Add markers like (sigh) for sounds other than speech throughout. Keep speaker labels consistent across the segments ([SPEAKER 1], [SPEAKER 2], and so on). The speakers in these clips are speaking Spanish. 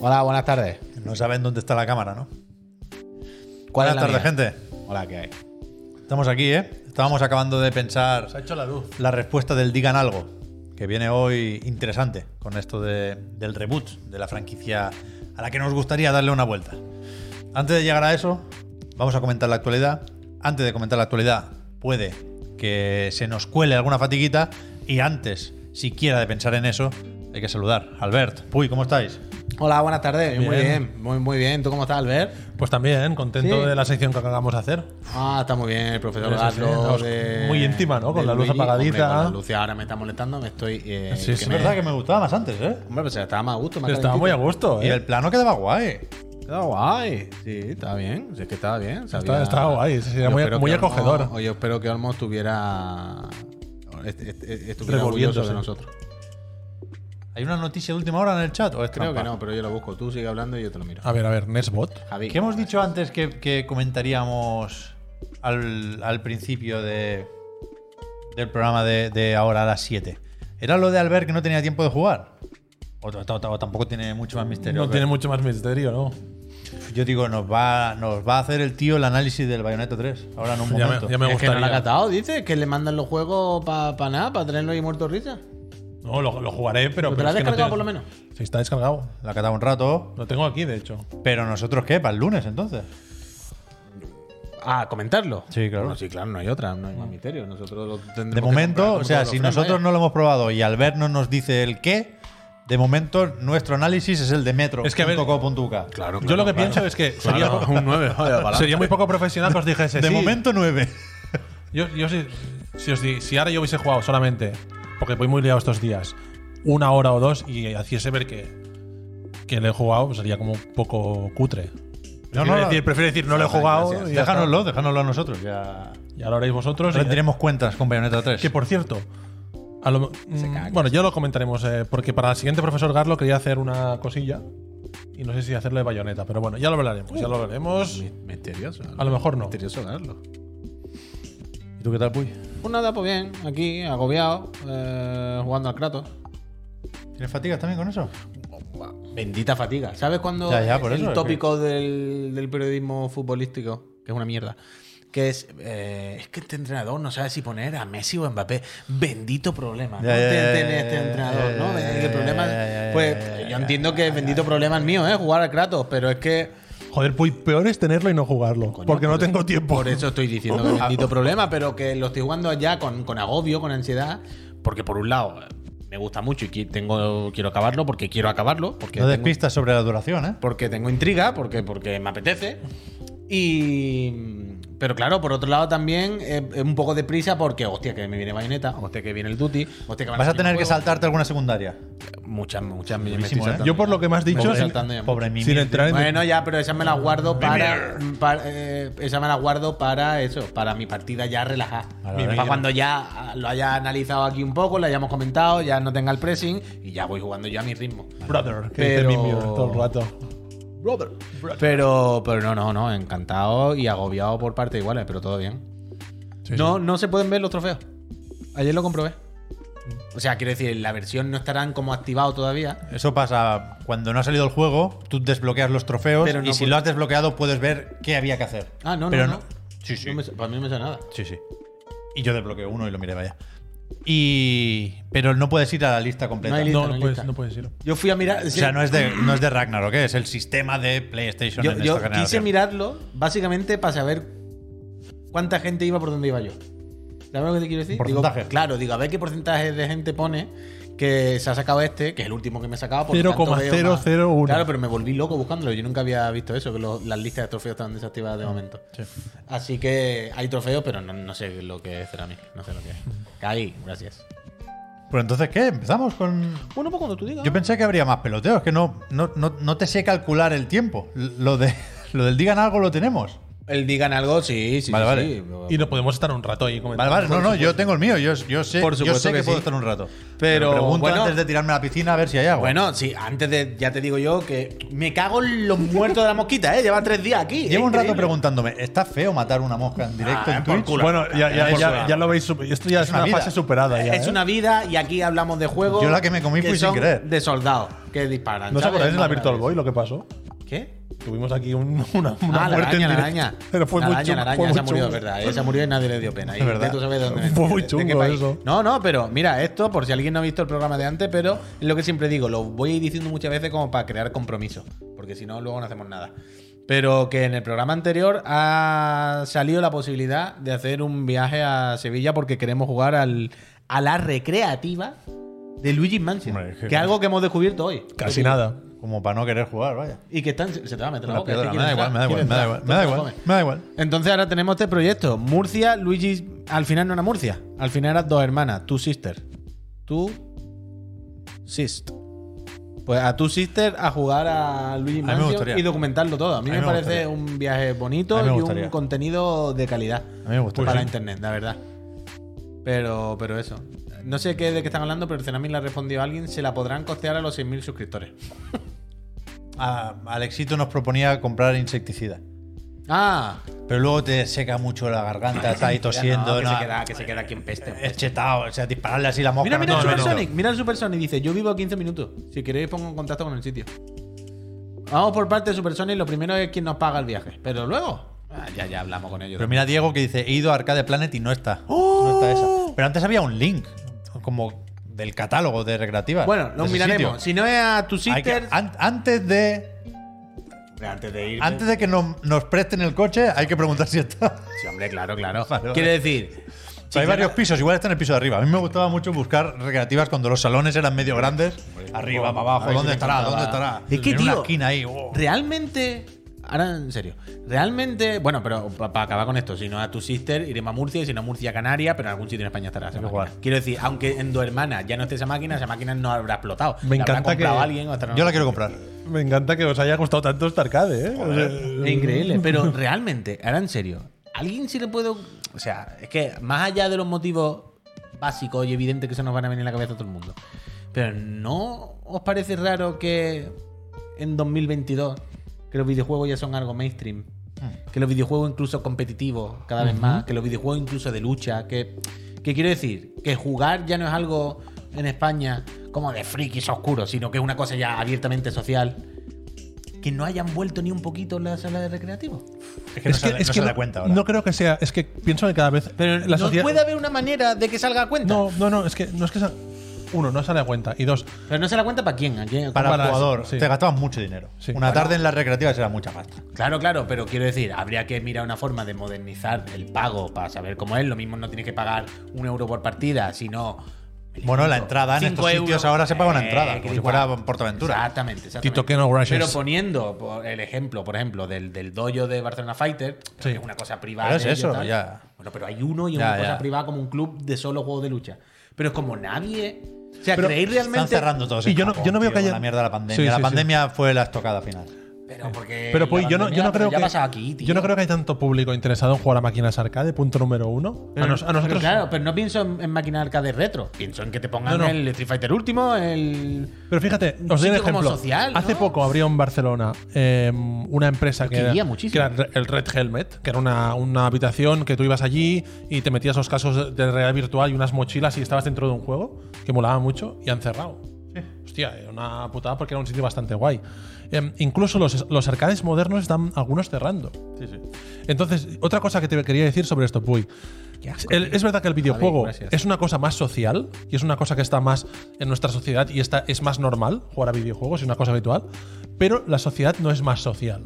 [SPEAKER 1] Hola, buenas tardes.
[SPEAKER 2] No saben dónde está la cámara, ¿no?
[SPEAKER 1] ¿Cuál es
[SPEAKER 2] Buenas
[SPEAKER 1] la
[SPEAKER 2] tardes,
[SPEAKER 1] mía?
[SPEAKER 2] gente.
[SPEAKER 1] Hola, ¿qué hay?
[SPEAKER 2] Estamos aquí, ¿eh? Estábamos acabando de pensar
[SPEAKER 3] Se ha hecho la luz.
[SPEAKER 2] la respuesta del Digan Algo, que viene hoy interesante con esto de- del reboot de la franquicia a la que nos gustaría darle una vuelta. Antes de llegar a eso, vamos a comentar la actualidad. Antes de comentar la actualidad, puede que se nos cuele alguna fatiguita y antes, siquiera de pensar en eso, hay que saludar. Albert, Puy, ¿cómo estáis?
[SPEAKER 1] Hola, buenas tardes. Muy
[SPEAKER 3] Bien.
[SPEAKER 1] bien, muy, muy bien. ¿Tú cómo estás, Albert?
[SPEAKER 3] Pues también, contento
[SPEAKER 1] Sí.
[SPEAKER 3] de la sección que acabamos de hacer.
[SPEAKER 1] Ah, está muy bien el profesor
[SPEAKER 3] Eso sí,
[SPEAKER 1] Gato
[SPEAKER 3] nos-
[SPEAKER 1] de-
[SPEAKER 3] muy íntima, ¿no? Con
[SPEAKER 1] de
[SPEAKER 3] la luz
[SPEAKER 1] Luigi.
[SPEAKER 3] apagadita.
[SPEAKER 1] Hombre, con la luz ahora me está molestando, me estoy. eh,
[SPEAKER 3] Sí, sí,
[SPEAKER 2] Es verdad que me gustaba más antes, ¿eh?
[SPEAKER 1] Hombre, pues estaba más a gusto, más
[SPEAKER 3] Estaba
[SPEAKER 1] calentito.
[SPEAKER 3] muy a gusto,
[SPEAKER 2] Y
[SPEAKER 3] ¿eh?
[SPEAKER 2] el plano quedaba guay.
[SPEAKER 1] Estaba guay. Sí, estaba bien. Si es que estaba bien. sabía-
[SPEAKER 3] estaba guay, sí, sí, era
[SPEAKER 1] Yo
[SPEAKER 3] muy-
[SPEAKER 1] espero
[SPEAKER 3] muy
[SPEAKER 1] que Olmo-
[SPEAKER 3] acogedor.
[SPEAKER 1] o yo espero que Olmo estuviera. est- est- est- Estuviera
[SPEAKER 3] Revolviéndose.
[SPEAKER 1] orgulloso de nosotros.
[SPEAKER 2] ¿Hay una noticia de última hora en el chat? ¿O es
[SPEAKER 1] Creo
[SPEAKER 2] trampa?
[SPEAKER 1] que no, pero yo lo busco. Tú sigue hablando y yo te lo miro.
[SPEAKER 3] A ver, a ver, Nesbot.
[SPEAKER 1] Javi.
[SPEAKER 2] ¿Qué hemos dicho antes que, que comentaríamos al, al principio de, del programa de, de ahora a las 7? ¿Era lo de Albert que no tenía tiempo de jugar? O, t- t- o tampoco tiene mucho más misterio.
[SPEAKER 3] No
[SPEAKER 2] Albert.
[SPEAKER 3] tiene mucho más misterio, ¿no?
[SPEAKER 2] Yo digo, nos va, nos va a hacer el tío el análisis del Bayonetta 3. Ahora en un
[SPEAKER 3] Ya
[SPEAKER 2] momento.
[SPEAKER 3] me, ya me
[SPEAKER 1] Es que no
[SPEAKER 3] gustaría.
[SPEAKER 1] la ha catado, dice, que le mandan los juegos para nada, para tenerlo ahí muerto de risa.
[SPEAKER 3] No, lo, lo jugaré, pero.
[SPEAKER 1] Pero te
[SPEAKER 3] pero
[SPEAKER 1] la has
[SPEAKER 3] es que no
[SPEAKER 1] descargado por lo
[SPEAKER 3] tiene-
[SPEAKER 1] menos.
[SPEAKER 3] Sí, está descargado.
[SPEAKER 2] La ha catado un rato.
[SPEAKER 3] Lo tengo aquí, de hecho.
[SPEAKER 2] Pero nosotros qué, para el lunes entonces.
[SPEAKER 1] Ah, comentarlo.
[SPEAKER 2] Sí, claro.
[SPEAKER 1] Bueno, sí, claro, no hay otra, no hay más misterio. Nosotros lo tendremos
[SPEAKER 2] De
[SPEAKER 1] que
[SPEAKER 2] momento,
[SPEAKER 1] comprar
[SPEAKER 2] o
[SPEAKER 1] como
[SPEAKER 2] sea,
[SPEAKER 1] todos
[SPEAKER 2] si
[SPEAKER 1] los frenos,
[SPEAKER 2] nosotros
[SPEAKER 1] ¿eh?
[SPEAKER 2] no lo hemos probado y Albert no nos dice el qué, de momento nuestro análisis es el de metro.
[SPEAKER 3] Es que, a ver,
[SPEAKER 2] punto co punto uk.
[SPEAKER 1] Claro,
[SPEAKER 3] Yo lo que
[SPEAKER 1] claro,
[SPEAKER 3] pienso es que sería,
[SPEAKER 1] claro, un 9, vaya, para
[SPEAKER 3] (laughs) sería muy poco profesional que os (laughs) dijese.
[SPEAKER 2] De
[SPEAKER 3] sí,
[SPEAKER 2] momento, nueve.
[SPEAKER 3] Yo, yo si, si, os di- si ahora yo hubiese jugado solamente, porque voy muy liado estos días, una hora o dos y hiciese ver que, que le he jugado, pues sería como un poco cutre.
[SPEAKER 2] No,
[SPEAKER 3] No,
[SPEAKER 2] no,
[SPEAKER 3] no, decir, prefiero decir no lo he jugado y ya,
[SPEAKER 2] Déjanoslo, déjanoslo a nosotros. Ya
[SPEAKER 3] está. Ya lo haréis vosotros. y-
[SPEAKER 2] rendiremos cuentas con Bayonetta 3.
[SPEAKER 3] que por cierto, a lo- mm,
[SPEAKER 1] caga.
[SPEAKER 3] bueno, ya lo comentaremos, eh, porque para el siguiente profesor Garlo quería hacer una cosilla y no sé si hacerlo de bayoneta, pero bueno, ya lo hablaremos, ya lo hablaremos.
[SPEAKER 1] Mi- Misterioso.
[SPEAKER 3] A lo mejor no.
[SPEAKER 1] Misterioso, Carlos.
[SPEAKER 2] ¿Y tú qué tal, Puy?
[SPEAKER 1] Pues nada, pues bien, aquí, agobiado, eh, jugando al Kratos.
[SPEAKER 2] ¿Tienes fatigas también con eso?
[SPEAKER 1] Bendita fatiga. ¿Sabes cuando
[SPEAKER 2] Ya, ya, por
[SPEAKER 1] el
[SPEAKER 2] eso, es
[SPEAKER 1] tópico del, del periodismo futbolístico, que es una mierda, que es eh, es que este entrenador no sabe si poner a Messi o a Mbappé. Bendito problema. ¿no?
[SPEAKER 2] Ya, ya,
[SPEAKER 1] Ten-
[SPEAKER 2] ya,
[SPEAKER 1] ten
[SPEAKER 2] ya,
[SPEAKER 1] este
[SPEAKER 2] ya,
[SPEAKER 1] entrenador,
[SPEAKER 2] ya,
[SPEAKER 1] ¿no?
[SPEAKER 2] ya,
[SPEAKER 1] El
[SPEAKER 2] ya,
[SPEAKER 1] problema.
[SPEAKER 2] ya, ya, ya, ya, ya,
[SPEAKER 1] Pues yo entiendo que bendito problema es mío, ¿eh? Jugar al Kratos, pero es que
[SPEAKER 3] Joder, pues peor es tenerlo y no jugarlo, porque no tengo tiempo.
[SPEAKER 1] por eso estoy diciendo que bendito problema, pero que lo estoy jugando ya con, con agobio, con ansiedad, porque por un lado eh, me gusta mucho y qui- tengo quiero acabarlo porque quiero acabarlo, porque
[SPEAKER 2] No
[SPEAKER 1] tengo-
[SPEAKER 2] despistas sobre la duración, ¿eh?
[SPEAKER 1] porque tengo intriga, porque, porque me apetece. Y. Pero claro, por otro lado también eh, eh, un poco de prisa porque, hostia, que me viene Bayonetta, hostia, que viene el Duty, hostia, que van
[SPEAKER 2] Vas a
[SPEAKER 1] salir
[SPEAKER 2] tener que
[SPEAKER 1] más
[SPEAKER 2] saltarte alguna secundaria.
[SPEAKER 1] juegos. Muchas, muchas. me- me estoy
[SPEAKER 2] Durísimo, ¿eh?
[SPEAKER 1] saltando
[SPEAKER 3] Yo por lo que me has
[SPEAKER 1] ya. Me
[SPEAKER 3] dicho,
[SPEAKER 1] estoy
[SPEAKER 3] sin,
[SPEAKER 1] saltando ya mucho.
[SPEAKER 2] Pobre mí.
[SPEAKER 3] sin entrar en
[SPEAKER 1] Bueno, ya, pero esas me las guardo para. para, eh, esas me las guardo para eso, para mi partida ya relajada.
[SPEAKER 2] Vale,
[SPEAKER 1] para
[SPEAKER 2] vale.
[SPEAKER 1] cuando ya ah, lo haya analizado aquí un poco, lo hayamos comentado, ya no tenga el pressing y ya voy jugando yo a mi ritmo.
[SPEAKER 3] brother, que
[SPEAKER 1] Pero-
[SPEAKER 3] dice Mimir todo el rato.
[SPEAKER 1] Pero, pero no, no, no, encantado y agobiado por parte iguales, pero todo bien.
[SPEAKER 3] Sí,
[SPEAKER 1] no, no se pueden ver los trofeos. Ayer lo comprobé. O sea, quiero decir, la versión no estarán como activados todavía.
[SPEAKER 2] Eso pasa cuando no ha salido el juego, tú desbloqueas los trofeos
[SPEAKER 1] Pero no
[SPEAKER 2] y si
[SPEAKER 1] puedes-
[SPEAKER 2] lo has desbloqueado puedes ver qué había que hacer.
[SPEAKER 1] Ah, no, no,
[SPEAKER 2] Pero
[SPEAKER 1] no.
[SPEAKER 2] Sí, sí.
[SPEAKER 1] No me- para mí no me sé nada.
[SPEAKER 2] Sí, sí. Y yo desbloqueo uno y lo miré, vaya. Y. Pero no puedes ir a la lista completa.
[SPEAKER 1] No hay
[SPEAKER 3] sí.
[SPEAKER 1] lista,
[SPEAKER 3] No, no,
[SPEAKER 1] lista.
[SPEAKER 3] puedes, no puedes ir.
[SPEAKER 1] Yo fui a mirar.
[SPEAKER 2] O sea, no es de, no es de Ragnarok, ¿eh? es el sistema de PlayStation
[SPEAKER 1] yo
[SPEAKER 2] en
[SPEAKER 1] yo
[SPEAKER 2] esta generación.
[SPEAKER 1] quise mirarlo básicamente para saber cuánta gente iba por donde iba yo. ¿Sabes lo que te quiero decir? Digo,
[SPEAKER 2] Porcentaje.
[SPEAKER 1] claro, digo, a ver qué porcentaje de gente pone que se ha sacado este, que es el último que me he sacado. por lo tanto veo más.
[SPEAKER 3] 0,001.
[SPEAKER 1] Claro, pero me volví loco buscándolo. Yo nunca había visto eso, que lo- las listas de trofeos estaban desactivadas de
[SPEAKER 2] Mm.
[SPEAKER 1] momento. Así que hay trofeos, pero no, no sé lo que es Ceramic. No sé lo que es.
[SPEAKER 2] Mm.
[SPEAKER 1] Caí, gracias.
[SPEAKER 2] Pues entonces, ¿qué? ¿Empezamos con.?
[SPEAKER 1] Bueno, pues cuando tú digas.
[SPEAKER 2] Yo pensé que habría más peloteos, que no, no, no, no te sé calcular el tiempo. Lo, de, lo del digan algo lo tenemos.
[SPEAKER 1] El digan algo, sí, sí,
[SPEAKER 2] Vale,
[SPEAKER 1] sí,
[SPEAKER 2] vale.
[SPEAKER 1] sí.
[SPEAKER 3] Y nos podemos estar un rato ahí comentando.
[SPEAKER 2] Vale, vale, no, no, yo tengo el mío, yo, yo sé,
[SPEAKER 1] Por
[SPEAKER 2] yo
[SPEAKER 1] supuesto
[SPEAKER 2] sé que,
[SPEAKER 1] que sí.
[SPEAKER 2] puedo estar un rato.
[SPEAKER 1] Pero,
[SPEAKER 2] pregunto
[SPEAKER 1] bueno.
[SPEAKER 2] antes de tirarme a la piscina a ver si hay agua.
[SPEAKER 1] Bueno, sí, antes de. Ya te digo yo que me cago en los muertos de la mosquita, ¿eh? Lleva tres días aquí.
[SPEAKER 2] Llevo un rato
[SPEAKER 1] Increíble.
[SPEAKER 2] preguntándome, ¿está feo matar una mosca en directo
[SPEAKER 1] Ah,
[SPEAKER 2] en
[SPEAKER 1] por
[SPEAKER 2] Twitch?
[SPEAKER 1] culo.
[SPEAKER 3] Bueno, ya, ya,
[SPEAKER 1] Por
[SPEAKER 3] ya,
[SPEAKER 1] supuesto.
[SPEAKER 3] ya lo veis. sup- Esto ya es,
[SPEAKER 2] una
[SPEAKER 3] una,
[SPEAKER 2] vida.
[SPEAKER 3] fase superada. Ya,
[SPEAKER 1] Es
[SPEAKER 3] ¿eh?
[SPEAKER 1] una vida y aquí hablamos de juegos.
[SPEAKER 2] Yo la que me comí fui sin
[SPEAKER 1] son
[SPEAKER 2] querer.
[SPEAKER 1] De soldados que disparan.
[SPEAKER 3] ¿No os
[SPEAKER 1] ¿sabes?
[SPEAKER 3] acordáis de la
[SPEAKER 1] Más
[SPEAKER 3] Virtual
[SPEAKER 1] graves.
[SPEAKER 3] Boy lo que pasó?
[SPEAKER 1] ¿Qué?
[SPEAKER 3] Tuvimos aquí un- (laughs) una, una
[SPEAKER 1] Ah, la
[SPEAKER 3] muerte en
[SPEAKER 1] araña, la
[SPEAKER 3] directo.
[SPEAKER 1] araña.
[SPEAKER 3] Pero fue
[SPEAKER 1] la
[SPEAKER 3] muy
[SPEAKER 1] araña, la
[SPEAKER 3] chungo, fue
[SPEAKER 1] araña
[SPEAKER 3] muy
[SPEAKER 1] se murió, de
[SPEAKER 3] chungo.
[SPEAKER 1] verdad. Ella se murió y nadie le dio pena. Y
[SPEAKER 2] Es verdad.
[SPEAKER 1] tú sabes de dónde
[SPEAKER 3] Fue muy
[SPEAKER 1] de qué
[SPEAKER 3] chungo
[SPEAKER 1] país.
[SPEAKER 3] eso.
[SPEAKER 1] No, no, pero mira, esto, por si alguien no ha visto el programa de antes, pero es lo que siempre digo, lo voy a ir diciendo muchas veces como para crear compromiso, porque si no, luego no hacemos nada. Pero que en el programa anterior ha salido la posibilidad de hacer un viaje a Sevilla porque queremos jugar al, a la recreativa de Luigi Mansion,
[SPEAKER 2] Hombre,
[SPEAKER 1] que es algo que hemos descubierto hoy.
[SPEAKER 3] Casi nada.
[SPEAKER 2] Como para no querer jugar, vaya.
[SPEAKER 1] Y que están. Se te va a meter la
[SPEAKER 2] Una
[SPEAKER 1] boca. es
[SPEAKER 2] piedra,
[SPEAKER 1] que
[SPEAKER 2] me da
[SPEAKER 1] quieren
[SPEAKER 2] igual, me da
[SPEAKER 1] entrar,
[SPEAKER 2] igual, me da igual,
[SPEAKER 1] quieren entrar,
[SPEAKER 2] me da igual,
[SPEAKER 1] toma,
[SPEAKER 2] me da igual.
[SPEAKER 1] come. Entonces ahora tenemos este proyecto. Murcia, Luigi. Al final no era Murcia. Al final eran dos hermanas. Two sister. Two sist. Pues a tu sister a jugar a Luigi
[SPEAKER 2] me
[SPEAKER 1] Mansion
[SPEAKER 2] gustaría.
[SPEAKER 1] y documentarlo todo. A mí
[SPEAKER 2] A
[SPEAKER 1] me,
[SPEAKER 2] mí me
[SPEAKER 1] parece
[SPEAKER 2] gustaría.
[SPEAKER 1] un viaje
[SPEAKER 2] A
[SPEAKER 1] bonito
[SPEAKER 2] mí me
[SPEAKER 1] y un
[SPEAKER 2] gustaría.
[SPEAKER 1] contenido de calidad
[SPEAKER 2] A mí me gustaría.
[SPEAKER 1] para internet, la verdad. Pero, pero eso. No sé qué de qué están hablando, pero el Cenami le ha respondido a alguien. Se la podrán costear a los 6.000 suscriptores.
[SPEAKER 2] A- Alexito nos proponía comprar insecticida.
[SPEAKER 1] Ah,
[SPEAKER 2] Pero luego te seca mucho la garganta,
[SPEAKER 1] (laughs)
[SPEAKER 2] está ahí tosiendo.
[SPEAKER 1] no, que,
[SPEAKER 2] no,
[SPEAKER 1] se queda, que se queda aquí en peste.
[SPEAKER 2] Es chetado, o sea, dispararle así la mosca.
[SPEAKER 1] Mira,
[SPEAKER 2] no
[SPEAKER 1] mira el
[SPEAKER 2] tiene
[SPEAKER 1] Super
[SPEAKER 2] sentido.
[SPEAKER 1] Sonic, mira el Super Sonic. Dice, yo vivo a 15 minutos. Si queréis pongo en contacto con el sitio. Vamos por parte de Super Sonic. Lo primero es quien nos paga el viaje. Pero luego... ah, ya, ya hablamos con ellos.
[SPEAKER 2] Pero mira Diego que dice, he ido a Arcade Planet y no está.
[SPEAKER 1] ¡Oh!
[SPEAKER 2] No está esa. Pero antes había un link, como del catálogo de recreativa.
[SPEAKER 1] bueno, lo miraremos. Si no es a tu sister...
[SPEAKER 2] antes de
[SPEAKER 1] Antes de ir...
[SPEAKER 2] antes de que nos, nos presten el coche, hay que preguntar si está.
[SPEAKER 1] Sí, hombre, claro, claro.
[SPEAKER 2] vale.
[SPEAKER 1] Quiere decir... si
[SPEAKER 2] hay
[SPEAKER 1] llega-
[SPEAKER 2] varios pisos, igual está en el piso de arriba. A mí me gustaba mucho buscar recreativas cuando los salones eran medio grandes. Arriba, para
[SPEAKER 1] A
[SPEAKER 2] abajo,
[SPEAKER 1] ver si
[SPEAKER 2] ¿dónde
[SPEAKER 1] me
[SPEAKER 2] estará?
[SPEAKER 1] contaba.
[SPEAKER 2] ¿Dónde estará?
[SPEAKER 1] Es que,
[SPEAKER 2] en
[SPEAKER 1] tío,
[SPEAKER 2] una esquina ahí. oh.
[SPEAKER 1] Realmente. Ahora, en serio. Realmente. Bueno, pero para acabar con esto, si no a tu sister, iremos a Murcia, y si no a Murcia, a Canarias, pero en algún sitio en España estará esa
[SPEAKER 2] Da
[SPEAKER 1] máquina.
[SPEAKER 2] igual.
[SPEAKER 1] Quiero decir, aunque en dos hermanas ya no esté esa máquina, esa máquina no habrá explotado.
[SPEAKER 3] Me
[SPEAKER 1] La habrá
[SPEAKER 3] encanta que-
[SPEAKER 1] comprado alguien o estará-
[SPEAKER 2] Yo la quiero comprar.
[SPEAKER 3] Me encanta que os haya gustado tanto este arcade, ¿eh? O sea, mm,
[SPEAKER 1] Es
[SPEAKER 3] (laughs)
[SPEAKER 1] increíble, pero realmente, ahora en serio, ¿a ¿alguien si le puede.? O sea, es que más allá de los motivos básicos y evidentes que se nos van a venir a la cabeza a todo el mundo, pero ¿no os parece raro que en 2022, que los videojuegos ya son algo mainstream, que los videojuegos incluso competitivos cada vez más, que los videojuegos incluso de lucha, que, que quiero decir, que jugar ya no es algo en España como de frikis oscuros, sino que es una cosa ya abiertamente social que no hayan vuelto ni un poquito la sala de recreativos.
[SPEAKER 2] Es que no, se, da- no se da cuenta ahora.
[SPEAKER 3] No creo que sea. Es que pienso que cada vez. Pero
[SPEAKER 1] ¿No puede haber una manera de que salga a cuenta?
[SPEAKER 3] No, no, no, es que no es que sea- uno, no sale a cuenta. Y dos,
[SPEAKER 1] Pero no se la cuenta para quién. ¿A quién?
[SPEAKER 2] para,
[SPEAKER 3] para-
[SPEAKER 2] el jugador,
[SPEAKER 3] sí.
[SPEAKER 2] te gastabas mucho dinero.
[SPEAKER 3] Sí.
[SPEAKER 2] Una tarde en las recreativas era mucha pasta.
[SPEAKER 1] Claro, claro, pero quiero decir, habría que mirar una forma de modernizar el pago para saber cómo es. Lo mismo no tienes que pagar un euro por partida, sino.
[SPEAKER 2] Bueno, la entrada en
[SPEAKER 1] Cinco
[SPEAKER 2] estos
[SPEAKER 1] euros.
[SPEAKER 2] sitios ahora se paga una
[SPEAKER 1] Eh,
[SPEAKER 2] entrada,
[SPEAKER 1] que
[SPEAKER 2] como
[SPEAKER 1] da
[SPEAKER 2] si
[SPEAKER 1] igual.
[SPEAKER 2] fuera en Portaventura.
[SPEAKER 1] Exactamente, exactamente.
[SPEAKER 3] Tito Keno Rushes.
[SPEAKER 1] Pero poniendo por el ejemplo, por ejemplo, del, del dojo de Barcelona Fighter,
[SPEAKER 3] Sí.
[SPEAKER 1] que es una cosa privada.
[SPEAKER 2] Pero es
[SPEAKER 1] de ellos,
[SPEAKER 2] eso,
[SPEAKER 1] tal.
[SPEAKER 2] ya.
[SPEAKER 1] Bueno, pero hay uno y es
[SPEAKER 2] Ya,
[SPEAKER 1] una cosa
[SPEAKER 2] ya.
[SPEAKER 1] privada como un club de solo juegos de lucha. Pero es como nadie. O sea,
[SPEAKER 3] Pero
[SPEAKER 1] creéis realmente.
[SPEAKER 2] Están cerrando todos.
[SPEAKER 3] Y
[SPEAKER 2] en
[SPEAKER 3] yo no-
[SPEAKER 2] Japón,
[SPEAKER 3] yo no veo
[SPEAKER 2] tío,
[SPEAKER 3] que haya-
[SPEAKER 2] con La mierda de la pandemia.
[SPEAKER 3] Sí, sí,
[SPEAKER 2] la
[SPEAKER 3] sí.
[SPEAKER 2] pandemia fue la estocada final.
[SPEAKER 1] Pero porque.
[SPEAKER 3] Pero pues
[SPEAKER 1] la
[SPEAKER 3] yo no,
[SPEAKER 1] pandemia,
[SPEAKER 3] yo no
[SPEAKER 1] pero
[SPEAKER 3] creo
[SPEAKER 1] Eh, ya
[SPEAKER 3] que.
[SPEAKER 1] ha pasado aquí, tío.
[SPEAKER 3] Yo no creo que hay tanto público interesado en jugar a máquinas arcade, punto número uno.
[SPEAKER 1] Pero-
[SPEAKER 3] a, nos- a nosotros.
[SPEAKER 1] pero claro, pero no pienso en, en máquina arcade retro. Pienso en que te pongan
[SPEAKER 3] No, no.
[SPEAKER 1] el Street Fighter último, el.
[SPEAKER 3] Pero fíjate, os doy un
[SPEAKER 1] sitio como
[SPEAKER 3] ejemplo.
[SPEAKER 1] social, ¿no?
[SPEAKER 3] Hace poco abrió en Barcelona eh, una empresa que,
[SPEAKER 1] quería
[SPEAKER 3] era,
[SPEAKER 1] muchísimo.
[SPEAKER 3] que era re- el Red Helmet, que era una, una habitación que tú ibas allí y te metías los casos de realidad virtual y unas mochilas y estabas dentro de un juego que molaba mucho y han cerrado. Hostia, era una putada porque era un sitio bastante guay. Em, incluso los, los arcades modernos están algunos cerrando. Entonces, otra cosa que te quería decir sobre esto, Puy.
[SPEAKER 1] Qué asco,
[SPEAKER 3] El- es verdad que el videojuego
[SPEAKER 1] gracias.
[SPEAKER 3] es una cosa más social y es una cosa que está más en nuestra sociedad y está, es más normal jugar a videojuegos, es una cosa habitual, pero la sociedad no es más social.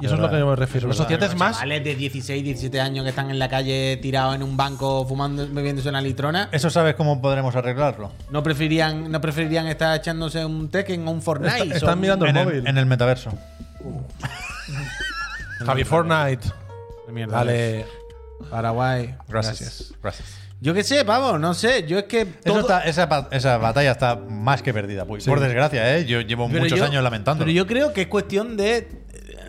[SPEAKER 3] Y eso es, lo que yo me refiero. La
[SPEAKER 1] Este
[SPEAKER 3] sociedad es más...
[SPEAKER 1] Chavales de 16, 17 años que están en la calle tirados en un banco fumando, bebiéndose una litrona.
[SPEAKER 2] Eso sabes cómo podremos arreglarlo.
[SPEAKER 1] ¿No preferirían, no preferirían estar echándose un Tekken o un Fortnite?
[SPEAKER 3] Está-
[SPEAKER 1] o
[SPEAKER 3] están
[SPEAKER 1] un-
[SPEAKER 3] mirando el
[SPEAKER 2] En
[SPEAKER 3] móvil.
[SPEAKER 2] el, en el metaverso.
[SPEAKER 3] Javi Fortnite. Dale.
[SPEAKER 1] Paraguay.
[SPEAKER 2] Gracias. Gracias.
[SPEAKER 1] Yo qué sé, pavo, no sé. Yo es que.
[SPEAKER 2] Eso
[SPEAKER 1] todo-
[SPEAKER 2] está- esa, pa- esa batalla está más que perdida, Puy. Por pues, desgracia, ¿eh? Yo llevo
[SPEAKER 1] Pero
[SPEAKER 2] muchos
[SPEAKER 1] yo-
[SPEAKER 2] años lamentándolo.
[SPEAKER 1] Pero yo creo que es cuestión de eh,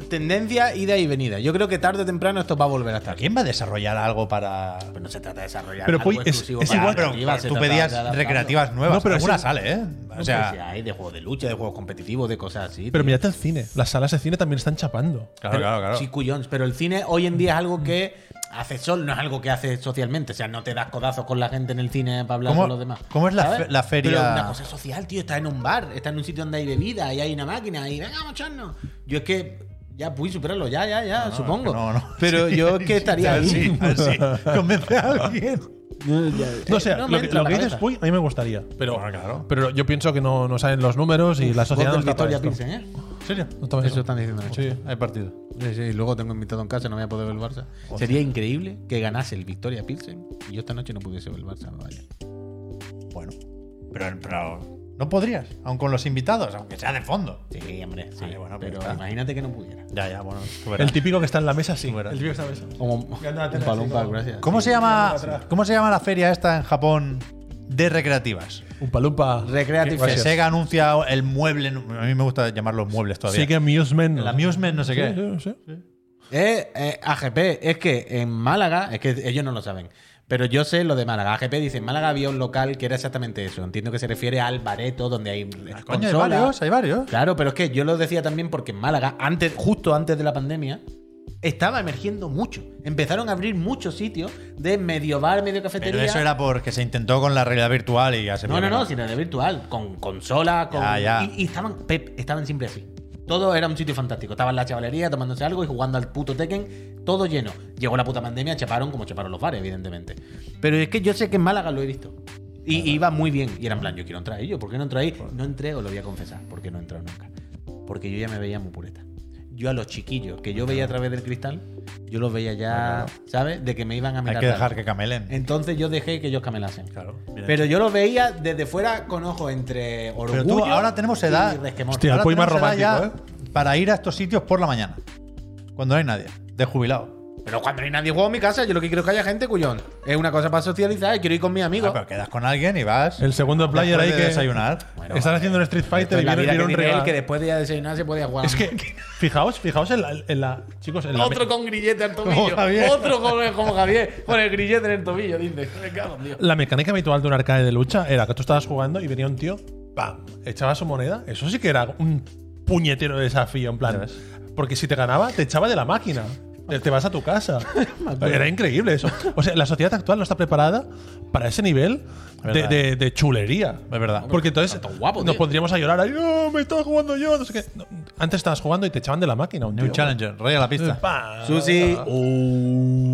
[SPEAKER 1] tendencia ida y venida. Yo creo que tarde o temprano esto va a volver a estar.
[SPEAKER 2] ¿Quién va a desarrollar algo para.?
[SPEAKER 1] Pero Pues no se trata de desarrollar
[SPEAKER 3] Pero,
[SPEAKER 1] algo
[SPEAKER 3] Puy, es-
[SPEAKER 1] exclusivo
[SPEAKER 3] es
[SPEAKER 1] para
[SPEAKER 3] igual,
[SPEAKER 2] pero
[SPEAKER 1] recreativas, se
[SPEAKER 2] tú
[SPEAKER 1] trata de
[SPEAKER 2] pedías
[SPEAKER 1] adaptarlo.
[SPEAKER 2] recreativas nuevas.
[SPEAKER 3] No, pero
[SPEAKER 2] pero alguna
[SPEAKER 3] es-
[SPEAKER 2] sale, ¿eh?
[SPEAKER 1] No,
[SPEAKER 2] O
[SPEAKER 1] pues sí,
[SPEAKER 2] sea,
[SPEAKER 1] hay de juegos de lucha, de juegos competitivos, de cosas así.
[SPEAKER 3] Pero
[SPEAKER 1] tío.
[SPEAKER 3] mirad el cine. Las salas de cine también están chapando.
[SPEAKER 2] claro, claro, claro.
[SPEAKER 1] Sí, cuyons, pero el cine hoy en día es algo que hace sol, no es algo que hace socialmente. O sea, no te das codazos con la gente en el cine para hablar
[SPEAKER 2] ¿Cómo-
[SPEAKER 1] con los demás.
[SPEAKER 2] cómo es la
[SPEAKER 1] ¿sabes?
[SPEAKER 2] fe- la feria?
[SPEAKER 1] Pero una cosa social, tío. Estás en un bar, estás en un sitio donde hay bebida y hay una máquina y venga, mocharnos. Yo es que ya pude superarlo, ya, ya, ya,
[SPEAKER 2] No,
[SPEAKER 1] supongo.
[SPEAKER 2] es que no, no.
[SPEAKER 3] (laughs)
[SPEAKER 1] Pero yo es que estaría
[SPEAKER 2] A
[SPEAKER 1] ahí.
[SPEAKER 2] ver si- a ver si convence a alguien.
[SPEAKER 1] (laughs)
[SPEAKER 3] No, o sea,
[SPEAKER 1] No me
[SPEAKER 3] lo, que,
[SPEAKER 1] entra
[SPEAKER 3] lo
[SPEAKER 1] la
[SPEAKER 3] que
[SPEAKER 1] cabeza.
[SPEAKER 3] dices, Puy, a mí me gustaría. Pero,
[SPEAKER 2] Bueno, claro.
[SPEAKER 3] pero yo pienso que no, no saben los números y la sociedad no
[SPEAKER 1] Voz del
[SPEAKER 3] está para
[SPEAKER 1] Victoria
[SPEAKER 3] esto.
[SPEAKER 1] Pilsen, ¿eh?
[SPEAKER 3] ¿En serio? No está para
[SPEAKER 1] Eso están diciendo mucho.
[SPEAKER 3] Sí.
[SPEAKER 2] Hay partido.
[SPEAKER 1] Sí, sí, y luego tengo invitado en casa, no voy a poder ver el Barça. Sería increíble que ganase el Victoria Pilsen y yo esta noche no pudiese ver el Barça. Vaya.
[SPEAKER 2] Bueno. Pero, pero no podrías, aun con los invitados, aunque sea de fondo.
[SPEAKER 1] Sí, hombre, sí.
[SPEAKER 2] Vale, bueno, pues
[SPEAKER 1] pero
[SPEAKER 2] ya está.
[SPEAKER 1] imagínate que no pudiera.
[SPEAKER 2] Ya, ya, bueno. tú verás.
[SPEAKER 3] El típico que está en la mesa, sí.
[SPEAKER 2] verás.
[SPEAKER 3] El típico que está en la mesa.
[SPEAKER 1] Como un
[SPEAKER 3] Ya anda,
[SPEAKER 1] un
[SPEAKER 3] tela,
[SPEAKER 1] palumpa,
[SPEAKER 3] sí, como-
[SPEAKER 1] gracias.
[SPEAKER 2] ¿Cómo
[SPEAKER 1] Sí.
[SPEAKER 2] se llama?
[SPEAKER 3] Sí, atrás.
[SPEAKER 2] ¿Cómo se llama la feria esta en Japón de recreativas?
[SPEAKER 3] Un palumpa.
[SPEAKER 1] Recreative
[SPEAKER 2] Que
[SPEAKER 1] Fest.
[SPEAKER 2] Sega anuncia el mueble. A mí me gusta llamarlos muebles todavía.
[SPEAKER 3] Sí que Amusement.
[SPEAKER 2] el amusement, no sé qué.
[SPEAKER 3] Sí, sí, sí.
[SPEAKER 1] Eh, eh, AGP, es que en Málaga, es que ellos no lo saben, pero yo sé lo de Málaga. AGP dice, en Málaga había un local que era exactamente eso. Entiendo que se refiere al bareto donde hay
[SPEAKER 2] Ah, Coño, hay
[SPEAKER 1] consolas.
[SPEAKER 2] varios, hay varios.
[SPEAKER 1] Claro, pero es que yo lo decía también porque en Málaga, antes, justo antes de la pandemia, estaba emergiendo mucho. Empezaron a abrir muchos sitios de medio bar, medio cafetería.
[SPEAKER 2] Pero eso era porque se intentó con la realidad virtual y ya se
[SPEAKER 1] No,
[SPEAKER 2] vio
[SPEAKER 1] no,
[SPEAKER 2] que
[SPEAKER 1] no, sino de virtual, con consola, con.
[SPEAKER 2] Ya, ya.
[SPEAKER 1] Y, y estaban, Pep, estaban siempre así. Todo era un sitio fantástico. Estaban la chavalería tomándose algo y jugando al puto Tekken, todo lleno. Llegó la puta pandemia, chaparon como chaparon los bares, evidentemente. Pero es que yo sé que en Málaga lo he visto. Y y iba muy bien. Y era en plan, yo quiero entrar ahí, yo, ¿por qué no entré ahí? No entré, os lo voy a confesar, porque no he entrado nunca. Porque yo ya me veía muy pureta. Yo a los chiquillos que yo veía a través del cristal, yo los veía ya, ¿sabes? De que me iban a mirar.
[SPEAKER 2] Hay que
[SPEAKER 1] raro.
[SPEAKER 2] dejar que camelen.
[SPEAKER 1] Entonces yo dejé que ellos camelasen.
[SPEAKER 2] Claro. mira.
[SPEAKER 1] Pero yo lo veía desde fuera con ojos entre orgullo.
[SPEAKER 2] Pero tú ahora tenemos edad.
[SPEAKER 1] y resquemor.
[SPEAKER 3] Hostia, el
[SPEAKER 2] Ahora
[SPEAKER 3] Puy más
[SPEAKER 2] tenemos edad
[SPEAKER 3] romántico, ¿eh?
[SPEAKER 2] ya Para ir a estos sitios por la mañana. Cuando no hay nadie. De jubilado.
[SPEAKER 1] Pero cuando no hay nadie juego en mi casa, yo lo que quiero es que haya gente, cuyón. Es una cosa para socializar y quiero ir con mis amigos.
[SPEAKER 2] Ah, pero quedas con alguien y vas.
[SPEAKER 3] El segundo player
[SPEAKER 2] después
[SPEAKER 3] ahí
[SPEAKER 2] de
[SPEAKER 3] que-
[SPEAKER 2] desayunar.
[SPEAKER 1] Bueno,
[SPEAKER 3] Están
[SPEAKER 1] vale.
[SPEAKER 3] haciendo un Street
[SPEAKER 1] Esto
[SPEAKER 3] Fighter
[SPEAKER 1] es
[SPEAKER 3] y
[SPEAKER 1] la
[SPEAKER 3] vieron,
[SPEAKER 1] vida que
[SPEAKER 3] vieron un
[SPEAKER 1] tiene él,
[SPEAKER 3] rival.
[SPEAKER 1] que después de desayunar se podía jugar.
[SPEAKER 3] Es que, fijaos, fijaos en la. en la- chicos, en la.
[SPEAKER 1] Otro con grillete al
[SPEAKER 2] Como
[SPEAKER 1] tobillo.
[SPEAKER 2] Javier.
[SPEAKER 1] Otro con, como Javier, con el grillete en el tobillo, dice. Me cago en Dios.
[SPEAKER 3] La mecánica habitual de un arcade de lucha era que tú estabas jugando y venía un tío, ¡pam! Echaba su moneda. Eso sí que era un puñetero desafío, en plan. Porque si te ganaba, te echaba de la máquina. Te- Te vas a tu casa. Era increíble eso. O sea, la sociedad actual no está preparada para ese nivel de,
[SPEAKER 2] Verdad.
[SPEAKER 3] de- de chulería.
[SPEAKER 2] Es verdad.
[SPEAKER 3] Porque entonces
[SPEAKER 1] Tanto guapo,
[SPEAKER 3] nos
[SPEAKER 1] tío.
[SPEAKER 3] pondríamos a llorar. ¡Ay, no, me estaba jugando yo! no sé qué. No, Antes estabas jugando y te echaban de la máquina. Un
[SPEAKER 2] New
[SPEAKER 3] tío.
[SPEAKER 2] Challenger. Rey a la pista.
[SPEAKER 3] ¡Pam!
[SPEAKER 1] Susi.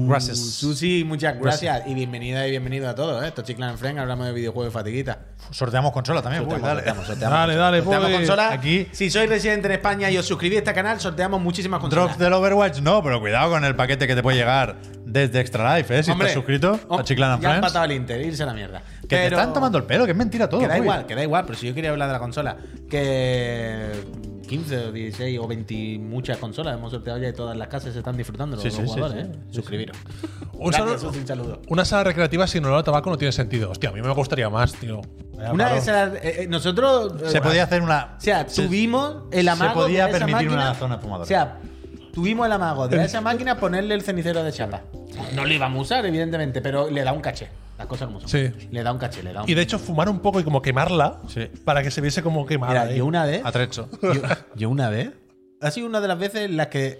[SPEAKER 2] Gracias.
[SPEAKER 1] Susi, muchas gracias. Y bienvenida y bienvenido a todos. ¿eh? Esto es Chiclan Friend, hablamos de videojuegos y fatiguita.
[SPEAKER 2] Sorteamos consola también. Uy, dale.
[SPEAKER 3] Dale, dale,
[SPEAKER 1] Sorteamos
[SPEAKER 3] Puy.
[SPEAKER 1] consolas.
[SPEAKER 2] Aquí-
[SPEAKER 1] Si sois residente en España y os suscribís a este canal, sorteamos muchísimas consolas.
[SPEAKER 2] Drops del Overwatch, no, pero cuidado con el paquete que te puede llegar desde Extra Life, ¿eh? Si
[SPEAKER 1] Hombre,
[SPEAKER 2] estás suscrito
[SPEAKER 1] oh,
[SPEAKER 2] a Chiclana
[SPEAKER 1] Ya han
[SPEAKER 2] Friends.
[SPEAKER 1] patado el Inter, irse a la mierda.
[SPEAKER 2] Que te están tomando el pelo, que es mentira todo.
[SPEAKER 1] Que da
[SPEAKER 2] Puy.
[SPEAKER 1] igual, que da igual, pero si yo quería hablar de la consola, que 15 o 16 o 20 muchas consolas hemos sorteado ya y todas las casas se están disfrutando los,
[SPEAKER 2] Sí, sí,
[SPEAKER 1] los
[SPEAKER 2] sí,
[SPEAKER 1] jugadores,
[SPEAKER 2] sí,
[SPEAKER 1] ¿eh? Suscribiros.
[SPEAKER 3] Un
[SPEAKER 1] Gracias,
[SPEAKER 3] saludo-
[SPEAKER 1] Susi, un saludo.
[SPEAKER 3] Una sala recreativa sin olor a tabaco no tiene sentido. Hostia, a mí me gustaría más, tío. Vaya
[SPEAKER 1] Una
[SPEAKER 3] palo.
[SPEAKER 1] de esas, eh, eh, nosotros eh,
[SPEAKER 2] Se podía hacer una.
[SPEAKER 1] O sea,
[SPEAKER 2] se-
[SPEAKER 1] tuvimos el amago.
[SPEAKER 2] se podía
[SPEAKER 1] de esa
[SPEAKER 2] permitir
[SPEAKER 1] máquina-
[SPEAKER 2] una zona fumadora.
[SPEAKER 1] O sea, tuvimos el amago de a esa máquina ponerle el cenicero de chapa. No lo íbamos a usar, evidentemente, pero le da un caché. Las cosas como son.
[SPEAKER 3] Sí.
[SPEAKER 1] Le da un caché, le da un
[SPEAKER 3] Y de hecho, fumar un poco y como quemarla
[SPEAKER 2] Sí.
[SPEAKER 3] para que se viese como quemada.
[SPEAKER 1] Mira,
[SPEAKER 3] ¿eh?
[SPEAKER 1] yo una vez.
[SPEAKER 2] atrecho.
[SPEAKER 1] Yo,
[SPEAKER 3] (laughs)
[SPEAKER 1] yo una vez. Ha sido una de las veces en las que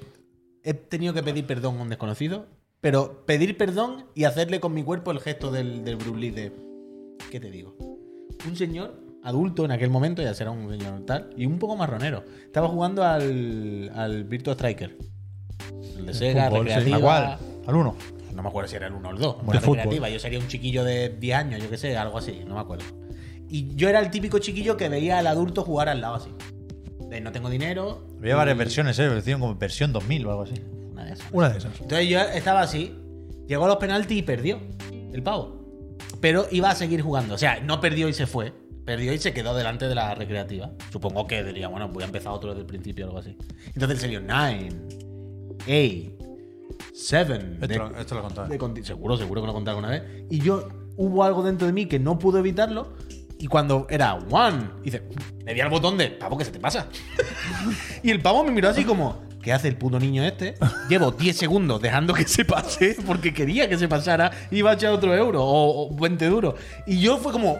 [SPEAKER 1] he tenido que pedir perdón a un desconocido. Pero pedir perdón y hacerle con mi cuerpo el gesto del, del Bruce Lee de. ¿Qué te digo? Un señor adulto en aquel momento, ya será un señor tal, y un poco marronero. Estaba jugando al, al Virtua Striker. El de Sega,
[SPEAKER 3] fútbol, sí.
[SPEAKER 1] recreativa.
[SPEAKER 2] ¿A cuál? Al uno.
[SPEAKER 1] No me acuerdo si era el 1 o el 2.
[SPEAKER 3] de fútbol.
[SPEAKER 1] Yo sería un chiquillo de 10 años, yo qué sé, algo así, no me acuerdo. Y yo era el típico chiquillo que veía al adulto jugar al lado así. De no tengo dinero.
[SPEAKER 2] Había varias
[SPEAKER 1] Mm.
[SPEAKER 2] versiones, ¿eh? Hicieron como versión 2000 o algo así.
[SPEAKER 1] Una de esas.
[SPEAKER 3] Una de esas.
[SPEAKER 1] Entonces yo estaba así, llegó a los penaltis y perdió el pavo. Pero iba a seguir jugando. O sea, no perdió y se fue. Perdió y se quedó delante de la recreativa. Supongo que diría, bueno, voy a empezar otro desde el principio o algo así. Entonces el señor, 9, 8, 7,
[SPEAKER 2] Esto, esto lo contaba.
[SPEAKER 1] de conti- seguro, seguro que lo contaba alguna vez. Y yo hubo algo dentro de mí que no pude evitarlo. Y cuando era (laughs) one, hice, le di al botón de pavo, ¿qué se te pasa? y el pavo me miró así como, ¿qué ¿Qué hace el puto niño este? Llevo 10 segundos dejando que se pase porque quería que se pasara y va a echar otro euro o, o 20 duros. Y yo fue como,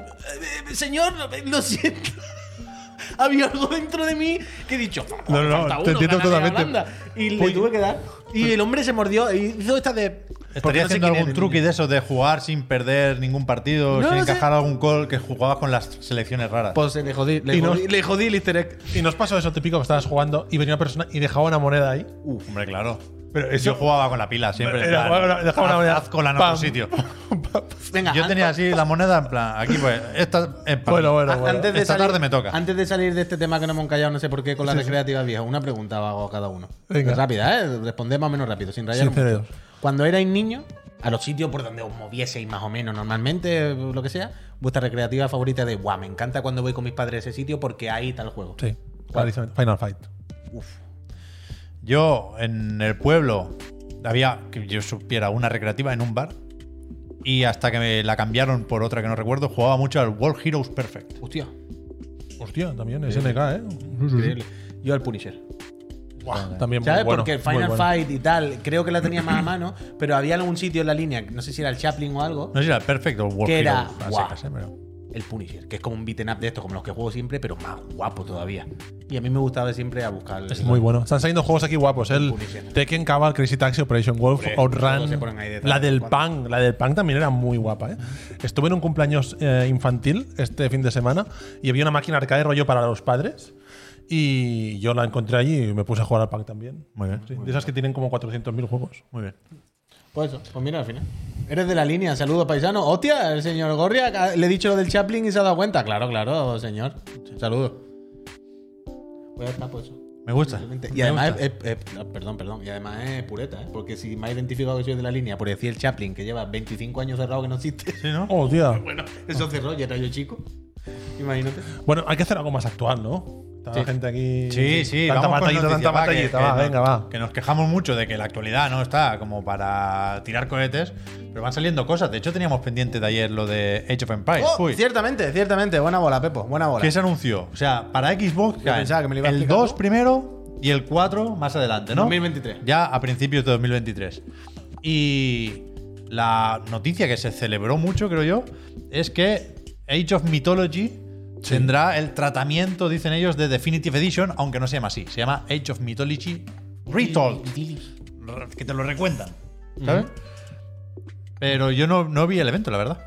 [SPEAKER 1] "Eh, señor, lo siento. (laughs) Había algo dentro de mí que he dicho,
[SPEAKER 2] No, no,
[SPEAKER 1] "Falta
[SPEAKER 2] te
[SPEAKER 1] uno, gánale
[SPEAKER 2] entiendo
[SPEAKER 1] a
[SPEAKER 2] totalmente.
[SPEAKER 1] Holanda". Y le
[SPEAKER 2] Pues-
[SPEAKER 1] tuve que dar. Y el hombre se mordió y hizo esta de. porque
[SPEAKER 2] Estaría
[SPEAKER 1] no sé
[SPEAKER 2] haciendo
[SPEAKER 1] quién
[SPEAKER 2] algún
[SPEAKER 1] es,
[SPEAKER 2] truqui de eso, de jugar sin perder ningún partido,
[SPEAKER 1] No
[SPEAKER 2] sin
[SPEAKER 1] lo sé.
[SPEAKER 2] encajar algún gol que jugabas con las selecciones raras.
[SPEAKER 1] Pues le jodí, le,
[SPEAKER 3] Y no-
[SPEAKER 1] jodí, le jodí el easter egg.
[SPEAKER 3] Y nos pasó eso típico que estabas jugando y venía una persona y dejaba una moneda ahí.
[SPEAKER 2] Uf, hombre, claro.
[SPEAKER 3] Pero
[SPEAKER 2] Yo jugaba con la pila siempre. en
[SPEAKER 3] Era-
[SPEAKER 2] plan,
[SPEAKER 3] era- dejaba una
[SPEAKER 2] haz-
[SPEAKER 3] moneda.
[SPEAKER 2] haz cola en
[SPEAKER 3] Pam.
[SPEAKER 2] otro sitio.
[SPEAKER 1] Venga,
[SPEAKER 2] Yo
[SPEAKER 1] an-
[SPEAKER 2] tenía así la moneda en plan, aquí pues, esta es para
[SPEAKER 3] Bueno,
[SPEAKER 2] mí.
[SPEAKER 3] bueno,
[SPEAKER 1] a-
[SPEAKER 3] bueno.
[SPEAKER 1] antes de
[SPEAKER 2] esta
[SPEAKER 1] salir-
[SPEAKER 2] tarde me toca.
[SPEAKER 1] Antes de salir de este tema que no hemos callado, no sé por qué, con las recreativas viejas, una pregunta hago a cada uno.
[SPEAKER 3] Venga.
[SPEAKER 1] Rápida, ¿eh? Responded más o menos rápido, sin rayar.
[SPEAKER 3] Sin
[SPEAKER 1] mucho.
[SPEAKER 3] cerebros.
[SPEAKER 1] Cuando erais niños, a los sitios por donde os movieseis más o menos normalmente, lo que sea, vuestra recreativa favorita de, guau, me encanta cuando voy con mis padres a ese sitio porque ahí está el juego.
[SPEAKER 3] Sí, clarísimamente. Final Fight.
[SPEAKER 1] Uf.
[SPEAKER 2] Yo en el pueblo había, que yo supiera, una recreativa en un bar. Y hasta que me la cambiaron por otra que no recuerdo, jugaba mucho al World Heroes Perfect.
[SPEAKER 1] Hostia,
[SPEAKER 3] Hostia, también SNK, ¿eh?
[SPEAKER 1] increíble. Yo al Punisher.
[SPEAKER 3] Buah, también
[SPEAKER 1] ¿Sabes?
[SPEAKER 3] muy bueno.
[SPEAKER 1] Porque el
[SPEAKER 3] muy
[SPEAKER 1] Final
[SPEAKER 3] bueno.
[SPEAKER 1] Fight y tal, creo que la tenía más a mano, pero había algún sitio en la línea, no sé si era el Chaplin o algo,
[SPEAKER 2] No sé si era el Perfect o el World
[SPEAKER 1] Que era
[SPEAKER 2] Heroes. a
[SPEAKER 1] guau.
[SPEAKER 2] secas, eh, pero-
[SPEAKER 1] el Punisher, que es como un beaten up de estos, como los que juego siempre, pero más guapo todavía. Y a mí me gustaba siempre a buscar el-
[SPEAKER 3] Es muy bueno. Están saliendo juegos aquí guapos. El
[SPEAKER 1] Publicidad.
[SPEAKER 3] Tekken Cabal, Crazy Taxi, Operation Wolf,
[SPEAKER 1] Hombre, todos se
[SPEAKER 3] Outrun.
[SPEAKER 1] ponen ahí detrás.
[SPEAKER 3] La del Pang. La del Pang también era muy guapa. ¿eh? Estuve en un cumpleaños eh, infantil este fin de semana y había una máquina arcade rollo para los padres. Y yo la encontré allí y me puse a jugar al Pang también.
[SPEAKER 2] Muy bien.
[SPEAKER 3] Sí, de esas que tienen como 400.000 juegos.
[SPEAKER 2] Muy bien.
[SPEAKER 1] Pues eso, pues mira al final. Eres de la línea, saludos paisano. Hostia, el señor Gorria, le he dicho lo del Chaplin y se ha dado cuenta. Claro, claro, señor. Saludos. Pues ya está, pues eso.
[SPEAKER 2] Me gusta.
[SPEAKER 1] Simplemente. Y
[SPEAKER 2] Me
[SPEAKER 1] además,
[SPEAKER 2] gusta.
[SPEAKER 1] es, es- es- perdón, perdón, y además es pureta, ¿eh? porque si me ha identificado que soy de la línea por decir el Chaplin, que lleva 25 años cerrado que no existe,
[SPEAKER 2] Sí, ¿no?
[SPEAKER 3] Oh, tía.
[SPEAKER 1] bueno, eso cerró, ya era yo chico. Imagínate.
[SPEAKER 3] Bueno, hay que hacer algo más actual, ¿no? Está la gente aquí.
[SPEAKER 2] Sí, sí,
[SPEAKER 3] Tanta
[SPEAKER 2] vamos con
[SPEAKER 3] batallita,
[SPEAKER 2] noticias,
[SPEAKER 3] tanta
[SPEAKER 2] va, que-
[SPEAKER 3] batallita.
[SPEAKER 2] que
[SPEAKER 3] Va,
[SPEAKER 2] nos-
[SPEAKER 3] venga, va.
[SPEAKER 2] Que nos quejamos mucho de que la actualidad no está como para tirar cohetes, pero van saliendo cosas. De hecho, teníamos pendiente de ayer lo de Age of Empires.
[SPEAKER 1] Oh,
[SPEAKER 2] Uy,
[SPEAKER 1] ciertamente, ciertamente. Buena bola, Pepo, buena bola.
[SPEAKER 2] ¿Qué se anunció? O sea, para Xbox, caen
[SPEAKER 1] pensaba que me lo ibas a
[SPEAKER 2] el
[SPEAKER 1] explicar
[SPEAKER 2] 2
[SPEAKER 1] tú.
[SPEAKER 2] primero y el 4 más adelante, ¿no?
[SPEAKER 1] 2023.
[SPEAKER 2] Ya a principios de 2023. Y la noticia que se celebró mucho, creo yo, es que Age of Mythology tendrá el tratamiento, dicen ellos, de Definitive Edition, aunque no se llama así. Se llama Age of Mythology Retold. Re- Que te lo recuentan, ¿sabes? Pero yo no, no vi el evento, la verdad.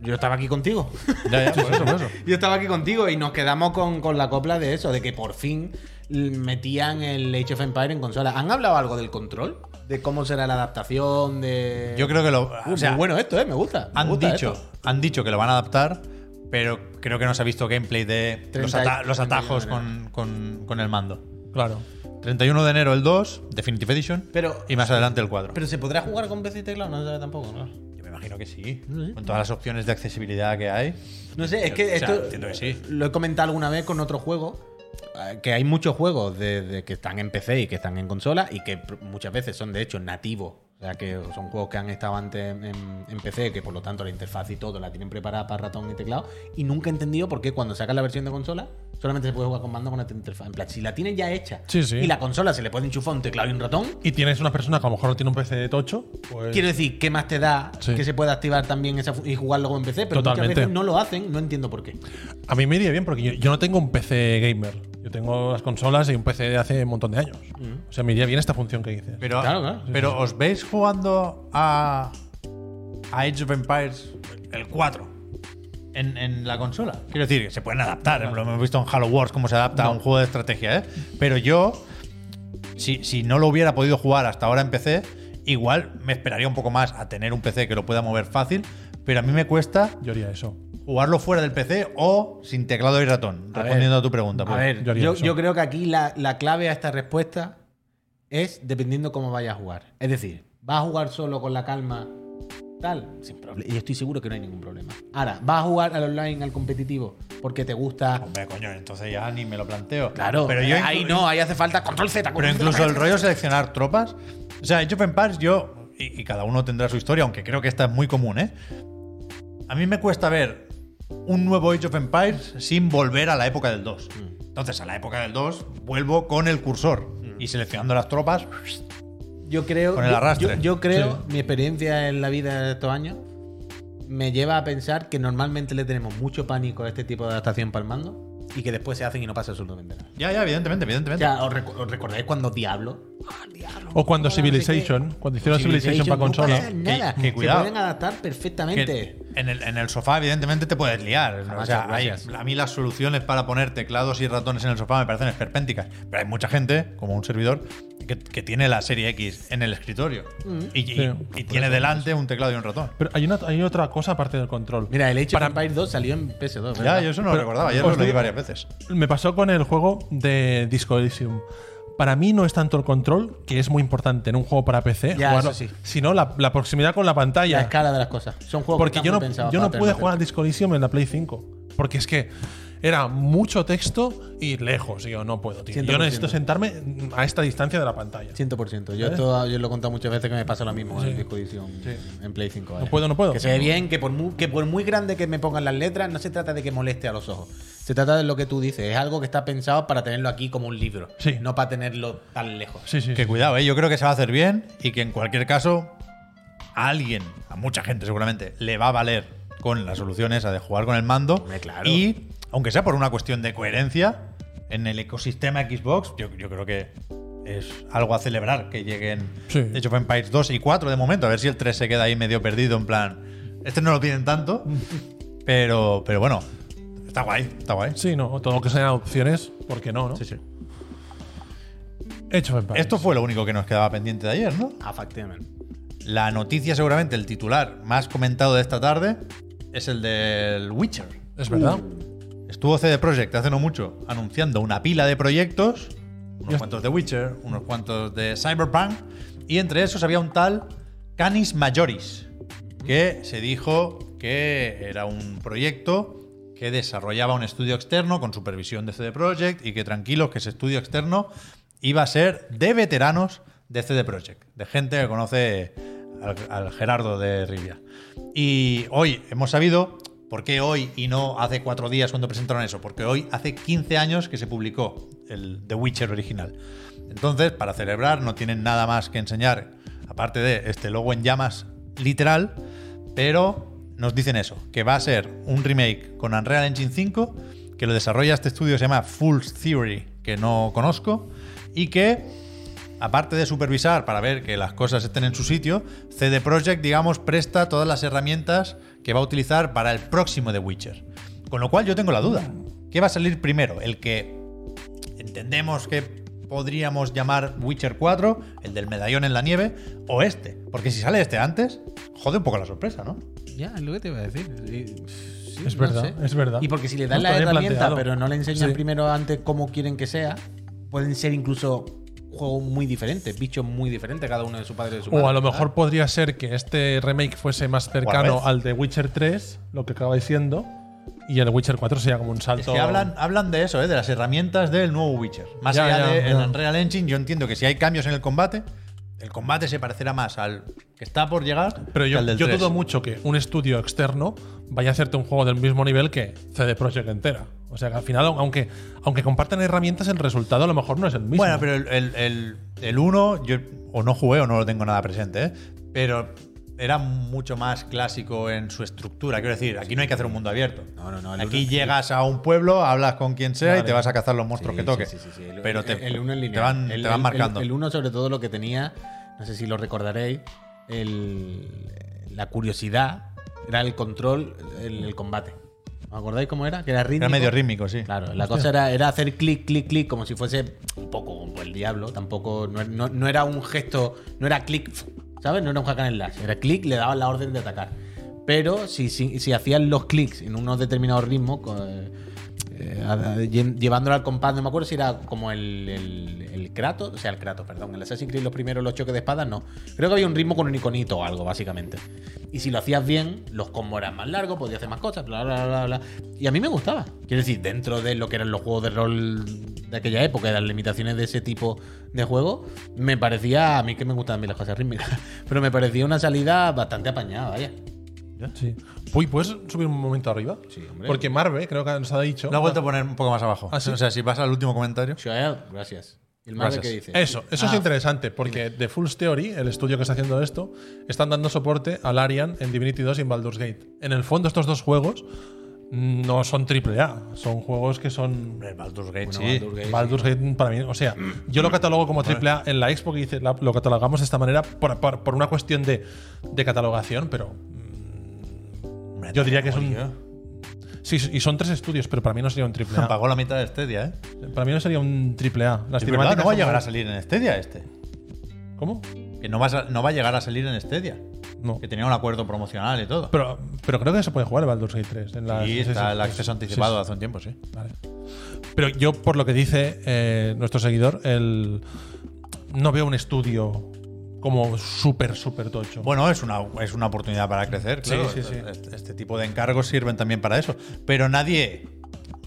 [SPEAKER 1] Yo estaba aquí contigo. (laughs)
[SPEAKER 2] Ya, ya, por eso, por eso.
[SPEAKER 1] Yo estaba aquí contigo y nos quedamos con, con la copla de eso, de que por fin l- metían el Age of Empire en consola. ¿Han hablado algo del control? ¿De cómo será la adaptación? De...
[SPEAKER 2] Yo creo que lo.
[SPEAKER 1] Uh,
[SPEAKER 2] o sea,
[SPEAKER 1] muy bueno esto, ¿eh? Me gusta. me
[SPEAKER 2] Han
[SPEAKER 1] gusta
[SPEAKER 2] dicho,
[SPEAKER 1] esto.
[SPEAKER 2] han dicho que lo van a adaptar, pero creo que no se ha visto gameplay de los,
[SPEAKER 1] 30 y-
[SPEAKER 2] ata- los
[SPEAKER 1] 31
[SPEAKER 2] atajos
[SPEAKER 1] de
[SPEAKER 2] con, con- con el mando.
[SPEAKER 3] Claro.
[SPEAKER 2] 31 de enero el 2, Definitive Edition,
[SPEAKER 1] Pero-
[SPEAKER 2] y más adelante el 4.
[SPEAKER 1] Pero se podrá jugar con PC y teclado, no se sabe tampoco. ¿no?
[SPEAKER 2] Yo me imagino que sí, con todas las opciones de accesibilidad que hay.
[SPEAKER 1] No sé, es que
[SPEAKER 2] O sea,
[SPEAKER 1] esto.
[SPEAKER 2] entiendo que sí.
[SPEAKER 1] Lo he comentado alguna vez con otro juego. eh, Que hay muchos juegos de, de que están en PC y que están en consola y que pr- muchas veces son de hecho nativos. O sea, que son juegos que han estado antes en, en PC, que por lo tanto la interfaz y todo la tienen preparada para ratón y teclado. Y nunca he entendido por qué cuando sacan la versión de consola solamente se puede jugar con mando con esta interfaz. En plan, si la tienen ya hecha
[SPEAKER 3] Sí, sí.
[SPEAKER 1] y la consola se le puede enchufar un teclado y un ratón,
[SPEAKER 3] Y tienes una persona que a lo mejor no tiene un PC de tocho, pues.
[SPEAKER 1] Quiero decir, ¿qué más te da
[SPEAKER 3] Sí.
[SPEAKER 1] que se pueda activar también esa fu- y jugarlo con PC? Pero muchas
[SPEAKER 3] Totalmente.
[SPEAKER 1] veces no lo hacen, no entiendo por qué.
[SPEAKER 3] A mí me iría bien porque yo, yo no tengo un PC gamer. Yo tengo las consolas y un PC de hace un montón de años.
[SPEAKER 1] Mm.
[SPEAKER 3] O sea, me iría bien esta función que dices.
[SPEAKER 2] Pero,
[SPEAKER 1] Claro, claro.
[SPEAKER 2] pero ¿os veis jugando a, a Age of Empires el 4 en, en la consola? Quiero decir, que se pueden adaptar. Lo hemos visto en Halo Wars cómo se adapta a un juego de estrategia, ¿eh? Pero yo, si, si no lo hubiera podido jugar hasta ahora en PC, igual me esperaría un poco más a tener un PC que lo pueda mover fácil. Pero a mí me cuesta
[SPEAKER 3] yo haría eso.
[SPEAKER 2] jugarlo fuera del PC o sin teclado y ratón,
[SPEAKER 1] A ver,
[SPEAKER 2] respondiendo a tu pregunta.
[SPEAKER 1] A
[SPEAKER 2] pues.
[SPEAKER 1] ver,
[SPEAKER 3] yo haría
[SPEAKER 1] yo,
[SPEAKER 3] eso.
[SPEAKER 1] yo creo que aquí la, la clave a esta respuesta es dependiendo cómo vayas a jugar. Es decir, ¿vas a jugar solo con la calma? Tal, sin problema. Y estoy seguro que no hay ningún problema. Ahora, ¿vas a jugar al online, al competitivo? Porque te gusta.
[SPEAKER 2] Hombre, coño, entonces ya ni me lo planteo.
[SPEAKER 1] Claro,
[SPEAKER 2] pero yo
[SPEAKER 1] ahí
[SPEAKER 2] inclu-
[SPEAKER 1] no, ahí hace falta control Z.
[SPEAKER 2] Pero
[SPEAKER 1] control Z,
[SPEAKER 2] incluso el
[SPEAKER 1] control Z.
[SPEAKER 2] rollo seleccionar tropas. O sea, Age of Empires, yo. Y, y cada uno tendrá su historia, aunque creo que esta es muy común, ¿eh? A mí me cuesta ver un nuevo Age of Empires sin volver a la época del 2. Entonces, a la época del 2 vuelvo con el cursor. Y seleccionando las tropas.
[SPEAKER 1] Yo creo.
[SPEAKER 2] Con el
[SPEAKER 1] yo-
[SPEAKER 2] arrastre.
[SPEAKER 1] Yo, yo creo, mi experiencia en la vida de estos años me lleva a pensar que normalmente le tenemos mucho pánico a este tipo de adaptación para el mando y que después se hacen y no pasa absolutamente nada.
[SPEAKER 2] Ya, ya, evidentemente,
[SPEAKER 1] O
[SPEAKER 2] evidentemente.
[SPEAKER 1] sea, ¿os, recu- os recordáis cuando Diablo? ¡Ah, Diablo!
[SPEAKER 3] O cuando
[SPEAKER 1] no sé qué!
[SPEAKER 3] Civilization, cuando hicieron Civilization para
[SPEAKER 1] No pasa
[SPEAKER 3] consola.
[SPEAKER 1] nada.
[SPEAKER 2] Que- que cuidado.
[SPEAKER 1] Se pueden adaptar
[SPEAKER 2] Que
[SPEAKER 1] perfectamente.
[SPEAKER 2] en, el, en el sofá, evidentemente, te puedes liar.
[SPEAKER 1] Jamás,
[SPEAKER 2] o sea, hay-
[SPEAKER 1] gracias.
[SPEAKER 2] a mí las soluciones para poner teclados y ratones en el sofá me parecen esperpénticas. Pero hay mucha gente, como un servidor, que, que tiene la serie X en el escritorio. Y, y-
[SPEAKER 3] Sí.
[SPEAKER 2] y tiene delante un teclado y un ratón.
[SPEAKER 3] Pero hay, una, hay otra cosa aparte del control.
[SPEAKER 1] Mira, el hecho
[SPEAKER 3] Para-
[SPEAKER 1] de Empire 2 salió en PS2.
[SPEAKER 2] Ya,
[SPEAKER 1] ¿verdad?
[SPEAKER 2] yo eso no lo
[SPEAKER 3] Pues Pero-
[SPEAKER 2] recordaba, ayer
[SPEAKER 3] os
[SPEAKER 2] lo leí
[SPEAKER 3] digo-
[SPEAKER 2] varias veces.
[SPEAKER 3] Me pasó con el juego de Disco Elysium. Para mí no es tanto el control, que es muy importante en un juego para PC,
[SPEAKER 1] Ya,
[SPEAKER 3] jugarlo,
[SPEAKER 1] eso sí.
[SPEAKER 3] sino la, la proximidad con la
[SPEAKER 1] La
[SPEAKER 3] pantalla.
[SPEAKER 1] escala de las cosas. Son juegos
[SPEAKER 3] Porque
[SPEAKER 1] que están
[SPEAKER 3] yo no,
[SPEAKER 1] muy pensados
[SPEAKER 3] yo no
[SPEAKER 1] para
[SPEAKER 3] pude
[SPEAKER 1] tenerlo
[SPEAKER 3] jugar al Disco Elysium en la Play 5. Porque es que era mucho texto y lejos. Y yo no puedo, tío. Yo
[SPEAKER 1] 100%.
[SPEAKER 3] necesito sentarme a esta distancia de la pantalla.
[SPEAKER 1] 100%.
[SPEAKER 3] ¿Eh?
[SPEAKER 1] Yo, esto, yo lo he contado muchas veces que me pasa lo mismo en Disco Edition, en Play 5. vaya.
[SPEAKER 3] No puedo, no puedo.
[SPEAKER 1] Que se ve bien, que por, muy, que por muy grande que me pongan las letras, no se trata de que moleste a los ojos. Se trata de lo que tú dices. Es algo que está pensado para tenerlo aquí como un libro.
[SPEAKER 3] Sí.
[SPEAKER 1] No para tenerlo tan lejos.
[SPEAKER 3] Sí, sí.
[SPEAKER 2] Que
[SPEAKER 3] sí.
[SPEAKER 2] cuidado, ¿eh? yo creo que se va a hacer bien y que en cualquier caso a alguien, a mucha gente seguramente, le va a valer con las soluciones a de jugar con el mando.
[SPEAKER 1] Hombre, claro.
[SPEAKER 2] Y, aunque sea por una cuestión de coherencia, en el ecosistema Xbox, yo, yo creo que es algo a celebrar que lleguen
[SPEAKER 3] Sí.
[SPEAKER 2] de hecho Empires 2 y 4 de momento, a ver si el 3 se queda ahí medio perdido, en plan, este no lo piden
[SPEAKER 3] (laughs)
[SPEAKER 2] tanto, pero, pero bueno, está guay, está guay.
[SPEAKER 3] Sí, no. Todo lo que sean opciones, ¿por qué no? no?
[SPEAKER 2] Sí, sí.
[SPEAKER 3] Hecho Vampires.
[SPEAKER 2] Esto fue lo único que nos quedaba pendiente de ayer, ¿no?
[SPEAKER 1] Ah, Efectivamente.
[SPEAKER 2] La noticia, seguramente, el titular más comentado de esta tarde es el del Witcher.
[SPEAKER 3] Es verdad.
[SPEAKER 2] Uh, Estuvo CD Projekt hace no mucho anunciando una pila de proyectos, unos
[SPEAKER 3] Ya.
[SPEAKER 2] cuantos de Witcher, unos cuantos de Cyberpunk, y entre esos había un tal Canis Majoris, que se dijo que era un proyecto que desarrollaba un estudio externo con supervisión de CD Projekt y que tranquilos que ese estudio externo iba a ser de veteranos de CD Projekt, de gente que conoce al, al Gerardo de Rivia. Y hoy hemos sabido por qué hoy y no hace cuatro días cuando presentaron eso, porque hoy hace 15 años que se publicó el The Witcher original. Entonces, para celebrar, no tienen nada más que enseñar, aparte de este logo en llamas literal, pero nos dicen eso, que va a ser un remake con Unreal Engine 5, que lo desarrolla este estudio, se llama Full Theory, que no conozco, y que, aparte de supervisar para ver que las cosas estén en su sitio, CD Projekt, digamos, presta todas las herramientas que va a utilizar para el próximo The Witcher. Con lo cual yo tengo la duda, ¿qué va a salir primero? ¿El que entendemos que podríamos llamar Witcher 4, el del medallón en la nieve, o este. Porque si sale este antes, jode un poco la sorpresa, ¿no?
[SPEAKER 1] Ya, es lo que te iba a decir. Sí, sí,
[SPEAKER 3] Es
[SPEAKER 1] no
[SPEAKER 3] verdad,
[SPEAKER 1] sé.
[SPEAKER 3] es verdad.
[SPEAKER 1] Y porque si le
[SPEAKER 3] No
[SPEAKER 1] dan la
[SPEAKER 3] está bien
[SPEAKER 1] herramienta,
[SPEAKER 3] planteado.
[SPEAKER 1] pero no le enseñan
[SPEAKER 3] Sí.
[SPEAKER 1] primero antes cómo quieren que sea, pueden ser incluso juegos muy diferentes, bichos muy diferentes, cada uno de su padre y de su madre. Ah,
[SPEAKER 3] O a lo
[SPEAKER 2] ¿eh?
[SPEAKER 3] mejor podría ser que este remake fuese más cercano
[SPEAKER 2] vez.
[SPEAKER 3] al de Witcher 3, lo que acaba diciendo, y el Witcher 4 sería como un
[SPEAKER 2] Es
[SPEAKER 3] salto.
[SPEAKER 2] que hablan, hablan de eso, ¿eh? de las herramientas del nuevo Witcher. Más
[SPEAKER 3] Ya,
[SPEAKER 2] allá
[SPEAKER 3] ya,
[SPEAKER 2] de
[SPEAKER 3] ya.
[SPEAKER 2] en Unreal Engine, yo entiendo que si hay cambios en el combate, el combate se parecerá más al que está por llegar
[SPEAKER 3] Pero
[SPEAKER 2] que
[SPEAKER 3] yo,
[SPEAKER 2] al del
[SPEAKER 3] yo
[SPEAKER 2] 3.
[SPEAKER 3] dudo mucho que un estudio externo vaya a hacerte un juego del mismo nivel que CD Projekt entera. O sea que al final, aunque, aunque compartan herramientas, el resultado a lo mejor no es el mismo.
[SPEAKER 2] Bueno, pero el- el, el, el 1, yo o no jugué o no lo tengo nada presente, ¿eh? pero era mucho más clásico en su estructura. Quiero decir, aquí no hay que hacer un mundo abierto.
[SPEAKER 1] No, no, no, el
[SPEAKER 2] Aquí
[SPEAKER 1] uno-
[SPEAKER 2] llegas a un pueblo, hablas con quien sea y
[SPEAKER 3] Vale.
[SPEAKER 2] te vas a cazar los monstruos
[SPEAKER 1] Sí,
[SPEAKER 2] que toques.
[SPEAKER 1] sí, sí, sí, sí. El-
[SPEAKER 2] Pero te,
[SPEAKER 1] el- el uno es
[SPEAKER 2] te
[SPEAKER 1] lineal.
[SPEAKER 2] van,
[SPEAKER 1] El-
[SPEAKER 2] te van
[SPEAKER 1] el-
[SPEAKER 2] marcando.
[SPEAKER 1] El 1 sobre todo lo que tenía, no sé si lo recordaréis, el- la curiosidad era el control en el combate. ¿Os acordáis cómo era? Que era rítmico.
[SPEAKER 2] era medio rítmico, sí.
[SPEAKER 1] Claro, la cosa era, era hacer clic, clic, clic, como si fuese un poco como el diablo. Tampoco, no, no- no era un gesto, no era clic, ¿sabes? No era un hack and slash. Era clic, le daban la orden de atacar. Pero si, si, si hacían los clics en unos determinados ritmos, co- eh, eh, a- a- lle- llevándolo al compás, no me acuerdo si era como el, el, el Kratos, o sea, el Kratos, perdón, el Assassin's Creed, los primeros, los choques de espadas, no. Creo que había un ritmo con un iconito o algo, básicamente. Y si lo hacías bien, los combos eran más largos, podías hacer más cosas, bla, bla, bla, bla. Y a mí me gustaba. Quiero decir, dentro de lo que eran los juegos de rol de aquella época, de las limitaciones de ese tipo de juego, me parecía, a mí que me gustaban a mí las cosas rítmicas, (laughs) pero me parecía una salida bastante apañada, vaya.
[SPEAKER 3] Sí. Uy, ¿puedes subir un momento arriba?
[SPEAKER 1] Sí, hombre.
[SPEAKER 3] Porque Marve, creo que nos ha dicho.
[SPEAKER 2] Lo ha vuelto a poner un poco más abajo.
[SPEAKER 3] ¿Ah, sí?
[SPEAKER 2] O sea, si vas al último comentario.
[SPEAKER 1] Joel, gracias. ¿Y el Marvel
[SPEAKER 2] Gracias.
[SPEAKER 1] qué dice?
[SPEAKER 3] Eso, eso es
[SPEAKER 1] Ah,
[SPEAKER 3] interesante, porque The Fool's Theory, el estudio que está haciendo esto, están dando soporte al Arian en Divinity 2 y en Baldur's Gate. En el fondo, estos dos juegos no son AAA, son juegos que son.
[SPEAKER 2] El Baldur's Gate, Mm.
[SPEAKER 1] Bueno,
[SPEAKER 2] sí.
[SPEAKER 1] Baldur's Gate,
[SPEAKER 3] Baldur's Gate para mí, o sea, yo lo catalogo como AAA en la Expo que dice, la- lo catalogamos de esta manera por, por- por una cuestión de, de catalogación, pero
[SPEAKER 2] Hombre,
[SPEAKER 3] yo diría que es
[SPEAKER 2] tío.
[SPEAKER 3] un. Sí, y son tres estudios, pero para mí no sería un triple
[SPEAKER 2] (laughs)
[SPEAKER 3] A.
[SPEAKER 2] Pagó la mitad de Stadia, ¿eh?
[SPEAKER 3] Para mí no sería un triple A. Las
[SPEAKER 2] Es verdad,
[SPEAKER 3] cinemáticas
[SPEAKER 2] no va a
[SPEAKER 3] son
[SPEAKER 2] llegar
[SPEAKER 3] muy-
[SPEAKER 2] a salir en Stadia este.
[SPEAKER 3] ¿Cómo?
[SPEAKER 2] Que no va, a, sa- no va a llegar a salir en Stadia.
[SPEAKER 3] No.
[SPEAKER 2] Que tenía un acuerdo promocional y todo.
[SPEAKER 3] Pero, pero creo que se puede jugar el Baldur's Gate 3. En la-
[SPEAKER 2] y
[SPEAKER 3] sí, sí,
[SPEAKER 2] está
[SPEAKER 3] sí,
[SPEAKER 2] el
[SPEAKER 3] sí,
[SPEAKER 2] acceso
[SPEAKER 3] sí,
[SPEAKER 2] anticipado
[SPEAKER 3] sí,
[SPEAKER 2] hace un tiempo, sí.
[SPEAKER 3] sí, vale. Pero yo, por lo que dice eh, nuestro seguidor, el, no veo un estudio como súper, súper tocho.
[SPEAKER 2] Bueno, es una, es una oportunidad para crecer.
[SPEAKER 3] Sí,
[SPEAKER 2] claro.
[SPEAKER 3] sí, sí.
[SPEAKER 2] Este, este tipo de encargos sirven también para eso. Pero nadie,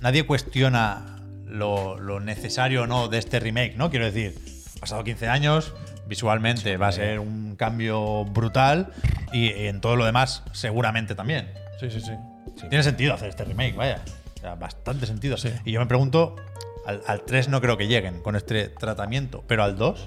[SPEAKER 2] nadie cuestiona lo, lo necesario o no de este remake, ¿no? Quiero decir, han pasado 15 años, visualmente va a ser un cambio brutal y en todo lo demás seguramente también.
[SPEAKER 3] Sí, sí, sí.
[SPEAKER 2] Tiene sentido hacer este remake, vaya. O sea, bastante sentido.
[SPEAKER 3] Sí.
[SPEAKER 2] Y yo me pregunto, al, al 3 no creo que lleguen con este tratamiento, pero al 2...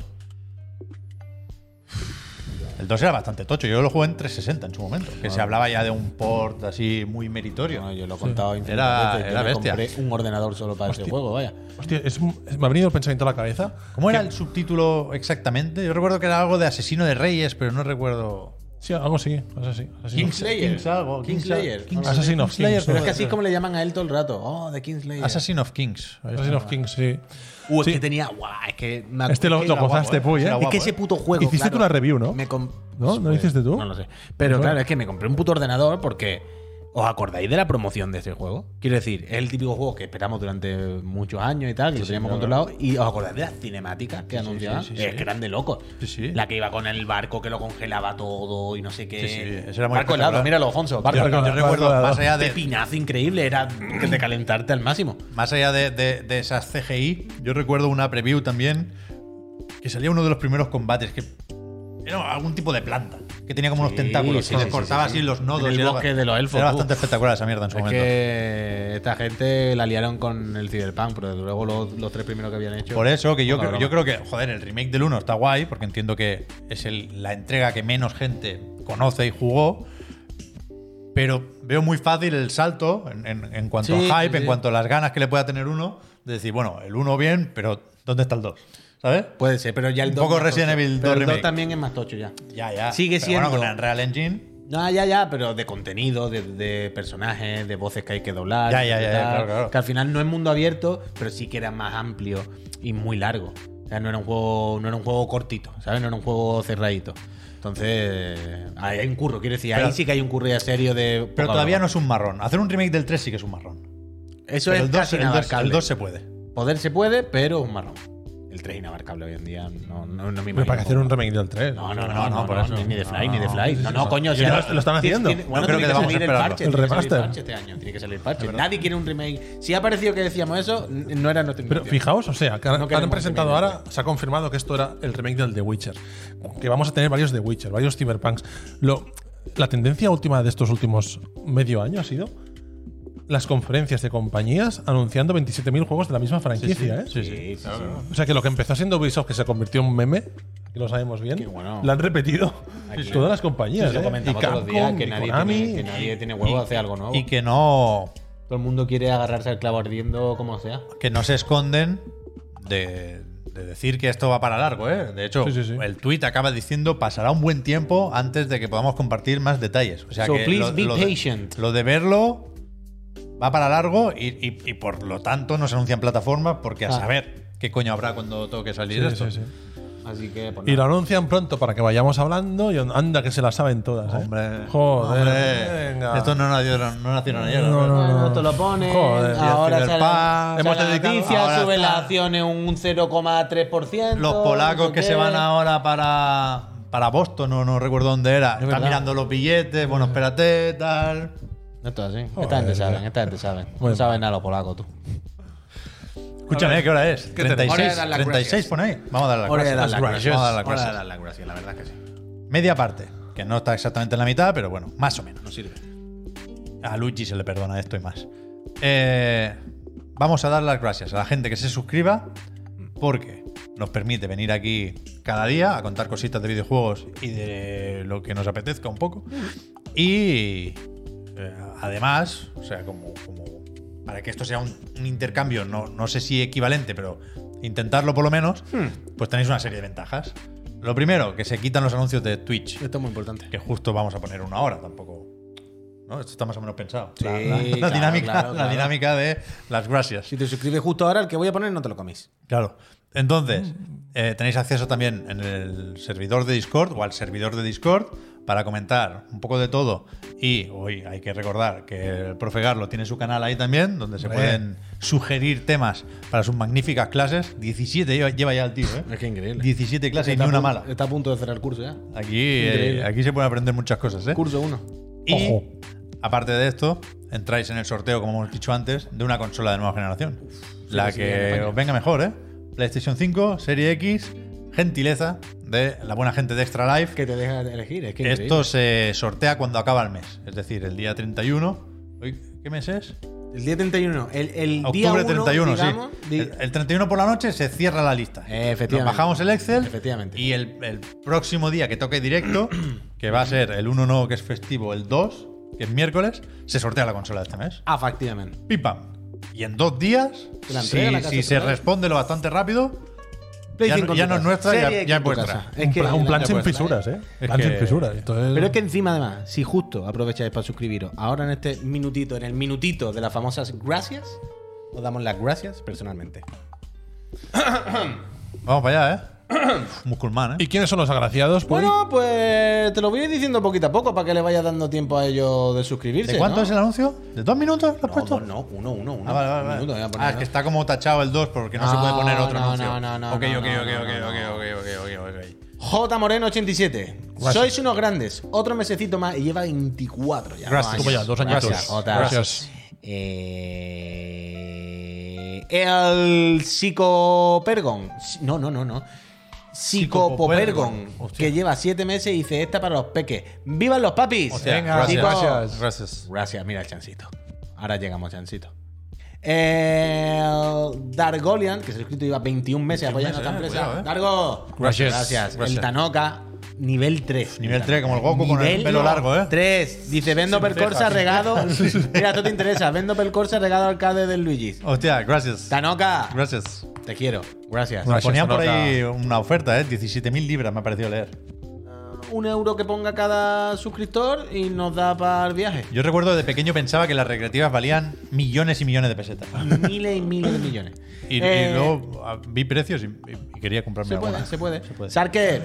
[SPEAKER 2] El 2 era bastante tocho. Yo lo jugué en 360 en su momento. Que se hablaba ya de un port así muy meritorio.
[SPEAKER 1] Bueno, yo lo he contado infinitas
[SPEAKER 2] Era-
[SPEAKER 1] veces, yo
[SPEAKER 2] era
[SPEAKER 1] me
[SPEAKER 2] bestia.
[SPEAKER 1] compré un ordenador solo para ese juego, vaya.
[SPEAKER 3] Hostia, es un- es- me ha venido el pensamiento a la cabeza.
[SPEAKER 2] ¿Cómo era el subtítulo exactamente? Yo recuerdo que era algo de Asesino de Reyes, pero no recuerdo...
[SPEAKER 3] Sí, algo así. así, así.
[SPEAKER 1] Kingslayer.
[SPEAKER 2] Kings algo, Kings-
[SPEAKER 1] Kingslayer.
[SPEAKER 2] Kings-
[SPEAKER 3] Assassin of
[SPEAKER 2] Kingslayer,
[SPEAKER 3] Kings.
[SPEAKER 1] Pero es
[SPEAKER 2] puede
[SPEAKER 1] que así
[SPEAKER 2] ser.
[SPEAKER 1] es como le llaman a él todo el rato. Oh, The Kingslayer.
[SPEAKER 2] Assassin of Kings. Ahí está.
[SPEAKER 3] Assassin of Kings, sí.
[SPEAKER 1] Uh, es
[SPEAKER 3] Sí.
[SPEAKER 1] que tenía. Guau, es que me
[SPEAKER 3] Este lo,
[SPEAKER 1] es que
[SPEAKER 3] lo
[SPEAKER 1] era guapo,
[SPEAKER 3] gozaste,
[SPEAKER 2] eh.
[SPEAKER 3] Puy, ¿eh?
[SPEAKER 2] Era
[SPEAKER 1] Es
[SPEAKER 2] guapo,
[SPEAKER 1] que
[SPEAKER 2] ¿eh?
[SPEAKER 1] ese puto juego.
[SPEAKER 3] Hiciste
[SPEAKER 1] claro,
[SPEAKER 3] una review, ¿no?
[SPEAKER 1] me com-
[SPEAKER 3] ¿No? ¿No lo hiciste tú? Pues
[SPEAKER 1] No lo sé. Pero claro, es que me compré un puto ordenador porque. ¿Os acordáis de la promoción de este juego? Quiero decir, es el típico juego que esperamos durante muchos años y tal, que lo teníamos controlado. ¿Y os acordáis de las cinemáticas que anunciaban?
[SPEAKER 2] sí, sí,
[SPEAKER 1] es
[SPEAKER 2] sí.
[SPEAKER 1] que eran de locos.
[SPEAKER 2] Sí, sí.
[SPEAKER 1] La que iba con el barco que lo congelaba todo y no sé qué.
[SPEAKER 2] Sí, sí, eso era muy
[SPEAKER 1] barco helado,
[SPEAKER 2] espectacular.
[SPEAKER 1] míralo, Alfonso. Barco
[SPEAKER 3] Yo
[SPEAKER 1] helado.
[SPEAKER 2] Yo recuerdo, más allá
[SPEAKER 1] de
[SPEAKER 2] de,
[SPEAKER 1] pinazo increíble, era que te calentarte al máximo.
[SPEAKER 2] Más allá de, de- de esas CGI, yo recuerdo una preview también que salía uno de los primeros combates que era algún tipo de planta que tenía como unos
[SPEAKER 1] Sí,
[SPEAKER 2] tentáculos
[SPEAKER 1] sí,
[SPEAKER 2] y
[SPEAKER 1] sí,
[SPEAKER 2] les cortaba
[SPEAKER 1] sí, sí,
[SPEAKER 2] así
[SPEAKER 1] sí.
[SPEAKER 2] los nodos.
[SPEAKER 1] En el
[SPEAKER 2] y era-
[SPEAKER 1] bosque de los elfos,
[SPEAKER 2] Era
[SPEAKER 1] tú.
[SPEAKER 2] bastante espectacular esa mierda en su
[SPEAKER 1] Es
[SPEAKER 2] momento.
[SPEAKER 1] que esta gente la liaron con el Cyberpunk, pero desde luego los, los tres primeros que habían hecho.
[SPEAKER 2] Por eso que yo,
[SPEAKER 1] Poca
[SPEAKER 2] creo, yo creo que, joder, el remake del 1 está guay, porque entiendo que es el- la entrega que menos gente conoce y jugó. Pero veo muy fácil el salto en, en- en cuanto
[SPEAKER 1] Sí,
[SPEAKER 2] a
[SPEAKER 1] sí,
[SPEAKER 2] hype, en
[SPEAKER 1] sí.
[SPEAKER 2] cuanto a las ganas que le pueda tener uno, de decir, bueno, el 1 bien, pero ¿dónde está el 2? ¿Sabes?
[SPEAKER 1] Puede ser, pero ya el
[SPEAKER 2] Un
[SPEAKER 1] dos
[SPEAKER 2] poco
[SPEAKER 1] más
[SPEAKER 2] Resident
[SPEAKER 1] tocho.
[SPEAKER 2] Evil
[SPEAKER 1] Pero
[SPEAKER 2] 2
[SPEAKER 1] el dos
[SPEAKER 2] remake.
[SPEAKER 1] también es más tocho ya.
[SPEAKER 2] Ya, ya.
[SPEAKER 1] Sigue
[SPEAKER 2] Pero
[SPEAKER 1] siendo.
[SPEAKER 2] Bueno, con Unreal Engine.
[SPEAKER 1] No, ya, ya, pero de contenido, de, de personajes, de voces que hay que doblar.
[SPEAKER 2] Ya, ya,
[SPEAKER 1] de
[SPEAKER 2] ya,
[SPEAKER 1] tal,
[SPEAKER 2] claro, claro.
[SPEAKER 1] Que al final no es mundo abierto, pero sí que era más amplio y muy largo. O sea, no era un juego, no era un juego cortito, ¿sabes? No era un juego cerradito. Entonces, ahí hay un curro, quiero decir,
[SPEAKER 2] Pero-
[SPEAKER 1] ahí sí que hay un curro ya serio de.
[SPEAKER 2] Pero todavía no es un marrón. Hacer un remake del 3 sí que es un marrón.
[SPEAKER 1] Eso
[SPEAKER 2] Pero
[SPEAKER 1] es
[SPEAKER 2] el 2,
[SPEAKER 1] casi
[SPEAKER 2] el, 2,
[SPEAKER 1] inabarcable.
[SPEAKER 2] se puede.
[SPEAKER 1] Poder se puede, pero un marrón. El 3 inabarcable hoy en día. No, no, no me
[SPEAKER 3] Pero
[SPEAKER 1] imagino.
[SPEAKER 3] para que hacer un remake del 3.
[SPEAKER 1] No, no,
[SPEAKER 2] No,
[SPEAKER 1] no,
[SPEAKER 2] no,
[SPEAKER 1] no,
[SPEAKER 2] por
[SPEAKER 1] no,
[SPEAKER 2] eso.
[SPEAKER 1] ni, ni de Fly,
[SPEAKER 2] No,
[SPEAKER 1] ni de Fly. No, no,
[SPEAKER 2] sí,
[SPEAKER 1] coño.
[SPEAKER 3] sí.
[SPEAKER 1] si
[SPEAKER 3] Ya
[SPEAKER 1] ahora-
[SPEAKER 3] lo- lo están haciendo.
[SPEAKER 1] Tiene- bueno,
[SPEAKER 2] Yo creo
[SPEAKER 1] tiene
[SPEAKER 2] que debamos
[SPEAKER 1] salir el
[SPEAKER 2] esperarlo.
[SPEAKER 1] parche.
[SPEAKER 3] El
[SPEAKER 1] tiene que salir
[SPEAKER 3] remaster.
[SPEAKER 1] parche este año, tiene que salir el parche. Nadie quiere un remake. Si ha parecido que decíamos eso, n- no era nuestra
[SPEAKER 3] Pero
[SPEAKER 1] intención.
[SPEAKER 3] fijaos, o sea, que han-
[SPEAKER 1] No
[SPEAKER 3] han
[SPEAKER 1] queremos
[SPEAKER 3] presentado
[SPEAKER 1] remake.
[SPEAKER 3] ahora, se ha confirmado que esto era el remake del The Witcher. Que vamos a tener varios The Witcher, varios Cyberpunks. Lo, la tendencia última de estos últimos medio año ha sido las conferencias de compañías anunciando 27.000 juegos de la misma franquicia, ¿eh?
[SPEAKER 1] Sí, sí, sí.
[SPEAKER 3] O sea, que lo que empezó siendo Ubisoft, que se convirtió en un meme, que lo sabemos bien,
[SPEAKER 1] Qué bueno.
[SPEAKER 3] la han repetido
[SPEAKER 1] Aquí.
[SPEAKER 3] todas las compañías.
[SPEAKER 1] Lo
[SPEAKER 3] ¿eh?
[SPEAKER 1] comentamos
[SPEAKER 3] Y
[SPEAKER 1] todos los días,
[SPEAKER 3] Capcom,
[SPEAKER 1] que
[SPEAKER 3] y
[SPEAKER 1] nadie,
[SPEAKER 3] Konami.
[SPEAKER 1] tiene, que nadie tiene huevo a hacer algo nuevo.
[SPEAKER 2] Y que no,
[SPEAKER 1] Todo el mundo quiere agarrarse al clavo ardiendo como sea.
[SPEAKER 2] que no se esconden de, de decir que esto va para largo. ¿eh? De hecho,
[SPEAKER 3] Sí, sí, sí.
[SPEAKER 2] el tuit acaba diciendo pasará un buen tiempo antes de que podamos compartir más detalles. O sea
[SPEAKER 1] So
[SPEAKER 2] que
[SPEAKER 1] please be
[SPEAKER 2] de-
[SPEAKER 1] patient.
[SPEAKER 2] lo de verlo va para largo y, y- y por lo tanto no se anuncian plataformas porque a
[SPEAKER 1] Ah.
[SPEAKER 2] saber qué coño habrá cuando toque salir
[SPEAKER 3] Sí,
[SPEAKER 2] esto.
[SPEAKER 3] sí, sí.
[SPEAKER 1] Así que, pues,
[SPEAKER 3] Y
[SPEAKER 1] nada.
[SPEAKER 3] lo anuncian pronto para que vayamos hablando y anda que se la saben todas. ¿eh?
[SPEAKER 2] Hombre,
[SPEAKER 3] joder,
[SPEAKER 2] hombre.
[SPEAKER 3] venga.
[SPEAKER 2] Estos no nacieron, no nacieron ayer.
[SPEAKER 3] No, no,
[SPEAKER 2] hombre.
[SPEAKER 1] Bueno, te lo ponen.
[SPEAKER 3] Joder,
[SPEAKER 2] y
[SPEAKER 1] ahora
[SPEAKER 2] el
[SPEAKER 1] sale
[SPEAKER 2] Cyberpunk,
[SPEAKER 3] hemos
[SPEAKER 1] la
[SPEAKER 3] dedicado-
[SPEAKER 2] ahora
[SPEAKER 1] noticia, sube
[SPEAKER 2] está-
[SPEAKER 1] las acciones un 0,3%.
[SPEAKER 2] Los polacos
[SPEAKER 1] no sé
[SPEAKER 2] que se
[SPEAKER 1] qué.
[SPEAKER 2] van ahora para, para Boston, no, no recuerdo dónde era. Están
[SPEAKER 1] verdad.
[SPEAKER 2] mirando los billetes, bueno, espérate, tal.
[SPEAKER 1] No está así. Esta gente saben, esta gente saben.
[SPEAKER 3] Bueno.
[SPEAKER 1] No saben nada los polacos, tú.
[SPEAKER 2] Escúchame, ¿qué hora es?
[SPEAKER 3] tenemos?
[SPEAKER 2] 36,
[SPEAKER 1] Hora de dar las
[SPEAKER 2] 36
[SPEAKER 1] gracias.
[SPEAKER 2] pone ahí. Vamos a dar las
[SPEAKER 1] dar
[SPEAKER 2] gracias.
[SPEAKER 1] las gracias.
[SPEAKER 2] Vamos a dar las gracias.
[SPEAKER 1] las gracias, la verdad que sí.
[SPEAKER 2] Media parte, que no está exactamente en la mitad, pero bueno, más o menos.
[SPEAKER 1] No sirve.
[SPEAKER 2] A Luigi se le perdona esto y más. Eh, vamos a dar las gracias a la gente que se suscriba porque nos permite venir aquí cada día a contar cositas de videojuegos y de lo que nos apetezca un poco. Y eh, además, o sea, como, como para que esto sea un, un intercambio, no, no sé si equivalente, pero intentarlo por lo menos,
[SPEAKER 1] Hmm.
[SPEAKER 2] pues tenéis una serie de ventajas. Lo primero, que se quitan los anuncios de Twitch,
[SPEAKER 1] Esto es muy importante.
[SPEAKER 2] que justo vamos a poner una hora tampoco. ¿no? Esto está más o menos pensado.
[SPEAKER 1] Sí,
[SPEAKER 2] la, la- la
[SPEAKER 1] claro,
[SPEAKER 2] dinámica,
[SPEAKER 1] claro,
[SPEAKER 2] la
[SPEAKER 1] claro.
[SPEAKER 2] dinámica de las gracias.
[SPEAKER 1] Si te suscribes justo ahora, el que voy a poner no te lo coméis.
[SPEAKER 2] Claro. Entonces,
[SPEAKER 1] Mm.
[SPEAKER 2] eh, tenéis acceso también en el servidor de Discord o al servidor de Discord para comentar un poco de todo. Y hoy hay que recordar que el profe Garlo tiene su canal ahí también, donde se
[SPEAKER 3] Hombre.
[SPEAKER 2] pueden sugerir temas para sus magníficas clases. 17 lleva, lleva ya el tío, ¿eh?
[SPEAKER 1] Es que increíble.
[SPEAKER 2] 17 clases y
[SPEAKER 1] Está
[SPEAKER 2] ni
[SPEAKER 1] a
[SPEAKER 2] una
[SPEAKER 1] punto-
[SPEAKER 2] mala.
[SPEAKER 1] Está a punto de cerrar el curso ya.
[SPEAKER 2] Aquí, eh,
[SPEAKER 1] Increíble.
[SPEAKER 2] aquí se pueden aprender muchas cosas, ¿eh?
[SPEAKER 1] Curso 1.
[SPEAKER 2] Y
[SPEAKER 3] Ojo.
[SPEAKER 2] aparte de esto, entráis en el sorteo, como hemos dicho antes, de una consola de nueva generación. la
[SPEAKER 1] sí,
[SPEAKER 2] que
[SPEAKER 1] apaña.
[SPEAKER 2] os venga mejor, ¿eh? PlayStation 5, Serie X, gentileza de la buena gente de Extra Life.
[SPEAKER 1] Que te deja elegir. Es que
[SPEAKER 2] esto se sortea cuando acaba el mes, es decir, el día 31. Uy, ¿Qué mes es?
[SPEAKER 1] increíble. El día 31. El, el día
[SPEAKER 2] Octubre
[SPEAKER 1] 1,
[SPEAKER 2] 31,
[SPEAKER 1] digamos,
[SPEAKER 2] sí. Eh,
[SPEAKER 1] di-
[SPEAKER 2] El, el 31 por la noche se cierra la lista.
[SPEAKER 1] Efectivamente.
[SPEAKER 2] Nos bajamos el Excel.
[SPEAKER 1] Efectivamente.
[SPEAKER 2] Y el, el próximo día que toque directo, (clears throat) que va a ser el 1 no, que es festivo, el 2, que es miércoles, se sortea la consola de este mes.
[SPEAKER 1] Ah, Efectivamente.
[SPEAKER 2] Pim pam. Y en dos días,
[SPEAKER 1] Te la
[SPEAKER 2] si,
[SPEAKER 1] entrega a la casa
[SPEAKER 2] si
[SPEAKER 1] otra
[SPEAKER 2] se
[SPEAKER 1] vez.
[SPEAKER 2] responde lo bastante rápido,
[SPEAKER 1] Play
[SPEAKER 2] Ya
[SPEAKER 1] 5
[SPEAKER 2] no-
[SPEAKER 1] en
[SPEAKER 2] ya
[SPEAKER 1] tu
[SPEAKER 2] no
[SPEAKER 1] casa.
[SPEAKER 2] es nuestra, ya-
[SPEAKER 1] Serie X
[SPEAKER 2] ya es
[SPEAKER 1] en tu
[SPEAKER 2] vuestra.
[SPEAKER 1] casa.
[SPEAKER 3] un plan, un plan
[SPEAKER 1] la-
[SPEAKER 3] sin
[SPEAKER 1] la-
[SPEAKER 3] fisuras, ¿eh?
[SPEAKER 2] Es
[SPEAKER 3] plan sin
[SPEAKER 2] que-
[SPEAKER 3] fisuras. Entonces-
[SPEAKER 1] Pero es que encima, además, si justo aprovecháis para suscribiros, ahora en este minutito, en el minutito de las famosas gracias, os damos las gracias personalmente.
[SPEAKER 2] vamos para allá,
[SPEAKER 1] (clears throat)
[SPEAKER 2] ¿eh? Musculmán,
[SPEAKER 3] ¿Y
[SPEAKER 2] ¿eh?
[SPEAKER 3] quiénes son los agraciados? Pues?
[SPEAKER 1] Bueno, pues te lo voy a ir diciendo poquito a poco para que le vaya dando tiempo a ellos de suscribirse.
[SPEAKER 2] ¿De cuánto
[SPEAKER 1] ¿no?
[SPEAKER 2] es el anuncio? ¿De dos minutos lo
[SPEAKER 1] No,
[SPEAKER 2] has puesto?
[SPEAKER 1] no, no, uno, uno, uno.
[SPEAKER 2] Ah, vale, vale,
[SPEAKER 1] Un
[SPEAKER 2] vale.
[SPEAKER 1] minuto, voy a poner,
[SPEAKER 2] Ah, es que está como tachado el 2 porque no, se
[SPEAKER 1] No,
[SPEAKER 2] puede poner otro
[SPEAKER 1] no,
[SPEAKER 2] anuncio.
[SPEAKER 1] no, no, no,
[SPEAKER 2] ok,
[SPEAKER 1] no, no,
[SPEAKER 2] ok, ok,
[SPEAKER 1] no, no,
[SPEAKER 2] ok, ok,
[SPEAKER 1] no.
[SPEAKER 2] ok, ok, ok, ok.
[SPEAKER 1] J. Moreno 87.
[SPEAKER 3] Gracias.
[SPEAKER 1] Sois unos grandes. Otro mesecito más y lleva 24 ya.
[SPEAKER 2] Gracias.
[SPEAKER 1] Dos
[SPEAKER 3] Toma ya, dos añitos.
[SPEAKER 1] Gracias, J.
[SPEAKER 3] Gracias.
[SPEAKER 1] Eh, el psicopergon. No, no, no, no. Psicopopergon,
[SPEAKER 2] Psicopopergon. Hostia.
[SPEAKER 1] que lleva 7 meses y dice esta para los peques. ¡Vivan los papis!
[SPEAKER 2] Hostia,
[SPEAKER 3] Venga,
[SPEAKER 1] Chicos,
[SPEAKER 3] gracias.
[SPEAKER 2] Gracias.
[SPEAKER 1] Gracias, mira el chancito. Ahora llegamos, chancito. Eh, Dargolian, que se ha suscrito lleva 21 meses apoyando
[SPEAKER 2] 21
[SPEAKER 1] a esta
[SPEAKER 2] meses, eh,
[SPEAKER 1] empresa.
[SPEAKER 2] cuidado, eh.
[SPEAKER 1] Dargo,
[SPEAKER 3] Gracias.
[SPEAKER 1] gracias. El
[SPEAKER 2] Gracias.
[SPEAKER 1] Tanoka, nivel 3.
[SPEAKER 2] Nivel 3, como el Goku con el pelo largo, eh.
[SPEAKER 1] 3. Dice, vendo
[SPEAKER 2] Sin
[SPEAKER 1] percorsa
[SPEAKER 2] cejas. (laughs)
[SPEAKER 1] regado. Mira, esto te interesa. Vendo percorsa regado alcalde del Luigi.
[SPEAKER 2] Hostia, gracias.
[SPEAKER 1] Tanoka,
[SPEAKER 2] Gracias.
[SPEAKER 1] te quiero. Gracias.
[SPEAKER 3] Gracias,
[SPEAKER 2] Ponían por
[SPEAKER 3] Tanaka.
[SPEAKER 2] ahí una oferta, ¿eh? 17.000 libras me ha parecido leer.
[SPEAKER 1] Un euro que ponga cada suscriptor y nos da para el viaje.
[SPEAKER 2] Yo recuerdo de pequeño pensaba que las recreativas valían millones y millones de pesetas.
[SPEAKER 1] Miles y miles de millones.
[SPEAKER 2] Y, y
[SPEAKER 1] Eh,
[SPEAKER 2] luego ah, vi precios y, y- y quería comprarme
[SPEAKER 1] Se
[SPEAKER 2] alguna.
[SPEAKER 1] puede, se puede,
[SPEAKER 2] Se puede.
[SPEAKER 1] Sarker,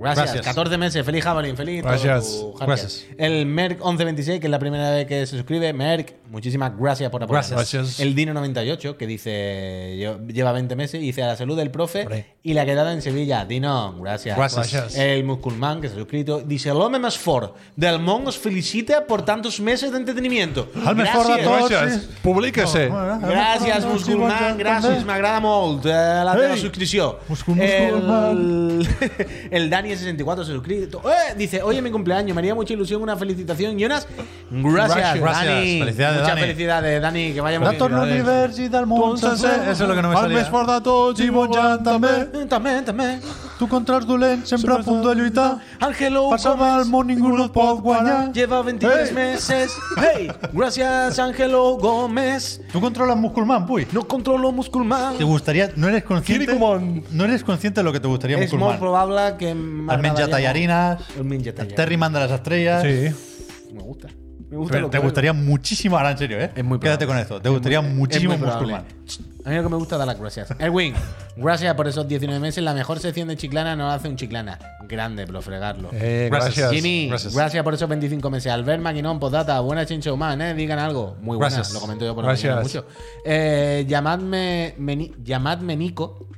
[SPEAKER 1] gracias.
[SPEAKER 2] Gracias.
[SPEAKER 1] 14 meses. Feliz Javelin, feliz. todo
[SPEAKER 3] Gracias.
[SPEAKER 1] tu Harker.
[SPEAKER 2] Gracias.
[SPEAKER 1] El Merck 1126, que es la primera vez que se suscribe. Merck, muchísimas gracias por apoyarnos.
[SPEAKER 3] Gracias. Gracias.
[SPEAKER 1] El Dino 98, que dice yo- lleva 20 meses, y dice a la salud del profe
[SPEAKER 3] Hombre.
[SPEAKER 1] y la quedada en Sevilla. Dino, gracias.
[SPEAKER 2] Gracias.
[SPEAKER 3] Gracias.
[SPEAKER 1] El Musculman, que se ha suscrito, dice: El hombre más for del Mon os felicita por tantos meses de entretenimiento.
[SPEAKER 2] Al més fort de
[SPEAKER 1] Gracias.
[SPEAKER 2] tots.
[SPEAKER 3] Gracias.
[SPEAKER 2] Sí.
[SPEAKER 3] Publíquese.
[SPEAKER 1] Gràcies, Musculman, gràcies, m'agrada molt eh, la teva
[SPEAKER 2] Ei,
[SPEAKER 1] suscripció.
[SPEAKER 2] Muscul-
[SPEAKER 1] el, (laughs) el Dani64 se suscrito. Eh, dice, oye, mi cumpleaños, me haría mucha ilusión una felicitación y unas... Gracias,
[SPEAKER 2] Gracias, gracias.
[SPEAKER 1] Dani.
[SPEAKER 2] Felicidades,
[SPEAKER 1] Muchas
[SPEAKER 2] Dani.
[SPEAKER 1] felicidades, Dani, que vaya muy
[SPEAKER 2] Datos
[SPEAKER 1] bien.
[SPEAKER 2] no
[SPEAKER 3] Felicidades.
[SPEAKER 2] diversi del món sencer. Eso es lo que no me
[SPEAKER 3] El més
[SPEAKER 2] salía.
[SPEAKER 3] fort de tots i bon llant també.
[SPEAKER 1] Eh, També, també.
[SPEAKER 2] Tu contra els dolents sempre a punt de lluitar.
[SPEAKER 1] Ángelo
[SPEAKER 2] Per salvar el
[SPEAKER 1] Gómez
[SPEAKER 2] món ningú no et pot guanyar.
[SPEAKER 1] lleva 23
[SPEAKER 2] Ei.
[SPEAKER 1] meses. Hey, gracias, Ángelo Gómez.
[SPEAKER 2] Tu controles Musculman, Puy.
[SPEAKER 1] No controlo musculmán.
[SPEAKER 2] Te gustaría... No eres consciente...
[SPEAKER 3] Kirkumon.
[SPEAKER 2] No eres consciente de lo que te gustaría
[SPEAKER 1] Es muy
[SPEAKER 2] Musculman.
[SPEAKER 1] probable que... me
[SPEAKER 2] El menja
[SPEAKER 1] agradaria
[SPEAKER 2] tallarines.
[SPEAKER 1] molt. El menja
[SPEAKER 2] El
[SPEAKER 1] tallarines.
[SPEAKER 2] Terry manda las estrellas.
[SPEAKER 3] Sí.
[SPEAKER 1] Me gusta. Me gusta
[SPEAKER 2] Pero
[SPEAKER 1] lo
[SPEAKER 2] te
[SPEAKER 1] que veo.
[SPEAKER 2] gustaría muchísimo, ahora en serio, ¿eh?
[SPEAKER 1] Es muy
[SPEAKER 2] Quédate
[SPEAKER 1] probable.
[SPEAKER 2] con esto. Te gustaría muchísimo
[SPEAKER 1] Es muy probable.
[SPEAKER 2] Musculman.
[SPEAKER 1] A mí lo que me gusta es dar las gracias. Erwin, gracias por esos 19 meses. La mejor sección de Chiclana no la hace un Chiclana. Grande, por fregarlo.
[SPEAKER 3] Eh,
[SPEAKER 2] Gracias.
[SPEAKER 3] gracias.
[SPEAKER 1] Jimmy,
[SPEAKER 2] gracias.
[SPEAKER 1] gracias. por esos 25 meses. Albert Maquinón, postdata, buena chincho man, eh. Digan algo. Muy buena,
[SPEAKER 2] Gracias.
[SPEAKER 1] lo comento yo por
[SPEAKER 3] Gracias.
[SPEAKER 1] la mañana mucho. Eh, llamadme, Meni- llamadme Nico.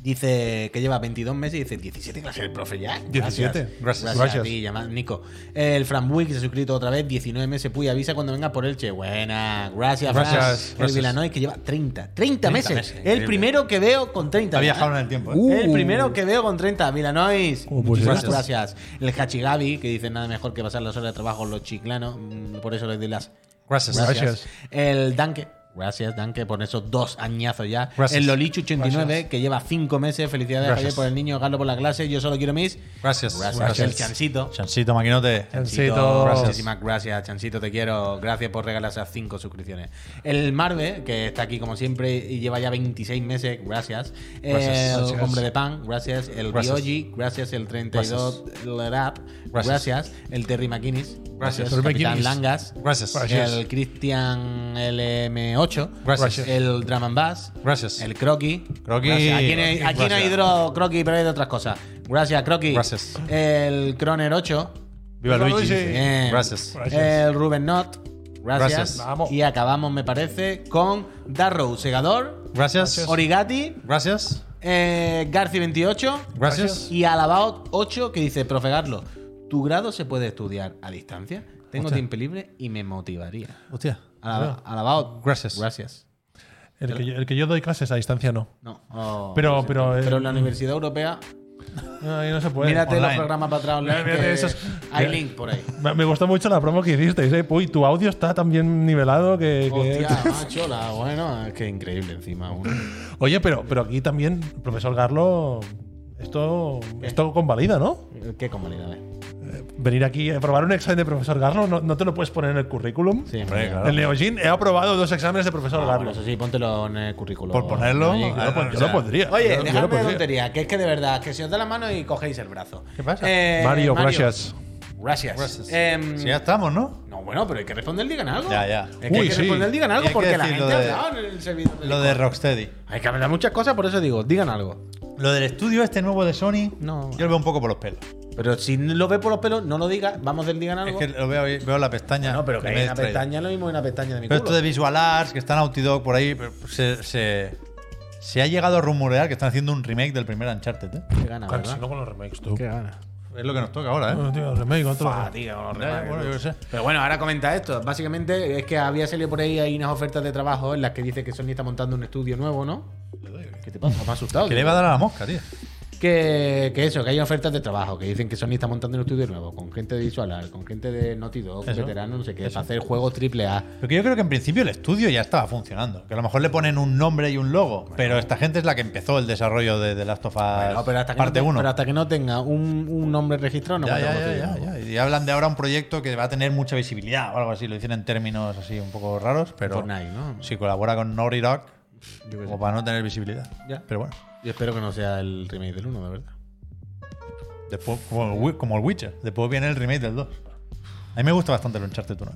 [SPEAKER 1] Dice que lleva 22 meses y dice 17 clases el profe ya. Gracias.
[SPEAKER 3] 17. Gracias.
[SPEAKER 1] Gracias,
[SPEAKER 3] Gracias.
[SPEAKER 1] a ti, llamad Nico. El Fran Buick se ha suscrito otra vez, 19 meses. Puy, avisa cuando vengas por Elche. Buena, gracias, Fran.
[SPEAKER 3] Gracias,
[SPEAKER 1] El
[SPEAKER 3] gracias.
[SPEAKER 1] Vilanoy que lleva 30. 30, meses.
[SPEAKER 2] meses,
[SPEAKER 1] el
[SPEAKER 2] increíble.
[SPEAKER 1] primero que veo con 30.
[SPEAKER 2] Ha
[SPEAKER 1] ¿verdad?
[SPEAKER 2] viajado en el tiempo, ¿eh?
[SPEAKER 3] Uh.
[SPEAKER 1] El primero que veo con 30, Milanois.
[SPEAKER 3] Oh, pues
[SPEAKER 1] Muchísimas
[SPEAKER 3] gracias.
[SPEAKER 1] gracias. El Hachigabi, que dice nada mejor que pasar las horas de trabajo los chiclanos. mm, Por eso les doy las
[SPEAKER 2] Gracias.
[SPEAKER 3] Gracias.
[SPEAKER 1] El Danke. Gracias, Danke, por esos dos añazos ya.
[SPEAKER 2] Gracias.
[SPEAKER 1] El Lolichu89,
[SPEAKER 2] Gracias.
[SPEAKER 1] que lleva cinco meses. Felicidades,
[SPEAKER 2] Gracias.
[SPEAKER 1] Javier, por el niño, Galo por la clase. Yo solo quiero mis.
[SPEAKER 2] Gracias.
[SPEAKER 1] Gracias,
[SPEAKER 2] Gracias.
[SPEAKER 1] el chancito.
[SPEAKER 2] Chancito, maquinote.
[SPEAKER 3] Chancito.
[SPEAKER 1] Gracias.
[SPEAKER 3] Gracias.
[SPEAKER 1] Muchísimas gracias, Chancito, te quiero. Gracias por regalar esas cinco suscripciones. El Marve, que está aquí como siempre y lleva ya 26 meses, gracias.
[SPEAKER 2] Gracias.
[SPEAKER 1] el
[SPEAKER 2] Gracias.
[SPEAKER 1] Hombre de Pan, gracias. El
[SPEAKER 2] Gracias.
[SPEAKER 1] Biogi, gracias. El 32 Lerap, gracias.
[SPEAKER 2] Gracias.
[SPEAKER 1] El Terry McInnes, gracias.
[SPEAKER 2] Gracias.
[SPEAKER 1] El
[SPEAKER 2] Terry
[SPEAKER 1] Capitán
[SPEAKER 2] McInnes.
[SPEAKER 1] Langas,
[SPEAKER 2] Gracias.
[SPEAKER 3] Gracias.
[SPEAKER 1] El Christian LM8,
[SPEAKER 2] Gracias.
[SPEAKER 1] El Drum and Bass,
[SPEAKER 2] Gracias.
[SPEAKER 1] El Croqui,
[SPEAKER 2] Croqui.
[SPEAKER 1] gracias. Aquí no hay, aquí no hay
[SPEAKER 2] Gracias.
[SPEAKER 1] hidro Croqui, pero hay de otras cosas. Gracias, Croqui.
[SPEAKER 2] Gracias.
[SPEAKER 1] El Croner 8.
[SPEAKER 2] Viva
[SPEAKER 3] Viva
[SPEAKER 2] Luigi.
[SPEAKER 3] Luigi.
[SPEAKER 1] Bien.
[SPEAKER 2] Gracias.
[SPEAKER 3] Gracias.
[SPEAKER 1] El Rubén Not. Gracias.
[SPEAKER 2] Gracias.
[SPEAKER 3] Vamos.
[SPEAKER 1] Y acabamos, me parece, con Darrow Segador,
[SPEAKER 2] Gracias.
[SPEAKER 1] Origati,
[SPEAKER 2] Gracias.
[SPEAKER 1] eh, Garci28
[SPEAKER 2] Gracias.
[SPEAKER 1] y Alabao 8 que dice, profe Garlo, ¿tu grado se puede estudiar a distancia? Tengo
[SPEAKER 2] Hostia.
[SPEAKER 1] tiempo libre y me motivaría.
[SPEAKER 2] Hostia.
[SPEAKER 1] Alaba- Alabao.
[SPEAKER 2] Ah. Gracias.
[SPEAKER 1] Gracias.
[SPEAKER 3] El que, yo- el que yo doy clases a distancia no.
[SPEAKER 1] No. oh,
[SPEAKER 3] Pero-
[SPEAKER 1] sí,
[SPEAKER 3] pero, eh,
[SPEAKER 1] pero en la Universidad Europea,
[SPEAKER 3] Ahí no se puede.
[SPEAKER 1] mírate los
[SPEAKER 2] online.
[SPEAKER 1] programas para atrás
[SPEAKER 2] (laughs)
[SPEAKER 1] online.
[SPEAKER 3] Mírate
[SPEAKER 1] que
[SPEAKER 3] esos-
[SPEAKER 1] Hay
[SPEAKER 3] Mira.
[SPEAKER 1] link por ahí.
[SPEAKER 3] Me, me gustó mucho la promo que hicisteis, ¿eh? Uy, tu audio está tan bien nivelado que. que-
[SPEAKER 1] Hostia, macho, la bueno, es que increíble encima. Uno.
[SPEAKER 2] (laughs)
[SPEAKER 3] Oye, pero, pero aquí también, profesor Garlo, esto, esto convalida, ¿no?
[SPEAKER 1] Qué eh. convalidades.
[SPEAKER 3] Venir aquí a probar un examen de profesor Garlo, no, no te lo puedes poner en el currículum.
[SPEAKER 1] Sí,
[SPEAKER 2] Hombre,
[SPEAKER 1] mira.
[SPEAKER 2] claro.
[SPEAKER 3] El Neogin, he aprobado dos exámenes de profesor
[SPEAKER 1] Ah,
[SPEAKER 3] Garlo.
[SPEAKER 1] bueno, eso sí, póntelo en el currículum.
[SPEAKER 2] Por ponerlo,
[SPEAKER 1] Oye,
[SPEAKER 2] ah,
[SPEAKER 3] Yo lo, pon-
[SPEAKER 2] o
[SPEAKER 3] yo
[SPEAKER 2] sea,
[SPEAKER 3] lo pondría.
[SPEAKER 1] Oye,
[SPEAKER 3] yo- yo lo
[SPEAKER 1] dejadme de
[SPEAKER 3] pondría.
[SPEAKER 1] tontería, que es que de verdad, que se os da la mano y cogéis el brazo.
[SPEAKER 2] ¿Qué pasa?
[SPEAKER 1] Eh,
[SPEAKER 3] Mario, gracias.
[SPEAKER 1] Gracias.
[SPEAKER 2] Gracias.
[SPEAKER 1] Em,
[SPEAKER 2] Sí, ya estamos, ¿no?
[SPEAKER 1] No, bueno, pero hay que responder, digan algo.
[SPEAKER 2] Ya, ya.
[SPEAKER 1] Es que
[SPEAKER 3] Uy,
[SPEAKER 1] hay que
[SPEAKER 3] sí.
[SPEAKER 1] responder, digan
[SPEAKER 2] Y
[SPEAKER 1] algo,
[SPEAKER 2] hay que
[SPEAKER 1] porque la
[SPEAKER 2] decir
[SPEAKER 1] gente
[SPEAKER 2] lo
[SPEAKER 1] ha
[SPEAKER 2] de-
[SPEAKER 1] hablado en el servidor. de
[SPEAKER 2] Lo de
[SPEAKER 1] Discord.
[SPEAKER 2] Rocksteady.
[SPEAKER 1] Hay que hablar muchas cosas, por eso digo, digan algo.
[SPEAKER 2] Lo del estudio este nuevo de Sony,
[SPEAKER 1] No.
[SPEAKER 2] yo lo veo un poco por los pelos.
[SPEAKER 1] Pero si lo ve por los pelos, no lo diga, vamos del digan
[SPEAKER 2] Es
[SPEAKER 1] algo.
[SPEAKER 2] que lo veo, ahí- veo la pestaña.
[SPEAKER 1] no, pero que
[SPEAKER 2] me
[SPEAKER 1] hay
[SPEAKER 2] he
[SPEAKER 1] una
[SPEAKER 2] distraído.
[SPEAKER 1] pestaña, lo mismo que una pestaña de mi
[SPEAKER 2] Pero
[SPEAKER 1] culo.
[SPEAKER 2] esto de Visual Arts, que está Naughty Dog por ahí, pero se, se, se ha llegado a rumorear que están haciendo un remake del primer Uncharted. ¿eh?
[SPEAKER 1] Qué gana,
[SPEAKER 3] Claro, si
[SPEAKER 1] ¿verdad?
[SPEAKER 3] no con los remakes, tú.
[SPEAKER 1] Qué gana.
[SPEAKER 2] Es lo que nos toca ahora, ¿eh?
[SPEAKER 3] Bueno, tío, remake, otro.
[SPEAKER 1] Ah, tío, con los
[SPEAKER 2] Ya,
[SPEAKER 1] remakes,
[SPEAKER 2] bueno,
[SPEAKER 1] ¿no?
[SPEAKER 2] yo qué sé.
[SPEAKER 1] Pero bueno, ahora comenta esto. Básicamente es que había salido por ahí hay unas ofertas de trabajo en las que dice que Sony está montando un estudio nuevo, ¿no? ¿Qué te pasa? Me ha asustado.
[SPEAKER 2] Que
[SPEAKER 1] tío.
[SPEAKER 2] le va a dar a la mosca, tío.
[SPEAKER 1] que, que eso, que hay ofertas de trabajo, que dicen que Sony está montando un estudio nuevo, con gente de Visual Art, con gente de Naughty Dog, con
[SPEAKER 2] Eso.
[SPEAKER 1] veteranos, no sé qué, para hacer juegos triple A.
[SPEAKER 2] Porque yo creo que en principio el estudio ya estaba funcionando. Que a lo mejor le ponen un nombre y un logo. pero esta gente es la que empezó el desarrollo de The Last of Us
[SPEAKER 1] Bueno, pero, hasta que
[SPEAKER 2] parte
[SPEAKER 1] no, te-
[SPEAKER 2] 1.
[SPEAKER 1] pero hasta que no tenga un, un nombre registrado, no
[SPEAKER 2] ya,
[SPEAKER 1] montamos
[SPEAKER 2] ya, ya,
[SPEAKER 1] estudio
[SPEAKER 2] ya,
[SPEAKER 1] nuevo.
[SPEAKER 2] ya. Y hablan de ahora un proyecto que va a tener mucha visibilidad o algo así. Lo dicen en términos así un poco raros, pero
[SPEAKER 1] Fortnite, ¿no?
[SPEAKER 2] si colabora con Naughty Dog,
[SPEAKER 1] Yo qué sé.
[SPEAKER 2] como para no tener visibilidad.
[SPEAKER 1] Ya.
[SPEAKER 2] Pero bueno,
[SPEAKER 1] Yo espero que no sea el remake del 1, de verdad.
[SPEAKER 2] después, como, el Wi- como el Witcher, después viene el remake del 2. A mí me gusta bastante el Uncharted ¿eh? 1.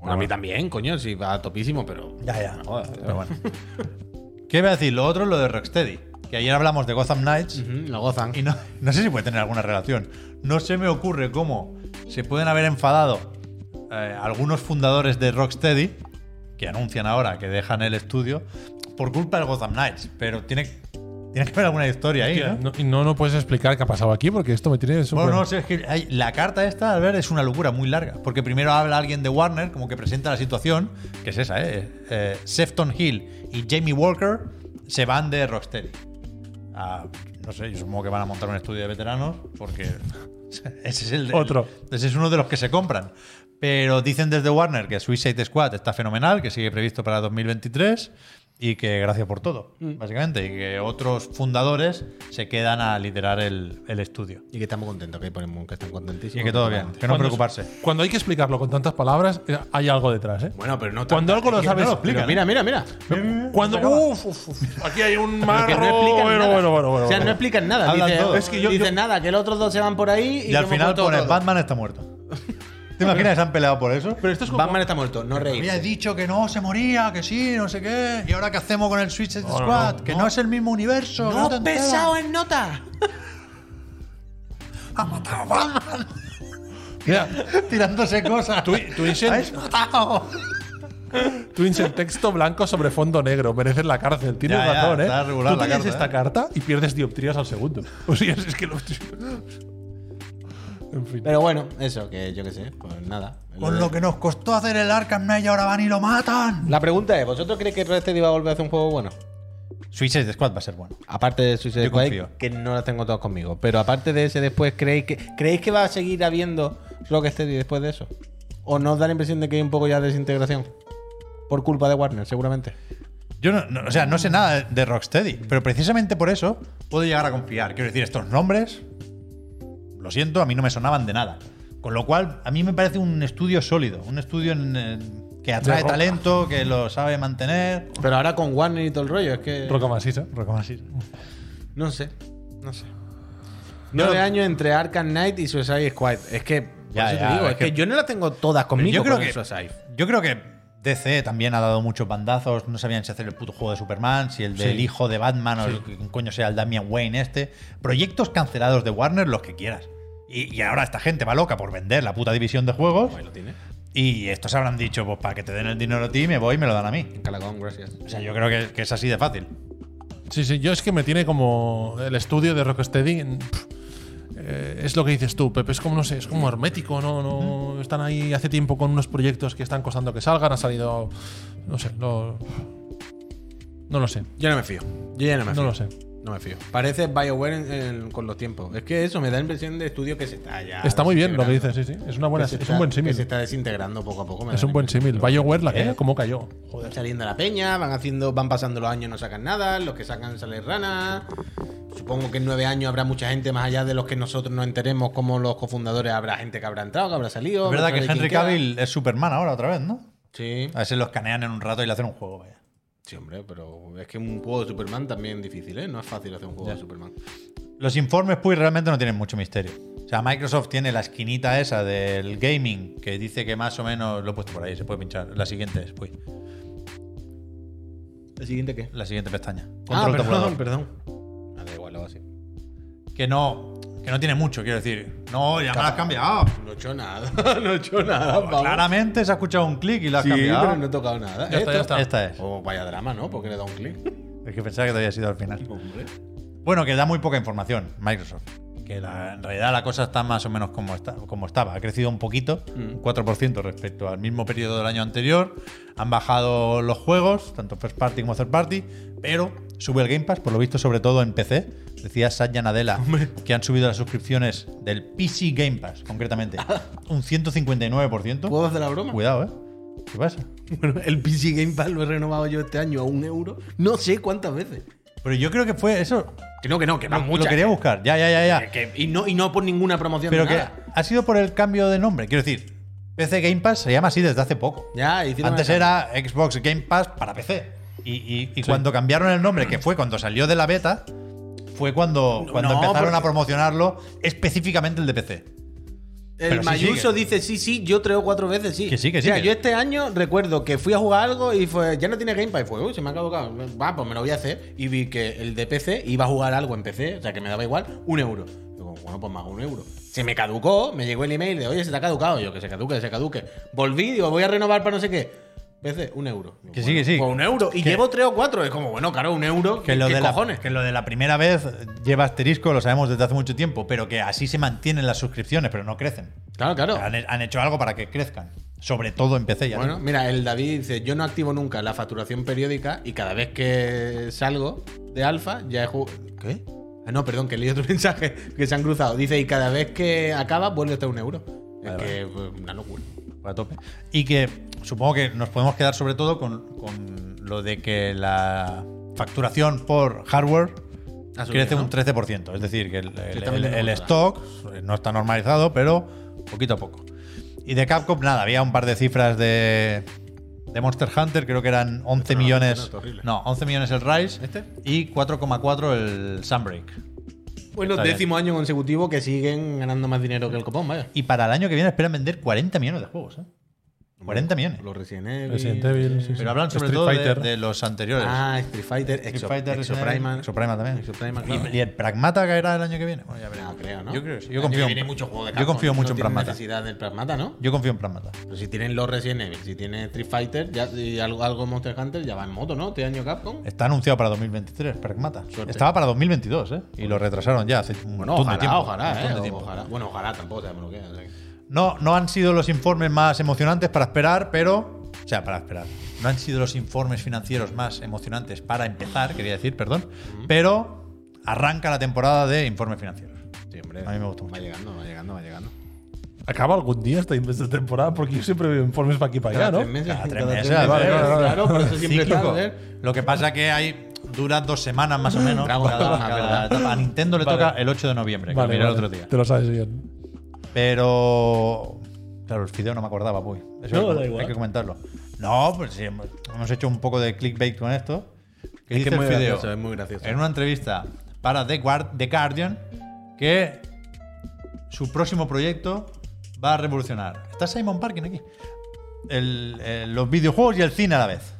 [SPEAKER 1] Bueno, a mí también, coño, sí, va a topísimo, pero.
[SPEAKER 2] Ya, ya. Pero Ah, bueno. (laughs) ¿Qué iba a decir? Lo otro es lo de Rocksteady. Que ayer hablamos de Gotham Knights.
[SPEAKER 1] Ujú, Lo gozan.
[SPEAKER 2] Y no, (laughs) no sé si puede tener alguna relación. No se me ocurre cómo se pueden haber enfadado eh, algunos fundadores de Rocksteady, que anuncian ahora que dejan el estudio, por culpa del Gotham Knights. Pero tiene, tiene que haber alguna historia ahí,
[SPEAKER 3] Tío,
[SPEAKER 2] ¿no?
[SPEAKER 3] no- y no, no puedes explicar qué ha pasado aquí porque esto me tiene súper.
[SPEAKER 2] Bueno, no sé, es que hay- la carta esta, al ver, es una locura muy larga. Porque primero habla alguien de Warner, como que presenta la situación, que es esa, ¿eh? Eh, Sefton Hill y Jamie Walker se van de Rocksteady. A- no sé, yo supongo que van a montar un estudio de veteranos, porque (laughs) ese es el de-
[SPEAKER 3] Otro.
[SPEAKER 2] ese es uno de los que se compran. Pero dicen desde Warner que Suicide Squad está fenomenal, que sigue previsto para 2023 y que gracias por todo, básicamente. Y que otros fundadores se quedan a liderar el, el estudio.
[SPEAKER 1] Y que estamos contentos, que ponemos que están contentísimos.
[SPEAKER 2] Y que todo bien, que no
[SPEAKER 3] Cuando-
[SPEAKER 2] preocuparse.
[SPEAKER 3] Cuando hay que explicarlo con tantas palabras, eh, hay algo detrás, ¿eh?
[SPEAKER 1] Bueno, pero no tan-
[SPEAKER 3] Cuando algo lo
[SPEAKER 1] es que no
[SPEAKER 3] sabes.
[SPEAKER 2] lo explica.
[SPEAKER 1] Pero mira, mira, mira.
[SPEAKER 3] Cuando. Uf, uf, uf, aquí hay un
[SPEAKER 1] Pero
[SPEAKER 3] marro.
[SPEAKER 1] que no explican
[SPEAKER 3] bueno,
[SPEAKER 1] nada.
[SPEAKER 3] bueno, bueno, bueno,
[SPEAKER 1] o sea, no
[SPEAKER 3] bueno.
[SPEAKER 1] explican nada.
[SPEAKER 2] Hablan
[SPEAKER 1] Dice,
[SPEAKER 2] todo.
[SPEAKER 1] es que yo- dice nada, que los otros dos se van por ahí y,
[SPEAKER 2] Y al
[SPEAKER 1] que
[SPEAKER 2] final
[SPEAKER 1] hemos muerto
[SPEAKER 2] pones
[SPEAKER 1] todo.
[SPEAKER 2] Batman está muerto. ¿Te imaginas que se han peleado por eso?
[SPEAKER 3] Pero esto es como.
[SPEAKER 1] Batman está muerto, no reís.
[SPEAKER 2] Había dicho que no, se moría, que sí, no sé qué. ¿Y ahora qué hacemos con el Suicide
[SPEAKER 3] no,
[SPEAKER 2] Squad?
[SPEAKER 3] no,
[SPEAKER 2] que no. es el mismo universo. que te enteras.
[SPEAKER 1] en nota!
[SPEAKER 2] ¡Ha matado a Batman!
[SPEAKER 3] Mira,
[SPEAKER 2] (laughs) Tirándose cosas.
[SPEAKER 3] tú, tú insen-
[SPEAKER 2] ¡Has matado!
[SPEAKER 3] tú insen texto blanco sobre fondo negro. Mereces la cárcel. Tienes
[SPEAKER 2] Ya, ya,
[SPEAKER 3] razón, ¿eh?
[SPEAKER 2] está regular
[SPEAKER 3] tú
[SPEAKER 2] la
[SPEAKER 3] te lees
[SPEAKER 2] carta,
[SPEAKER 3] esta
[SPEAKER 2] ¿eh?
[SPEAKER 3] carta y pierdes dioptrías al segundo. (laughs) O sea, es que lo. (laughs) en fin.
[SPEAKER 1] Pero bueno, eso, que yo qué sé, pues nada.
[SPEAKER 2] Con lo que nos costó hacer el Arkham Knight, ahora van y lo matan.
[SPEAKER 1] La pregunta es, ¿vosotros creéis que Rocksteady va a volver a hacer un juego bueno?
[SPEAKER 2] Suicide Squad va a ser bueno.
[SPEAKER 1] Aparte de Suicide
[SPEAKER 2] Yo
[SPEAKER 1] Squad,
[SPEAKER 2] confío.
[SPEAKER 1] que no las tengo todas conmigo. Pero aparte de ese después, ¿creéis que, ¿creéis que va a seguir habiendo Rocksteady después de eso? ¿O no os da la impresión de que hay un poco ya de desintegración? por culpa de Warner, seguramente.
[SPEAKER 2] Yo no, no- o sea, no sé nada de Rocksteady, pero precisamente por eso puedo llegar a confiar. Quiero decir, estos nombres, lo siento, a mí no me sonaban de nada. Con lo cual, a mí me parece un estudio sólido, un estudio en- en- que atrae
[SPEAKER 3] rock.
[SPEAKER 2] talento, que lo sabe mantener.
[SPEAKER 1] Pero ahora con Warner y todo el rollo, es que.
[SPEAKER 3] Roca maciza.
[SPEAKER 1] No sé. No sé. Nueve
[SPEAKER 2] Yo-
[SPEAKER 1] años entre Arkham Knight y Suicide Squad. Es que. por
[SPEAKER 2] Ya,
[SPEAKER 1] eso te
[SPEAKER 2] ya,
[SPEAKER 1] digo,
[SPEAKER 2] es
[SPEAKER 1] es que,
[SPEAKER 2] que-
[SPEAKER 1] yo no las tengo todas conmigo.
[SPEAKER 2] Yo creo,
[SPEAKER 1] con el
[SPEAKER 2] que,
[SPEAKER 1] Suicide.
[SPEAKER 2] yo creo que DC también ha dado muchos bandazos. No sabían si hacer el puto juego de Superman, si el del
[SPEAKER 1] Sí.
[SPEAKER 2] hijo de Batman o el que coño sea el Damian Wayne este. Proyectos cancelados de Warner, los que quieras. Y, y ahora esta gente va loca por vender la puta división de juegos.
[SPEAKER 1] Ahí lo tiene.
[SPEAKER 2] Y estos habrán dicho, pues para que te den el dinero a ti, me voy y me lo dan a mí.
[SPEAKER 1] En Calagón, gracias.
[SPEAKER 2] O sea, yo creo que, que es así de fácil.
[SPEAKER 3] Sí, sí, yo es que me tiene como el estudio de Rocksteady. mm, pf, eh, es lo que dices tú, Pepe. Es como, no sé, es como hermético, ¿no? no Están ahí hace tiempo con unos proyectos que están costando que salgan. Ha salido. No sé, no. No lo sé.
[SPEAKER 1] Yo no me fío. Yo ya no me
[SPEAKER 3] No
[SPEAKER 1] fío.
[SPEAKER 3] lo sé.
[SPEAKER 1] No me fío. Parece BioWare en- en- con los tiempos. Es que eso me da la impresión de estudio que se está ya.
[SPEAKER 3] Está muy bien lo que
[SPEAKER 1] desintegrando.
[SPEAKER 3] dices, sí, sí. Es, una buena,
[SPEAKER 1] Que se
[SPEAKER 3] es
[SPEAKER 1] está-
[SPEAKER 3] un buen
[SPEAKER 1] que Se
[SPEAKER 3] símil.
[SPEAKER 1] está desintegrando poco a poco. me
[SPEAKER 3] Es
[SPEAKER 1] da
[SPEAKER 3] un
[SPEAKER 1] la
[SPEAKER 3] buen
[SPEAKER 1] impresión.
[SPEAKER 3] símil. BioWare, la
[SPEAKER 2] ¿Eh?
[SPEAKER 3] que, ¿cómo cayó? Joder.
[SPEAKER 1] Saliendo la peña, van haciendo, van pasando los años, no sacan nada, los que sacan salen rana. Supongo que en nueve años habrá mucha gente, más allá de los que nosotros nos enteremos como los cofundadores, habrá gente que habrá entrado, que habrá salido.
[SPEAKER 2] Es verdad
[SPEAKER 1] no
[SPEAKER 2] que
[SPEAKER 1] sabe quién
[SPEAKER 2] Henry
[SPEAKER 1] queda.
[SPEAKER 2] Cavill es Superman ahora otra vez, ¿no?
[SPEAKER 1] Sí.
[SPEAKER 2] A veces lo escanean en un rato y le hacen un juego, vaya.
[SPEAKER 1] sí, hombre, pero es que un juego de Superman también es difícil, ¿eh? No es fácil hacer un juego de Superman.
[SPEAKER 2] Los informes pues realmente no tienen mucho misterio. O sea, Microsoft tiene la esquinita esa del gaming que dice que más o menos lo he puesto por ahí, se puede pinchar. La siguiente es, Puy.
[SPEAKER 1] ¿El siguiente qué?
[SPEAKER 2] la siguiente pestaña.
[SPEAKER 1] Ah,
[SPEAKER 2] Control
[SPEAKER 1] perdón,
[SPEAKER 2] tabulador.
[SPEAKER 1] perdón. Ah, da igual, lo hago así.
[SPEAKER 2] Que no, que no tiene mucho, quiero decir. No, ya me la has cambiado.
[SPEAKER 1] No he hecho nada, (laughs) no he hecho nada. vamos.
[SPEAKER 2] Claramente se ha escuchado un clic y la Pues has
[SPEAKER 1] Sí,
[SPEAKER 2] cambiado.
[SPEAKER 1] pero no he tocado nada.
[SPEAKER 3] Ya está, ya está.
[SPEAKER 2] Esta es.
[SPEAKER 1] Oh, vaya drama, ¿no? Porque le da un
[SPEAKER 2] (laughs)
[SPEAKER 1] clic.
[SPEAKER 2] Es que pensaba que te había sido al final.
[SPEAKER 1] Hombre.
[SPEAKER 2] Bueno, que da muy poca información Microsoft. Que la- en realidad la cosa está más o menos como, está, como estaba. Ha crecido un poquito,
[SPEAKER 1] Mm.
[SPEAKER 2] un 4% respecto al mismo periodo del año anterior. Han bajado los juegos, tanto first party como third party, pero sube el Game Pass, por lo visto, sobre todo en PC. Decía Satya Nadella que han subido las suscripciones del PC Game Pass,
[SPEAKER 1] (laughs)
[SPEAKER 2] concretamente, un 159%.
[SPEAKER 1] ¿Puedo hacer la broma?
[SPEAKER 2] Cuidado, ¿eh? ¿Qué pasa?
[SPEAKER 1] Bueno, el PC Game Pass lo he renovado yo este año a un euro. No sé cuántas veces.
[SPEAKER 2] Pero yo creo que fue eso.
[SPEAKER 1] Que no, que no, ¿eh? que
[SPEAKER 2] Lo, lo quería buscar. Ya, ya, ya, ya.
[SPEAKER 1] y, no, y no por ninguna promoción
[SPEAKER 2] Pero
[SPEAKER 1] de
[SPEAKER 2] que
[SPEAKER 1] nada.
[SPEAKER 2] ha sido por el cambio de nombre. Quiero decir, PC Game Pass se llama así desde hace poco.
[SPEAKER 1] Ya, hicieron
[SPEAKER 2] Antes
[SPEAKER 1] una-
[SPEAKER 2] era Xbox Game Pass para PC. Y, y- y cuando cambiaron el nombre, que fue cuando salió de la beta, fue cuando, cuando
[SPEAKER 1] no,
[SPEAKER 2] empezaron
[SPEAKER 1] porque-
[SPEAKER 2] a promocionarlo específicamente el de PC. pero
[SPEAKER 1] El
[SPEAKER 2] sí
[SPEAKER 1] Mayuso
[SPEAKER 2] sigue.
[SPEAKER 1] dice sí, sí, yo tres o cuatro veces sí.
[SPEAKER 2] Que sí, que sí,
[SPEAKER 1] O sea,
[SPEAKER 2] que-
[SPEAKER 1] yo este año recuerdo que fui a jugar algo y fue, ya no tiene Game Pass. Y fue, uy, se me ha caducado. Va, pues me lo voy a hacer. Y vi que el de PC iba a jugar algo en PC, o sea, que me daba igual, un euro. Digo, bueno, pues me hago un euro. Se me caducó, me llegó el email de, oye, se te ha caducado. Yo, que se caduque, que se caduque. Volví, digo, voy a renovar para no sé qué. PC, un euro. Digo,
[SPEAKER 2] Que sí,
[SPEAKER 1] bueno,
[SPEAKER 2] que sí.
[SPEAKER 1] Pues un euro. Y
[SPEAKER 2] Que-
[SPEAKER 1] llevo tres o cuatro. Es como, bueno, claro, un euro.
[SPEAKER 2] Que lo,
[SPEAKER 1] ¿qué
[SPEAKER 2] de
[SPEAKER 1] cojones?
[SPEAKER 2] La, que lo de la primera vez lleva asterisco, lo sabemos desde hace mucho tiempo, pero que así se mantienen las suscripciones, pero no crecen.
[SPEAKER 1] Claro, claro.
[SPEAKER 2] Han, han hecho algo para que crezcan. Sobre todo en PC ya.
[SPEAKER 1] Bueno,
[SPEAKER 2] digo.
[SPEAKER 1] mira, el David dice, yo no activo nunca la facturación periódica y cada vez que salgo de alfa ya he jugado... ¿Qué? Ah, no, perdón, que leí otro (laughs) mensaje que se han cruzado. Dice, y cada vez que acaba vuelve hasta un euro. es
[SPEAKER 2] Vale,
[SPEAKER 1] que pues, una locura.
[SPEAKER 2] a tope. Y que supongo que nos podemos quedar sobre todo con, con lo de que la facturación por hardware
[SPEAKER 1] Ha subido,
[SPEAKER 2] crece
[SPEAKER 1] ¿no?
[SPEAKER 2] un 13%. Es decir, que el, el-
[SPEAKER 1] también
[SPEAKER 2] el-
[SPEAKER 1] lo
[SPEAKER 2] el
[SPEAKER 1] notará.
[SPEAKER 2] stock eh, no está normalizado, pero poquito a poco. Y de Capcom, nada, había un par de cifras de, de Monster Hunter, creo que eran 11
[SPEAKER 1] no, no,
[SPEAKER 2] millones.
[SPEAKER 1] esto es horrible.
[SPEAKER 2] No, 11 millones el Rise
[SPEAKER 1] ¿Este?
[SPEAKER 2] y 4,4 el Sunbreak.
[SPEAKER 1] Bueno,
[SPEAKER 2] Está bien.
[SPEAKER 1] décimo año consecutivo que siguen ganando más dinero que el copón, vaya.
[SPEAKER 2] Y para el año que viene esperan vender 40 millones de juegos. ¿eh? 40 millones.
[SPEAKER 1] Los Resident Evil...
[SPEAKER 3] Resident Evil, sí, sí.
[SPEAKER 2] Pero hablan sobre
[SPEAKER 3] Street
[SPEAKER 2] todo de-
[SPEAKER 3] Fighter.
[SPEAKER 2] de los anteriores.
[SPEAKER 1] Ah, Street Fighter, Exo,
[SPEAKER 2] Street Fighter, Resident Evil,
[SPEAKER 1] Exoprimal.
[SPEAKER 2] Exoprimal también.
[SPEAKER 1] Exoprimal,
[SPEAKER 2] ¿Y-
[SPEAKER 1] claro.
[SPEAKER 2] ¿Y el Pragmata caerá el año que viene? Bueno, ya veremos.
[SPEAKER 1] No creo, ¿no?
[SPEAKER 2] Yo creo que sí.
[SPEAKER 1] El
[SPEAKER 2] Yo
[SPEAKER 1] año
[SPEAKER 2] confío,
[SPEAKER 1] que
[SPEAKER 2] en-
[SPEAKER 1] viene hay mucho juego de
[SPEAKER 2] yo
[SPEAKER 1] Capcom,
[SPEAKER 2] confío
[SPEAKER 1] no
[SPEAKER 2] mucho en
[SPEAKER 1] tienen
[SPEAKER 2] Pragmata.
[SPEAKER 1] necesidad del Pragmata, ¿no?
[SPEAKER 2] Yo confío en Pragmata.
[SPEAKER 1] Pero Pues si tienen los Resident Evil, si tienen Street Fighter ya, y algo, algo Monster Hunter, ya va en moto, ¿no? Este año Capcom.
[SPEAKER 2] Está anunciado para 2023, Pragmata.
[SPEAKER 1] Suerte.
[SPEAKER 2] Estaba para 2022, ¿eh? Y lo retrasaron ya hace un
[SPEAKER 1] Bueno,
[SPEAKER 2] montón
[SPEAKER 1] ojalá,
[SPEAKER 2] de tiempo. un
[SPEAKER 1] ojalá,
[SPEAKER 2] montón
[SPEAKER 1] ¿eh?
[SPEAKER 2] de tiempo.
[SPEAKER 1] Ojalá. Bueno, ojalá tampoco sabemos lo que es. o sea que-
[SPEAKER 2] No, no han sido los informes más emocionantes para esperar, pero. O sea, para esperar. No han sido los informes financieros más emocionantes para empezar, quería decir, perdón. Pero arranca la temporada de informes financieros.
[SPEAKER 1] Sí, hombre,
[SPEAKER 2] A mí me gusta
[SPEAKER 1] Va
[SPEAKER 2] mucho.
[SPEAKER 1] llegando, va llegando, va llegando.
[SPEAKER 3] Acaba algún día esta inmensa temporada, porque yo siempre veo informes para aquí para allá,
[SPEAKER 1] Cada
[SPEAKER 3] ¿no?
[SPEAKER 1] tres meses.
[SPEAKER 2] Cada tres
[SPEAKER 1] cada
[SPEAKER 2] meses,
[SPEAKER 1] tres
[SPEAKER 3] vale, vale, vale.
[SPEAKER 1] Claro, por eso siempre está,
[SPEAKER 2] Cíclico.
[SPEAKER 1] joder.
[SPEAKER 2] ¿eh? Lo que pasa que hay dura dos semanas más o menos.
[SPEAKER 1] Dragon
[SPEAKER 2] cada-
[SPEAKER 1] Ball,
[SPEAKER 2] cada
[SPEAKER 1] ¿verdad?
[SPEAKER 2] etapa. A Nintendo le
[SPEAKER 3] Vale.
[SPEAKER 2] toca el 8 de noviembre, que lo miré el otro día.
[SPEAKER 3] Te lo sabes bien.
[SPEAKER 2] Pero. Claro, el fideo no me acordaba, uy. Eso
[SPEAKER 3] No,
[SPEAKER 2] hay, que-
[SPEAKER 3] da igual.
[SPEAKER 2] hay que comentarlo. No, pues sí, hemos hemos hecho un poco de clickbait con esto. ¿Qué dice
[SPEAKER 1] es
[SPEAKER 2] el
[SPEAKER 1] muy
[SPEAKER 2] fideo?
[SPEAKER 1] gracioso, es muy gracioso.
[SPEAKER 2] en una entrevista para The, Guar- The Guardian que su próximo proyecto va a revolucionar. Está Simon Parkin aquí. El- el- los videojuegos y el cine a la vez.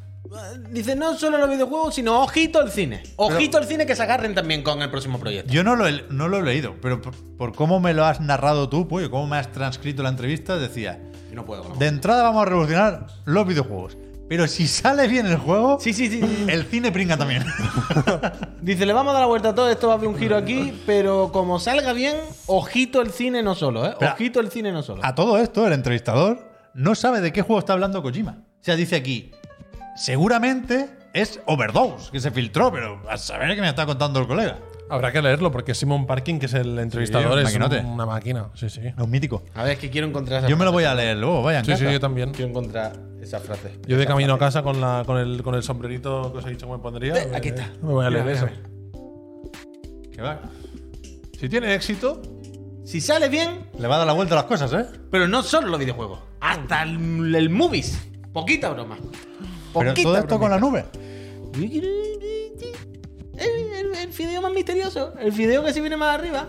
[SPEAKER 1] Dice, no solo los videojuegos, sino ojito al cine. Ojito al cine que se agarren también con el próximo proyecto.
[SPEAKER 2] Yo no lo, he, no lo he leído, pero por, por cómo me lo has narrado tú, Puyo, cómo me has transcrito la entrevista, decía,
[SPEAKER 1] Yo no puedo. con la
[SPEAKER 2] de entrada vamos a revolucionar los videojuegos. Pero si sale bien el juego,
[SPEAKER 1] Sí, sí, sí.
[SPEAKER 2] (laughs)
[SPEAKER 1] sí.
[SPEAKER 2] el cine pringa también.
[SPEAKER 1] Dice, le vamos a dar la vuelta a todo, esto va a haber un giro aquí, pero como salga bien, ojito el cine no solo, ¿eh?
[SPEAKER 2] Pero-
[SPEAKER 1] ojito el cine no solo.
[SPEAKER 2] a todo esto, el entrevistador no sabe de qué juego está hablando Kojima. O sea, dice aquí, seguramente es Overdose, que se filtró, pero a saber qué me está contando el colega.
[SPEAKER 3] Habrá que leerlo, porque Simon Parkin, que es el entrevistador,
[SPEAKER 2] un
[SPEAKER 3] es
[SPEAKER 2] maquinote.
[SPEAKER 3] un- una máquina. Sí, sí.
[SPEAKER 2] Es un mítico.
[SPEAKER 1] A ver, es que quiero encontrar esa
[SPEAKER 2] Yo me lo
[SPEAKER 1] frase.
[SPEAKER 2] voy a leer luego, vayan.
[SPEAKER 3] Sí, sí, yo también.
[SPEAKER 1] Quiero encontrar esa frase.
[SPEAKER 3] Yo de camino a casa con, la, con, el, con el sombrerito que os he dicho que me pondría.
[SPEAKER 1] Eh,
[SPEAKER 3] me-
[SPEAKER 1] aquí está.
[SPEAKER 3] Me voy a leer
[SPEAKER 1] Mira,
[SPEAKER 3] eso.
[SPEAKER 1] mira, mira.
[SPEAKER 2] que va.
[SPEAKER 3] Si tiene éxito,
[SPEAKER 1] Si sale bien,
[SPEAKER 2] Le va a dar la vuelta a las cosas, ¿eh?
[SPEAKER 1] pero no solo los videojuegos, hasta el, el movies. Poquita broma.
[SPEAKER 2] Pero todo esto con la nube.
[SPEAKER 1] El, el- el fideo más misterioso, el fideo que se viene más arriba,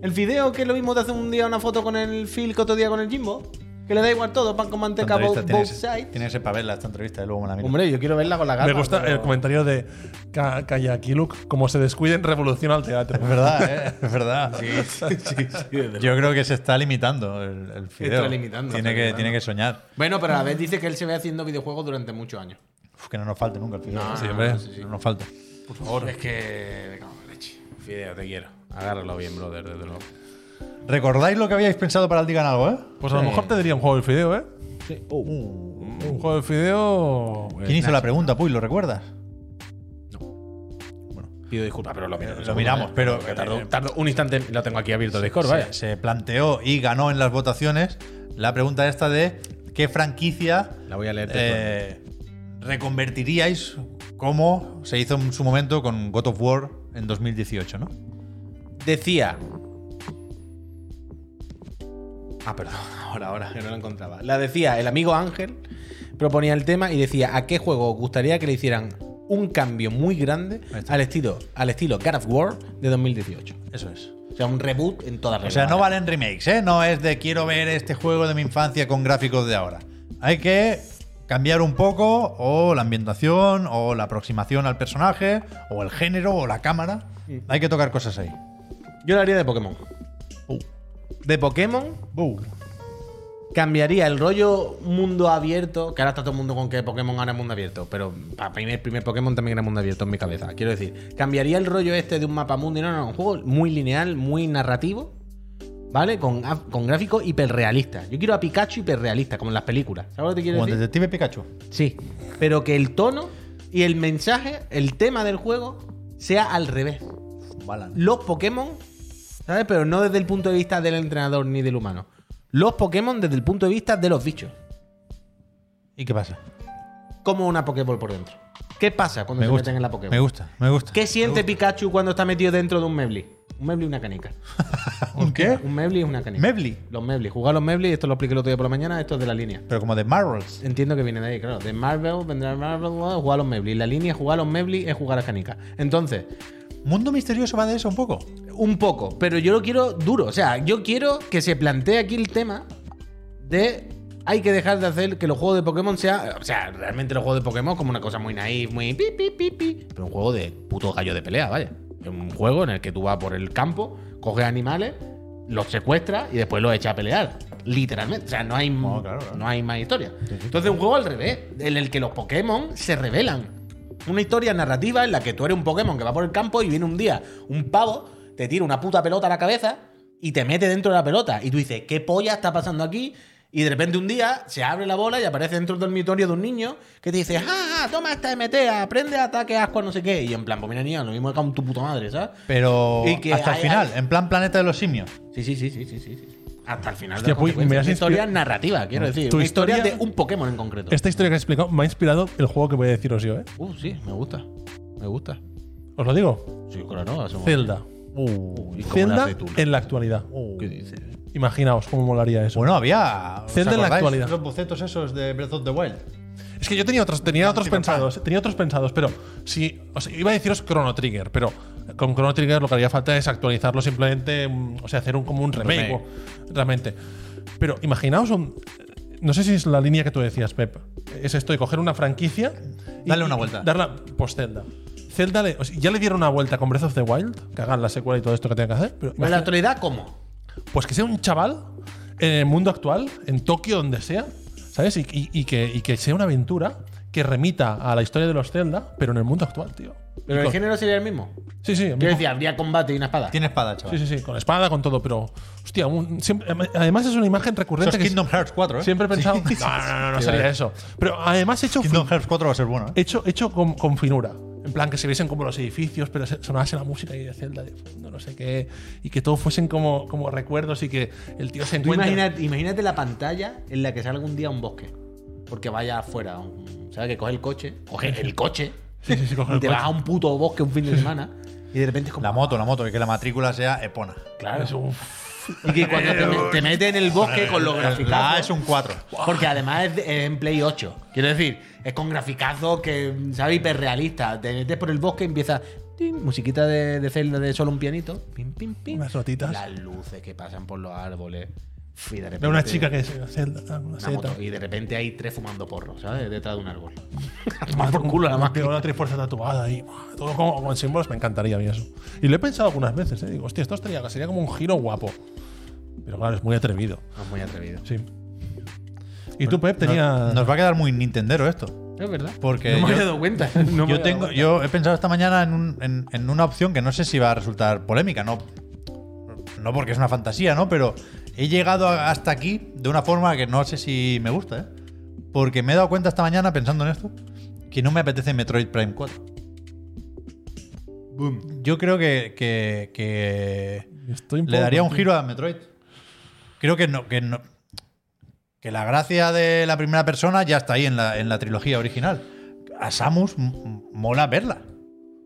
[SPEAKER 1] el fideo que es lo mismo te hace un día una foto con el Phil que otro día con el Jimbo, que le da igual todo, pan con manteca,
[SPEAKER 2] Esta
[SPEAKER 1] bo-
[SPEAKER 2] entrevista
[SPEAKER 1] both,
[SPEAKER 2] tiene ese-
[SPEAKER 1] sides.
[SPEAKER 2] Tiene ese papel esta entrevista y luego me la miro.
[SPEAKER 1] Hombre, yo quiero verla con la gata.
[SPEAKER 3] me gusta el comentario de Ka- Kayakiluk. Como se descuiden, revoluciona el teatro.
[SPEAKER 2] Es verdad, ¿eh? es verdad. (laughs)
[SPEAKER 1] (laughs)
[SPEAKER 2] Yo creo que se está limitando el, el fideo.
[SPEAKER 1] Está limitando,
[SPEAKER 2] Tiene,
[SPEAKER 1] está
[SPEAKER 2] que,
[SPEAKER 1] limitando.
[SPEAKER 2] tiene que soñar.
[SPEAKER 1] Bueno, pero a la vez dice que él se ve haciendo videojuegos durante muchos años.
[SPEAKER 2] Uf, que no nos falte nunca el fideo.
[SPEAKER 1] No,
[SPEAKER 2] Sí,
[SPEAKER 1] no,
[SPEAKER 2] hombre,
[SPEAKER 1] sí, sí.
[SPEAKER 2] no nos falte.
[SPEAKER 1] Por favor. Es que. Me cago en la leche. Fideo, te quiero. Agárralo bien, brother, desde luego.
[SPEAKER 2] ¿Recordáis lo que habíais pensado para el Digan Algo, eh?
[SPEAKER 3] Pues a lo mejor te diría un juego del fideo, ¿eh?
[SPEAKER 1] Oh.
[SPEAKER 3] Un juego del fideo. eh.
[SPEAKER 2] ¿Quién hizo la pregunta, Puy? ¿Lo recuerdas?
[SPEAKER 1] Pido disculpas, pero lo miro.
[SPEAKER 2] Eh,
[SPEAKER 1] eh.
[SPEAKER 2] Lo miramos, pero
[SPEAKER 1] Que Tardo, tardo un instante, lo tengo aquí abierto el Discord,
[SPEAKER 2] se-
[SPEAKER 1] vaya.
[SPEAKER 2] se, planteó y ganó en las votaciones la pregunta esta de qué franquicia
[SPEAKER 1] La voy a leer.
[SPEAKER 2] eh, reconvertiríais como se hizo en su momento con God of War en 2018, ¿no?
[SPEAKER 1] Decía. Ah, perdón, (laughs) ahora, ahora, que no la encontraba. La decía el amigo Ángel, proponía el tema y decía a qué juego os gustaría que le hicieran un cambio muy grande
[SPEAKER 2] Ahí está.
[SPEAKER 1] al estilo, al estilo God of War de 2018.
[SPEAKER 2] Eso es.
[SPEAKER 1] O sea, un reboot en todas
[SPEAKER 2] O
[SPEAKER 1] reglas.
[SPEAKER 2] sea, no valen remakes, ¿eh? No es de quiero ver este juego de mi infancia con gráficos de ahora. Hay que cambiar un poco o la ambientación o la aproximación al personaje o el género o la cámara. Hay que tocar cosas ahí.
[SPEAKER 1] Yo lo haría de Pokémon.
[SPEAKER 2] Uh.
[SPEAKER 1] De Pokémon
[SPEAKER 2] Uh.
[SPEAKER 1] cambiaría el rollo mundo abierto, que ahora está todo el mundo con que Pokémon ahora es mundo abierto, pero para mí el primer Pokémon también era mundo abierto en mi cabeza. Quiero decir, cambiaría el rollo este de un mapa mundo, no, no, un juego muy lineal, muy narrativo, ¿vale? Con, af- con gráficos hiperrealistas. Yo quiero a Pikachu hiperrealista, como en las películas. ¿Sabes lo que te quiero
[SPEAKER 2] Como el
[SPEAKER 1] decir?
[SPEAKER 2] Detective Pikachu.
[SPEAKER 1] Sí, pero que el tono y el mensaje, el tema del juego, sea al revés
[SPEAKER 2] Balan.
[SPEAKER 1] los Pokémon, ¿sabes? Pero no desde el punto de vista del entrenador ni del humano. Los Pokémon desde el punto de vista de los bichos.
[SPEAKER 2] ¿Y qué pasa?
[SPEAKER 1] Como una Pokéball por dentro. ¿Qué pasa cuando
[SPEAKER 2] Me
[SPEAKER 1] se
[SPEAKER 2] gusta,
[SPEAKER 1] meten en la
[SPEAKER 2] me
[SPEAKER 1] Pokéball?
[SPEAKER 2] gusta, me gusta.
[SPEAKER 1] ¿Qué siente Pikachu cuando está metido dentro de un Mebli? Un Mebli y una canica.
[SPEAKER 2] (laughs) ¿Un qué?
[SPEAKER 1] Un Mebli y una canica.
[SPEAKER 2] Mebli.
[SPEAKER 1] Los Mebli. Jugar los Mebli, esto lo expliqué el otro día por la mañana, esto es de la línea.
[SPEAKER 2] Pero como de Marvels.
[SPEAKER 1] Entiendo que viene de ahí, claro. De Marvel, vendrá Marvel, jugar a los Mebli. La línea jugar a los Mebli es jugar a las canicas. Entonces,
[SPEAKER 2] Mundo misterioso va de eso un poco.
[SPEAKER 1] Un poco, pero yo lo quiero duro. O sea, yo quiero que se plantee aquí el tema de hay que dejar de hacer que los juegos de Pokémon sea. O sea, realmente los juegos de Pokémon como una cosa muy naif, muy pi, pi, pi, pi. Pero un juego de puto gallo de pelea, vaya. Es un juego en el que tú vas por el campo, coges animales, los secuestras y después los echas a pelear. Literalmente. O sea, no hay,
[SPEAKER 2] Oh, claro, claro.
[SPEAKER 1] no hay más historia. Entonces, un juego al revés, en el que los Pokémon se revelan. Una historia narrativa en la que tú eres un Pokémon que va por el campo y viene un día un pavo, te tira una puta pelota a la cabeza y te mete dentro de la pelota. Y tú dices, ¿qué polla está pasando aquí? Y de repente un día se abre la bola y aparece dentro del dormitorio de un niño que te dice, ¡ah, toma esta MT, aprende ataque, asco, no sé qué! Y en plan, pues mira, niño, lo mismo que con tu puta madre, ¿sabes?
[SPEAKER 2] Pero
[SPEAKER 1] Y que
[SPEAKER 2] hasta el
[SPEAKER 1] hay-
[SPEAKER 2] final,
[SPEAKER 1] hay-
[SPEAKER 2] en plan Planeta de los Simios.
[SPEAKER 1] Sí, sí, sí, sí, sí, sí. sí. hasta el final
[SPEAKER 3] Hostia,
[SPEAKER 1] de
[SPEAKER 3] Puy,
[SPEAKER 1] la
[SPEAKER 3] me has
[SPEAKER 1] historia historia
[SPEAKER 3] inspira-
[SPEAKER 1] narrativa, quiero decir.
[SPEAKER 3] Tu
[SPEAKER 1] una historia,
[SPEAKER 3] historia-
[SPEAKER 1] de un Pokémon en concreto.
[SPEAKER 3] Esta historia que he explicado me ha inspirado el juego que voy a deciros yo, ¿eh?
[SPEAKER 1] Uh, sí, me gusta. Me gusta.
[SPEAKER 3] Os lo digo.
[SPEAKER 1] Sí, claro, no. hacemos-
[SPEAKER 3] Zelda.
[SPEAKER 1] Uy, como la Oh.
[SPEAKER 3] Zelda
[SPEAKER 1] aceituna.
[SPEAKER 3] en la actualidad.
[SPEAKER 1] ¿Qué dices?
[SPEAKER 3] Imaginaos cómo molaría eso.
[SPEAKER 2] Bueno, había. ¿os
[SPEAKER 3] Zelda en la
[SPEAKER 2] acordáis?
[SPEAKER 3] actualidad.
[SPEAKER 2] Los bocetos esos de Breath of the Wild.
[SPEAKER 3] Es que yo tenía otros, tenía otros
[SPEAKER 2] papá.
[SPEAKER 3] pensados, tenía otros pensados, pero si o sea, iba a deciros Chrono Trigger, pero con Chrono Trigger lo que haría falta es actualizarlo simplemente, mm, o sea, hacer un como un remake,
[SPEAKER 1] Remake.
[SPEAKER 3] o- realmente. Pero imaginaos un no sé si es la línea que tú decías, Pep. Es esto de coger una franquicia
[SPEAKER 2] Darle una vuelta.
[SPEAKER 3] Darla post Zelda. Zelda le- o sea, ya le dieron una vuelta con Breath of the Wild, que hagan la secuela y todo esto que tengan que hacer, pero
[SPEAKER 1] ¿En la
[SPEAKER 3] imagina-
[SPEAKER 1] actualidad cómo?
[SPEAKER 3] pues que sea un chaval en el mundo actual, en Tokio, donde sea, ¿sabes? Y, y- y que, y que sea una aventura que remita a la historia de los Zelda, pero en el mundo actual, tío.
[SPEAKER 1] Pero
[SPEAKER 3] Y
[SPEAKER 1] el
[SPEAKER 3] con-
[SPEAKER 1] género sería el mismo.
[SPEAKER 3] Sí, sí,
[SPEAKER 1] Quiero
[SPEAKER 3] el mismo-
[SPEAKER 1] decir, habría combate y una espada.
[SPEAKER 2] Tiene espada, chaval.
[SPEAKER 3] sí, sí, sí, con espada, con todo, pero. Hostia, un- siempre- además es una imagen
[SPEAKER 2] Eso
[SPEAKER 3] recurrente.
[SPEAKER 2] es
[SPEAKER 3] que
[SPEAKER 2] Kingdom Hearts 4, ¿eh?
[SPEAKER 3] Siempre
[SPEAKER 2] (laughs)
[SPEAKER 3] he pensado. No, no, no, no
[SPEAKER 2] Sí,
[SPEAKER 3] sería
[SPEAKER 2] vale.
[SPEAKER 3] eso. Pero además he hecho,
[SPEAKER 2] Kingdom Hearts 4 va a ser bueno, ¿eh?
[SPEAKER 3] hecho, hecho con, con finura. En plan, que se viesen como los edificios, pero se- sonase la música ahí de Zelda de fondo, no sé qué. Y que todo fuesen como, como recuerdos y que el tío se
[SPEAKER 1] Tú
[SPEAKER 3] encuentre.
[SPEAKER 1] imagínate, imagínate la pantalla en la que salga un día a un bosque. Porque vaya afuera. a un- O sea, que coge el coche. Coge el coche.
[SPEAKER 3] Sí, sí, sí, coge
[SPEAKER 2] (laughs)
[SPEAKER 3] el
[SPEAKER 1] y te
[SPEAKER 3] coche.
[SPEAKER 1] vas a un puto bosque un fin de semana. Y de repente es como.
[SPEAKER 2] La moto, la moto, y que la matrícula sea Epona.
[SPEAKER 1] Claro.
[SPEAKER 3] Es un-
[SPEAKER 1] Y que cuando te, me- te metes en el bosque con los
[SPEAKER 2] La A
[SPEAKER 1] graficazos.
[SPEAKER 2] es un 4.
[SPEAKER 1] Porque además es, de- es en Play 8. Quiero decir, es con graficazos que, ¿sabes? Hiperrealista. Te metes por el bosque y empieza. tin, musiquita de, de Zelda de solo un pianito. Pim, pim, pim.
[SPEAKER 3] Unas notitas.
[SPEAKER 1] Las luces que pasan por los árboles. Y de repente,
[SPEAKER 3] Veo una chica que es Zelda, una
[SPEAKER 1] una moto,
[SPEAKER 3] Zelda.
[SPEAKER 1] y de repente hay tres fumando porro, ¿sabes? Detrás de un árbol.
[SPEAKER 3] Más por culo, además que una trifuerza tatuada ahí. buah, Todo como con símbolos, me encantaría a mí eso. Y lo he pensado algunas veces, ¿eh? digo, hostia, esto estaría, sería como un giro guapo. Pero claro, es muy atrevido.
[SPEAKER 1] Es muy atrevido.
[SPEAKER 3] Sí. Y tú, Pep, tenía.
[SPEAKER 2] Nos, nos va a quedar muy Nintendero esto.
[SPEAKER 1] Es verdad. no me
[SPEAKER 2] Porque Eh, yo-
[SPEAKER 1] había dado cuenta. No me había
[SPEAKER 2] yo,
[SPEAKER 1] dado
[SPEAKER 2] tengo,
[SPEAKER 1] cuenta.
[SPEAKER 2] yo he pensado esta mañana en, un- en- en una opción que no sé si va a resultar polémica, no, no porque es una fantasía, ¿no? Pero he llegado a- hasta aquí de una forma que no sé si me gusta, ¿eh? Porque me he dado cuenta esta mañana pensando en esto que no me apetece Metroid Prime 4. Yo creo que, que- que
[SPEAKER 3] Estoy un
[SPEAKER 2] le
[SPEAKER 3] poco
[SPEAKER 2] daría un
[SPEAKER 3] contigo.
[SPEAKER 2] giro a Metroid. Creo que no, que no- que la gracia de la primera persona ya está ahí en la, en la trilogía original. A Samus m- m- mola verla.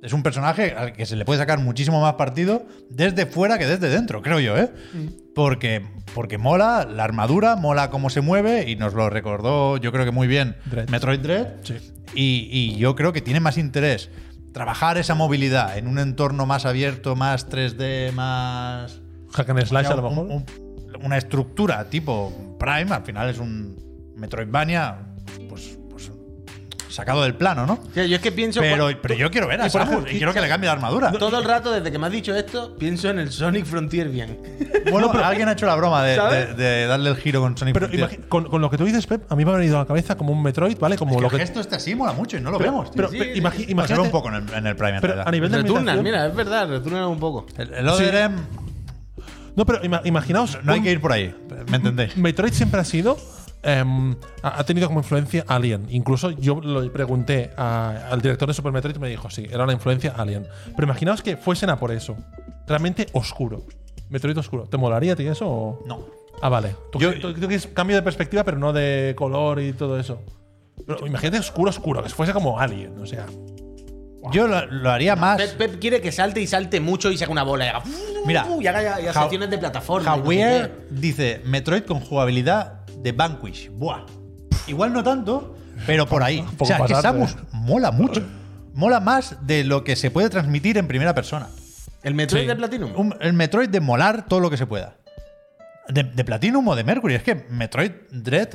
[SPEAKER 2] Es un personaje al que se le puede sacar muchísimo más partido desde fuera que desde dentro, creo yo, ¿eh?
[SPEAKER 3] Mm.
[SPEAKER 2] Porque, porque mola la armadura, mola cómo se mueve y nos lo recordó, yo creo que muy bien,
[SPEAKER 3] Dread.
[SPEAKER 2] Metroid Dread.
[SPEAKER 3] Sí.
[SPEAKER 2] Y, y yo creo que tiene más interés trabajar esa movilidad en un entorno más abierto, más 3D, más.
[SPEAKER 3] Hack and Slash, a lo
[SPEAKER 2] un-
[SPEAKER 3] mejor.
[SPEAKER 2] un- una estructura tipo Prime, al final es un Metroidvania, pues, pues sacado del plano, ¿no?
[SPEAKER 1] Tío, yo es que pienso.
[SPEAKER 2] Pero,
[SPEAKER 1] cuan-
[SPEAKER 2] pero yo quiero ver a
[SPEAKER 1] Y por
[SPEAKER 2] Samus
[SPEAKER 1] ejemplo,
[SPEAKER 2] y quiero que le cambie la armadura.
[SPEAKER 1] (laughs) Todo el rato, desde que me has dicho esto, pienso en el Sonic Frontier bien.
[SPEAKER 2] Bueno, pero alguien ha hecho la broma de,
[SPEAKER 1] ¿Sabes?
[SPEAKER 2] de- de darle el giro con Sonic
[SPEAKER 3] Pero
[SPEAKER 2] Frontier.
[SPEAKER 3] imagi- con, con lo que tú dices, Pep, a mí me ha venido a la cabeza como un Metroid, ¿vale? Como
[SPEAKER 2] Es que
[SPEAKER 3] lo
[SPEAKER 2] el
[SPEAKER 3] que.
[SPEAKER 2] gesto este así mola mucho y no lo
[SPEAKER 3] pero
[SPEAKER 2] vemos. tío.
[SPEAKER 3] pero-
[SPEAKER 1] Sí,
[SPEAKER 3] pero
[SPEAKER 1] sí, sí.
[SPEAKER 2] Bueno, se
[SPEAKER 3] imagi-
[SPEAKER 2] ve
[SPEAKER 3] imagínate.
[SPEAKER 2] un poco en el, en el Prime, en
[SPEAKER 3] pero
[SPEAKER 2] realidad.
[SPEAKER 3] a nivel de
[SPEAKER 1] Returnan,
[SPEAKER 3] ambientación-
[SPEAKER 1] mira, es verdad, returnan un poco.
[SPEAKER 2] el, el ODRM
[SPEAKER 3] No, pero ima- imaginaos.
[SPEAKER 2] no hay
[SPEAKER 3] un-
[SPEAKER 2] que ir por ahí, ¿me entendéis?
[SPEAKER 3] Metroid siempre ha sido. em, ha ha tenido como influencia Alien. Incluso yo lo pregunté a- al director de Super Metroid y me dijo, sí, era una influencia Alien. Pero imaginaos que fuesen a por eso. Realmente oscuro. Metroid oscuro. ¿Te molaría a ti eso? o-
[SPEAKER 2] No.
[SPEAKER 3] Ah, vale. Tú,
[SPEAKER 2] Yo-
[SPEAKER 3] tú- tú quieres cambio de perspectiva, pero no de color y todo eso. Pero imagínate oscuro, oscuro, que fuese como Alien, o sea.
[SPEAKER 2] Yo lo, lo haría más.
[SPEAKER 1] Pep, Pep quiere que salte y salte mucho y saque una bola y haga.
[SPEAKER 2] Mira,
[SPEAKER 1] y haga ya, ya
[SPEAKER 2] Ja-
[SPEAKER 1] secciones de plataforma. y no sé qué.
[SPEAKER 2] Javier dice Metroid con jugabilidad de Vanquish. Buah. Igual no tanto, pero por ahí.
[SPEAKER 3] poco
[SPEAKER 2] O sea, que
[SPEAKER 3] pasarte.
[SPEAKER 2] Samus mola mucho. Mola más de lo que se puede transmitir en primera persona.
[SPEAKER 1] El Metroid
[SPEAKER 3] Sí.
[SPEAKER 1] de Platinum.
[SPEAKER 2] Un- el Metroid de molar todo lo que se pueda. De, de Platinum o de Mercury. Es que Metroid Dread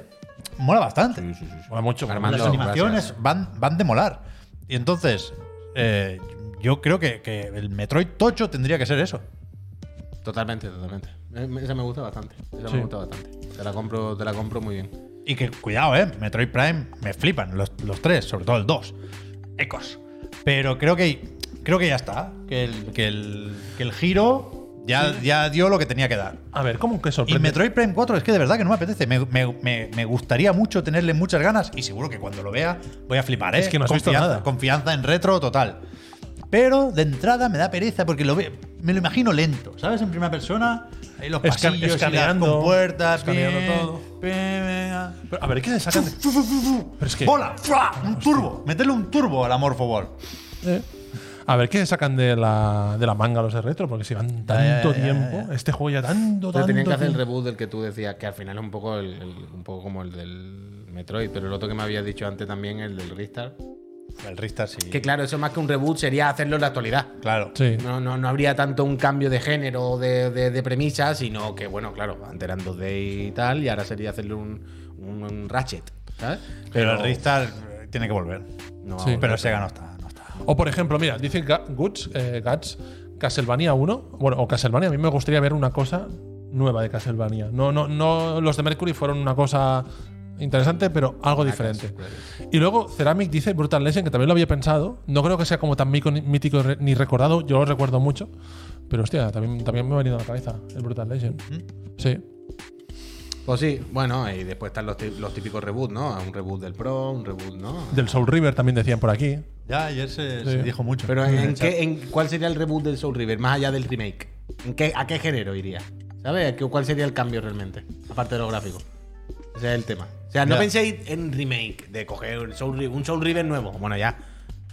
[SPEAKER 2] mola bastante.
[SPEAKER 3] Mola mucho. mola
[SPEAKER 1] Armando.
[SPEAKER 3] mucho.
[SPEAKER 2] Las
[SPEAKER 1] No,
[SPEAKER 2] animaciones
[SPEAKER 1] gracias.
[SPEAKER 2] van, van de molar. Y entonces, eh, yo creo que, que el Metroid Tocho tendría que ser eso.
[SPEAKER 1] Totalmente, totalmente. Eh, me- Esa me gusta bastante. Esa
[SPEAKER 3] Sí.
[SPEAKER 1] me gusta bastante. Te la compro, te la compro muy bien.
[SPEAKER 2] Y que, cuidado, ¿eh? Metroid Prime me flipan los, los tres, sobre todo el 2. Ecos. Pero creo que, creo que ya está. Que el, que el, que el giro ya, ya dio lo que tenía que dar.
[SPEAKER 3] A ver, ¿cómo que
[SPEAKER 2] Y
[SPEAKER 3] sorprende?
[SPEAKER 2] Metroid Prime 4 es que de verdad que no me apetece. Me, me- me- me gustaría mucho tenerle muchas ganas y seguro que cuando lo vea voy a flipar, ¿eh?
[SPEAKER 3] Es que no has visto
[SPEAKER 2] Confianza-
[SPEAKER 3] nada.
[SPEAKER 2] Confianza en retro total. Pero de entrada me da pereza porque lo ve- me lo imagino lento, ¿sabes? En primera persona Ahí los
[SPEAKER 3] Esca-
[SPEAKER 2] pasillos,
[SPEAKER 3] escaneando,
[SPEAKER 2] escaneando, puertas,
[SPEAKER 3] escaneando todo.
[SPEAKER 2] venga.
[SPEAKER 3] Pero, a ver, ¿qué se sacan? de- Pero es que-
[SPEAKER 2] ¡Bola! ¡Fua! ¡Un turbo! Meterle un turbo al Amorfo Ball.
[SPEAKER 3] Eh, A ver, ¿qué se sacan de la, de la manga los de retro? Porque si van tanto
[SPEAKER 2] ya, ya,
[SPEAKER 3] tiempo, este juego ya
[SPEAKER 1] Pero
[SPEAKER 3] tanto, tanto
[SPEAKER 1] tenían que hacer el
[SPEAKER 3] tiempo.
[SPEAKER 1] reboot del que tú decías, que al final es un poco, el, el- un poco como el del Metroid, pero el otro que me habías dicho antes también, el del Restart.
[SPEAKER 2] El Ristar sí.
[SPEAKER 1] Que claro, eso más que un reboot sería hacerlo en la actualidad.
[SPEAKER 2] Claro.
[SPEAKER 3] Sí.
[SPEAKER 1] No, no, no habría tanto un cambio de género o de, de, de premisa, sino que, bueno, claro, antes eran 2D y tal, y ahora sería hacerle un, un, un Ratchet, ¿sabes?
[SPEAKER 2] Pero el Ristar eh, tiene que volver.
[SPEAKER 1] No,
[SPEAKER 3] Sí.
[SPEAKER 2] Pero Sega no está. No está.
[SPEAKER 3] O por ejemplo, mira, dicen Ga- Guts, eh, Guts, Castlevania 1, bueno, o Castlevania, a mí me gustaría ver una cosa nueva de Castlevania. No, no, no, los de Mercury fueron una cosa interesante, pero
[SPEAKER 2] Ah,
[SPEAKER 3] algo diferente.
[SPEAKER 2] pues.
[SPEAKER 3] Y luego Ceramic dice Brutal Legend, que también lo había pensado. No creo que sea como tan mico- mítico re- ni recordado, yo lo recuerdo mucho. Pero hostia, también, también me ha venido a la cabeza el Brutal Legend. Sí.
[SPEAKER 1] Pues sí, bueno, y después están los, ti- los típicos reboots, ¿no? Un reboot del Pro, un reboot, ¿no?
[SPEAKER 3] Del Soul River también decían por aquí.
[SPEAKER 2] Ya ayer se,
[SPEAKER 3] Sí.
[SPEAKER 2] se dijo mucho.
[SPEAKER 1] Pero
[SPEAKER 2] en
[SPEAKER 1] ¿en,
[SPEAKER 2] el chat.
[SPEAKER 1] qué, en cuál sería el reboot del Soul River, más allá del remake? ¿En qué, ¿A qué género iría? ¿Sabes? ¿A qué- ¿Cuál sería el cambio realmente? Aparte de lo gráfico. Ese es el tema. O sea, no
[SPEAKER 2] Ya.
[SPEAKER 1] penséis en remake, de coger el Soul Ri- un Soul River nuevo. Bueno, ya.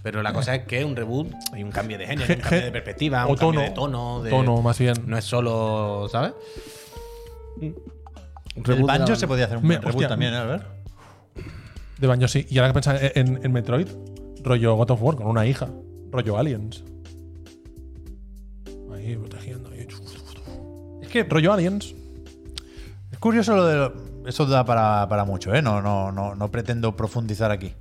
[SPEAKER 1] Pero la cosa es que un reboot y un cambio de género, un cambio de perspectiva,
[SPEAKER 2] (laughs)
[SPEAKER 3] O
[SPEAKER 1] un cambio
[SPEAKER 3] tono.
[SPEAKER 1] de tono. de-
[SPEAKER 3] Tono, más bien.
[SPEAKER 1] No es solo, ¿sabes?
[SPEAKER 2] Mm.
[SPEAKER 1] Un
[SPEAKER 2] El
[SPEAKER 1] de la
[SPEAKER 2] banjo
[SPEAKER 1] banda.
[SPEAKER 2] se podía hacer un
[SPEAKER 3] Me-
[SPEAKER 2] buen reboot
[SPEAKER 3] hostia.
[SPEAKER 2] también, ¿eh? a ver.
[SPEAKER 3] De baño sí. Y ahora que pensaba en, en Metroid, rollo God of War con una hija. Rollo Aliens. Ahí protegiendo. ahí. Es que rollo Aliens.
[SPEAKER 2] Es curioso lo de. Eso da para, para mucho, ¿eh? No, no, no, no pretendo profundizar aquí.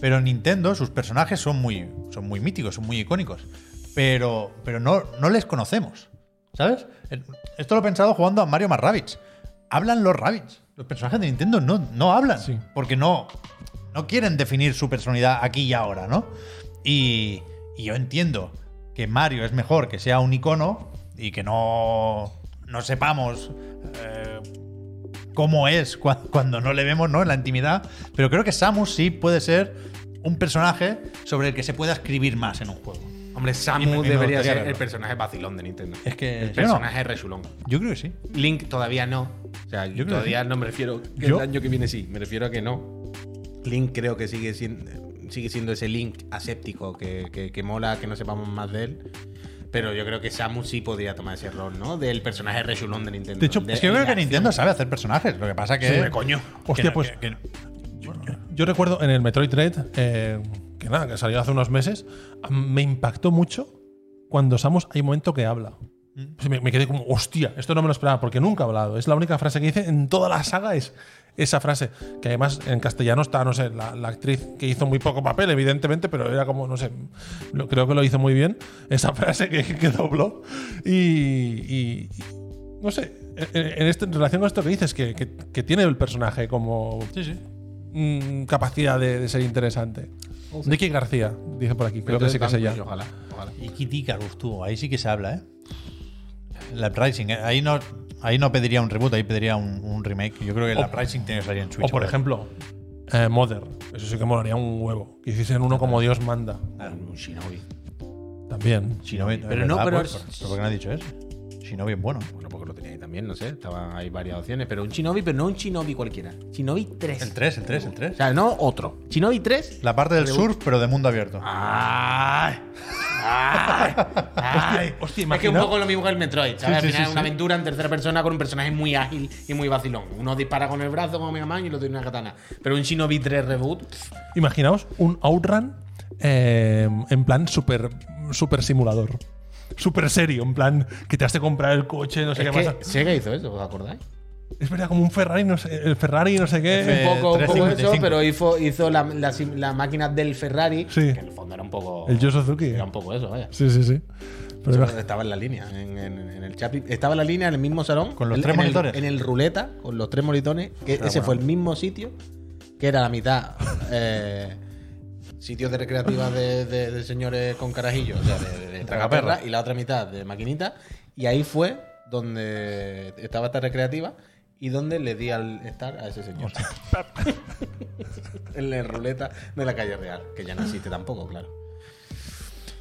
[SPEAKER 2] Pero Nintendo, sus personajes son muy, son muy míticos, son muy icónicos. Pero, pero no, no les conocemos, ¿sabes? Esto lo he pensado jugando a Mario más Rabbids. Hablan los Rabbids. Los personajes de Nintendo no, no hablan.
[SPEAKER 3] Sí.
[SPEAKER 2] Porque no, no quieren definir su personalidad aquí y ahora, ¿no? Y, y yo entiendo que Mario es mejor que sea un icono y que no, no sepamos eh, cómo es cua- cuando no le vemos ¿no? en la intimidad. Pero creo que Samus sí puede ser un personaje sobre el que se pueda escribir más en un juego.
[SPEAKER 1] Hombre,
[SPEAKER 2] Y me-
[SPEAKER 1] Samus
[SPEAKER 2] me
[SPEAKER 1] debería
[SPEAKER 2] gustaría
[SPEAKER 1] ser
[SPEAKER 2] verlo.
[SPEAKER 1] el personaje vacilón de Nintendo.
[SPEAKER 2] Es que
[SPEAKER 1] El
[SPEAKER 2] yo
[SPEAKER 1] personaje resulón.
[SPEAKER 2] Yo creo que sí.
[SPEAKER 1] Link todavía no. O sea,
[SPEAKER 2] Yo
[SPEAKER 1] yo
[SPEAKER 2] creo que
[SPEAKER 1] todavía no me refiero que
[SPEAKER 3] ¿Yo?
[SPEAKER 1] el año que viene sí, me refiero a que no. Link creo que sigue siendo, sigue siendo ese Link aséptico que, que- que mola que no sepamos más de él. Pero yo creo que Samus sí podría tomar ese rol, ¿no? Del personaje resulón de Nintendo.
[SPEAKER 3] De hecho,
[SPEAKER 2] Es que yo creo que
[SPEAKER 1] acción.
[SPEAKER 2] Nintendo sabe hacer personajes. Lo que pasa que.
[SPEAKER 1] Sí, hombre, coño.
[SPEAKER 2] que
[SPEAKER 3] Hostia,
[SPEAKER 2] no-
[SPEAKER 3] pues-
[SPEAKER 2] que- que-
[SPEAKER 3] Yo recuerdo en el Metroid Dread, eh, que nada, que salió hace unos meses, me impactó mucho cuando Samus hay un momento que habla. Pues me, me quedé como, hostia, esto no me lo esperaba, porque nunca ha hablado. Es la única frase que dice en toda la saga, es esa frase. Que además en castellano está, no sé, la, la actriz que hizo muy poco papel, evidentemente, pero era como, no sé, lo- creo que lo hizo muy bien, esa (laughs) frase que, que dobló. Y- y, no sé, en, en este- en relación con esto que dices, que, que- que tiene el personaje como mm, capacidad de, de ser interesante. Nicky García, dice por aquí, creo que sí que es ella.
[SPEAKER 1] Ojalá, ojalá.
[SPEAKER 2] Y Kitty Icarus, tú, ahí sí que se habla, ¿eh? El Uprising, ¿eh? ahí no, ahí no pediría un reboot, ahí pediría un, un remake. Yo creo que el
[SPEAKER 3] O-
[SPEAKER 2] Uprising tiene que salir en Switch.
[SPEAKER 3] O por ejemplo, eh, Mother, eso sí que molaría un huevo. Que hiciesen uno como Dios manda,
[SPEAKER 1] Ah, Un Shinobi.
[SPEAKER 3] también.
[SPEAKER 2] Shinobi,
[SPEAKER 1] Pero no, pero
[SPEAKER 2] ¿Por,
[SPEAKER 1] es-
[SPEAKER 2] Pues, por qué no ha dicho eso? Shinobi es bueno.
[SPEAKER 1] Bueno, porque lo tenía ahí también, no sé. Estaban ahí varias opciones. Pero un Shinobi, pero no un Shinobi cualquiera. Shinobi 3.
[SPEAKER 2] El 3, el 3, el
[SPEAKER 1] O
[SPEAKER 2] 3.
[SPEAKER 1] sea, no otro. Shinobi 3
[SPEAKER 2] La parte del surf, pero de mundo abierto.
[SPEAKER 1] ¡Ay! ¡Ay!
[SPEAKER 2] (laughs)
[SPEAKER 3] (laughs)
[SPEAKER 1] ¡Ay!
[SPEAKER 3] Hostia,
[SPEAKER 1] es que un
[SPEAKER 3] imagina-
[SPEAKER 1] poco lo mismo que el Metroid, ¿sabes?
[SPEAKER 2] Sí, sí,
[SPEAKER 1] Al final
[SPEAKER 2] sí,
[SPEAKER 1] una
[SPEAKER 2] sí.
[SPEAKER 1] aventura en tercera persona con un personaje muy ágil y muy vacilón. Uno dispara con el brazo como Mega Man y lo tiene una katana. Pero un Shinobi 3 reboot,
[SPEAKER 3] Imaginaos un Outrun eh, en plan super, super simulador. Super serio, en plan que te has de comprar el coche, no sé
[SPEAKER 1] es
[SPEAKER 3] qué
[SPEAKER 1] que
[SPEAKER 3] pasa.
[SPEAKER 1] Sega hizo eso, ¿os acordáis?
[SPEAKER 3] Es verdad, como un Ferrari, no sé, el Ferrari, no sé qué.
[SPEAKER 2] F- Eh,
[SPEAKER 1] un poco, un poco eso,
[SPEAKER 2] 355.
[SPEAKER 1] pero hizo, hizo la, la sim- la máquina del Ferrari,
[SPEAKER 3] Sí.
[SPEAKER 1] que en el fondo era un poco...
[SPEAKER 3] El Yo Suzuki.
[SPEAKER 1] Era un poco eso, vaya.
[SPEAKER 3] Sí, sí, sí. Pero
[SPEAKER 1] Eso estaba en la línea, en, en- en el Chapi. Estaba en la línea en el mismo salón.
[SPEAKER 2] Con los
[SPEAKER 1] en-
[SPEAKER 2] tres
[SPEAKER 1] en el-
[SPEAKER 2] monitores.
[SPEAKER 1] en el ruleta, con los tres monitores. Que ese fue el mismo sitio, que era la mitad. eh, sitios de recreativas de, de- de señores con carajillos, o sea, de, de- de tragaperras, y la otra mitad de maquinita. Y ahí fue donde estaba esta recreativa y donde le di al estar a ese señor. (laughs) en la ruleta de la calle real, que ya no existe tampoco, claro.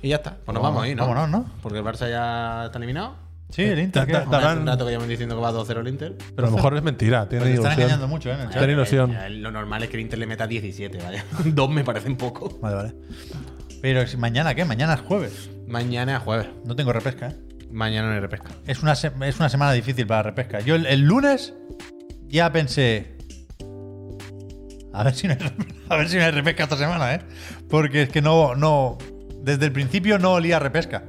[SPEAKER 1] Y ya está. Pues nos vamos, ahí, ¿no?
[SPEAKER 2] Vámonos, ¿no?
[SPEAKER 1] Porque el Barça ya está eliminado.
[SPEAKER 2] Sí, el Inter.
[SPEAKER 3] Ta- ta-
[SPEAKER 2] ¿qué?
[SPEAKER 3] ta-
[SPEAKER 1] Hace un rato que llevan diciendo que va 2-0 el Inter.
[SPEAKER 3] Pero a lo mejor es mentira.
[SPEAKER 2] Pues
[SPEAKER 3] Tiene
[SPEAKER 2] te están engañando
[SPEAKER 3] ilusión.
[SPEAKER 2] mucho, ¿eh? En el chat.
[SPEAKER 3] Tiene ilusión.
[SPEAKER 1] Eh, Lo normal es que el Inter le meta 17, ¿vale? (laughs) Dos me parecen poco.
[SPEAKER 2] Vale, vale. Pero si- mañana, ¿qué? Mañana es jueves.
[SPEAKER 1] Mañana es jueves.
[SPEAKER 2] No tengo repesca, ¿eh?
[SPEAKER 1] Mañana no hay repesca.
[SPEAKER 2] Es una, se- es una semana difícil para la repesca. Yo el, el lunes ya pensé. A ver si no hay, (laughs) a ver si no hay repesca esta semana, ¿eh? Porque es que no, no. Desde el principio no olía a repesca.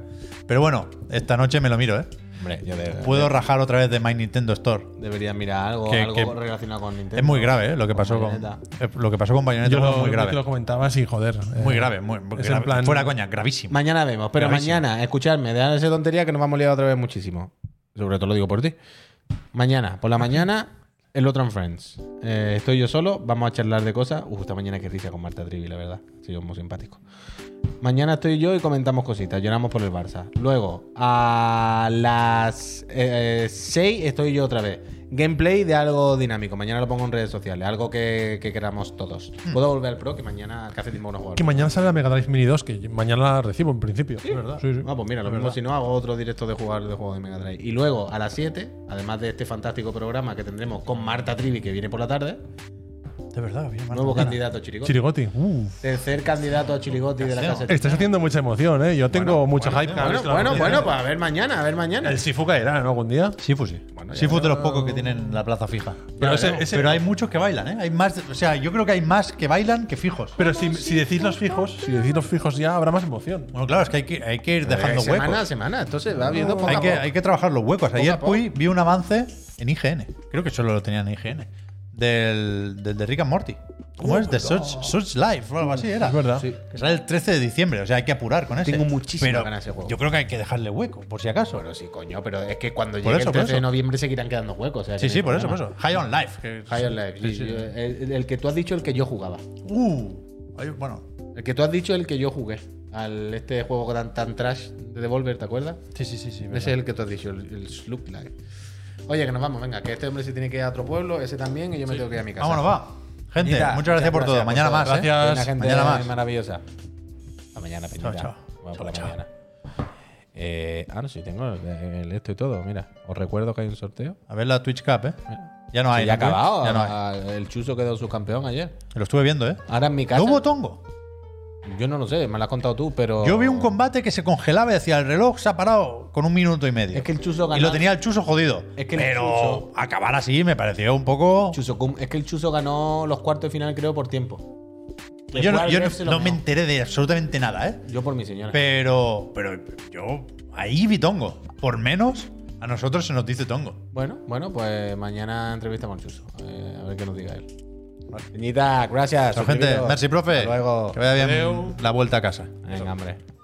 [SPEAKER 2] Pero bueno, esta noche me lo miro, ¿eh?
[SPEAKER 1] Hombre, yo de-
[SPEAKER 2] Puedo rajar otra vez de My Nintendo Store.
[SPEAKER 1] debería mirar algo,
[SPEAKER 2] Que-
[SPEAKER 1] algo
[SPEAKER 2] que-
[SPEAKER 1] relacionado con Nintendo.
[SPEAKER 2] Es muy grave, ¿eh? Lo que
[SPEAKER 1] Con
[SPEAKER 2] pasó con.
[SPEAKER 1] Bayonetta.
[SPEAKER 2] eh, Lo que pasó con Bayonetta
[SPEAKER 3] Yo
[SPEAKER 2] fue
[SPEAKER 3] lo,
[SPEAKER 2] muy grave.
[SPEAKER 3] te lo comentaba sí, joder. eh,
[SPEAKER 2] Muy grave, muy, muy
[SPEAKER 3] es en
[SPEAKER 2] grave.
[SPEAKER 3] plan-
[SPEAKER 2] Fuera coña, gravísimo.
[SPEAKER 1] Mañana vemos, pero
[SPEAKER 2] Gravísimo.
[SPEAKER 1] mañana, escuchadme, dejad de ser tontería que nos vamos a liar otra vez muchísimo. Sobre todo lo digo por ti. Mañana, por la mañana, el otro en Friends. Eh, estoy yo solo, vamos a charlar de cosas. Uh, esta mañana que risa con Marta Trivi, la verdad. Ha sido muy simpático. Mañana estoy yo y comentamos cositas, lloramos por el Barça. Luego, a las 6 estoy yo otra vez. Gameplay de algo dinámico. Mañana lo pongo en redes sociales, algo que, que queramos todos. Puedo volver al pro, que mañana, que hace tiempo que no juego al
[SPEAKER 3] Que
[SPEAKER 1] Pro.
[SPEAKER 3] mañana sale la Mega Drive Mini 2, que mañana la recibo en principio. Sí, verdad. Sí, sí.
[SPEAKER 1] Ah, pues mira, lo
[SPEAKER 3] Es
[SPEAKER 1] mismo
[SPEAKER 3] verdad.
[SPEAKER 1] si no hago otro directo de jugar de juego de Mega Drive. Y luego a las 7, además de este fantástico programa que tendremos con Marta Trivi, que viene por la tarde,
[SPEAKER 2] De verdad, bien, Marta.
[SPEAKER 1] nuevo candidato a Chirigoti.
[SPEAKER 3] Chirigoti. Uf.
[SPEAKER 1] Tercer candidato a Chirigoti de la
[SPEAKER 2] Casero.
[SPEAKER 1] casa.
[SPEAKER 3] Estás haciendo mucha emoción, ¿eh? Yo tengo mucha hype. cada
[SPEAKER 1] Bueno,
[SPEAKER 3] vez que la
[SPEAKER 1] bueno,
[SPEAKER 3] veo.
[SPEAKER 1] bueno, pues a ver mañana, a ver mañana.
[SPEAKER 3] El Sifu caerá, ¿no? Algún día.
[SPEAKER 2] Sifu sí.
[SPEAKER 1] Bueno, ya
[SPEAKER 2] Sifu de los pocos que tienen la plaza fija. eh,
[SPEAKER 3] Pero
[SPEAKER 2] Pero,
[SPEAKER 3] ese- ese-
[SPEAKER 2] hay muchos que bailan, ¿eh? Hay más, o sea, yo creo que hay más que bailan que fijos.
[SPEAKER 3] Pero si, si decís los fijos, si decís los fijos ya habrá más emoción.
[SPEAKER 2] bueno, claro, es que hay que, hay que ir
[SPEAKER 1] Eh,
[SPEAKER 2] dejando
[SPEAKER 1] semana a
[SPEAKER 2] huecos.
[SPEAKER 1] semana, entonces va viendo poco
[SPEAKER 2] Hay
[SPEAKER 1] a
[SPEAKER 2] que,
[SPEAKER 1] poco.
[SPEAKER 2] hay que trabajar los huecos. Ayer
[SPEAKER 1] poco.
[SPEAKER 2] Puy vi un avance en IGN. Creo que solo lo tenían en IGN. Del, del de Rick and Morty. ¿Cómo es? De Such, Such Life o algo así era.
[SPEAKER 3] Es verdad. Sí.
[SPEAKER 2] Que sale el 13 de diciembre, o sea, hay que apurar con ese.
[SPEAKER 1] Tengo muchísimas
[SPEAKER 2] Pero
[SPEAKER 1] ganas de ese juego.
[SPEAKER 2] Yo creo que hay que dejarle hueco, por si acaso.
[SPEAKER 1] Bueno, sí, coño, pero es que cuando
[SPEAKER 2] Por
[SPEAKER 1] llegue
[SPEAKER 2] eso,
[SPEAKER 1] el
[SPEAKER 2] por
[SPEAKER 1] 13 de
[SPEAKER 2] eso.
[SPEAKER 1] noviembre seguirán quedando huecos. o sea,
[SPEAKER 2] sí,
[SPEAKER 1] que no
[SPEAKER 2] sí,
[SPEAKER 1] hay
[SPEAKER 2] por eso, por
[SPEAKER 1] problema.
[SPEAKER 2] eso. High on Life. que es-
[SPEAKER 1] Higher Life, sí,
[SPEAKER 2] sí,
[SPEAKER 1] yo-
[SPEAKER 2] sí.
[SPEAKER 1] El, el que tú has dicho, el que yo jugaba.
[SPEAKER 2] Uh, ahí, bueno.
[SPEAKER 1] El que tú has dicho, el que yo jugué. Al este juego tan, tan trash de Devolver, ¿te acuerdas?
[SPEAKER 2] Sí, sí, sí, sí.
[SPEAKER 1] Ese es el que tú has dicho, el, el Sloop Light. Oye, que nos vamos, venga, que este hombre se tiene que ir a otro pueblo, ese también, y yo me tengo que ir a mi casa.
[SPEAKER 2] Vámonos, va. Gente,
[SPEAKER 1] Peñita,
[SPEAKER 2] muchas gracias por todo. Mañana más, ¿eh?
[SPEAKER 3] Gracias.
[SPEAKER 1] Una gente
[SPEAKER 2] Mañana más.
[SPEAKER 1] maravillosa. Hasta mañana, Peñita.
[SPEAKER 2] Chao, chao.
[SPEAKER 1] Bueno, por la mañana. Eh, ah, no, sí, tengo el, el esto y todo. Mira, os recuerdo que hay un sorteo.
[SPEAKER 2] A ver la Twitch Cup, ¿eh? Ya no
[SPEAKER 1] Se
[SPEAKER 2] hay.
[SPEAKER 1] ya ha
[SPEAKER 2] ¿no, Twitch?
[SPEAKER 1] acabado.
[SPEAKER 2] Ya no hay.
[SPEAKER 1] ah, El Chuso quedó subcampeón ayer.
[SPEAKER 2] Lo estuve viendo, ¿eh?
[SPEAKER 1] Ahora en mi casa.
[SPEAKER 2] ¿No hubo tongo?
[SPEAKER 1] yo no lo sé, me lo has contado tú, pero.
[SPEAKER 2] Yo vi un combate que se congelaba y decía, el reloj se ha parado con un minuto y medio.
[SPEAKER 1] Es que el Chuso ganó.
[SPEAKER 2] Y lo tenía el chuso jodido.
[SPEAKER 1] Es que el
[SPEAKER 2] Pero acabar así me pareció un poco...
[SPEAKER 1] Chuso, cum- es que el Chuso ganó los cuartos de final, creo, por tiempo.
[SPEAKER 2] Yo, no,
[SPEAKER 1] Después
[SPEAKER 2] yo
[SPEAKER 1] al ref se
[SPEAKER 2] no
[SPEAKER 1] lo
[SPEAKER 2] me
[SPEAKER 1] ganó.
[SPEAKER 2] enteré de absolutamente nada, ¿eh?
[SPEAKER 1] Yo por mi señora.
[SPEAKER 2] Pero, pero yo ahí vi tongo. Por menos, a nosotros se nos dice tongo.
[SPEAKER 1] Bueno, bueno, pues mañana entrevista con Chuso. Eh, a ver qué nos diga él. Peñita, gracias.
[SPEAKER 2] Chao, gente.
[SPEAKER 1] suscribiros.
[SPEAKER 2] Merci, profe.
[SPEAKER 1] Hasta luego.
[SPEAKER 2] Que vaya bien
[SPEAKER 3] Adeu.
[SPEAKER 2] la vuelta a casa.
[SPEAKER 1] Venga, hombre.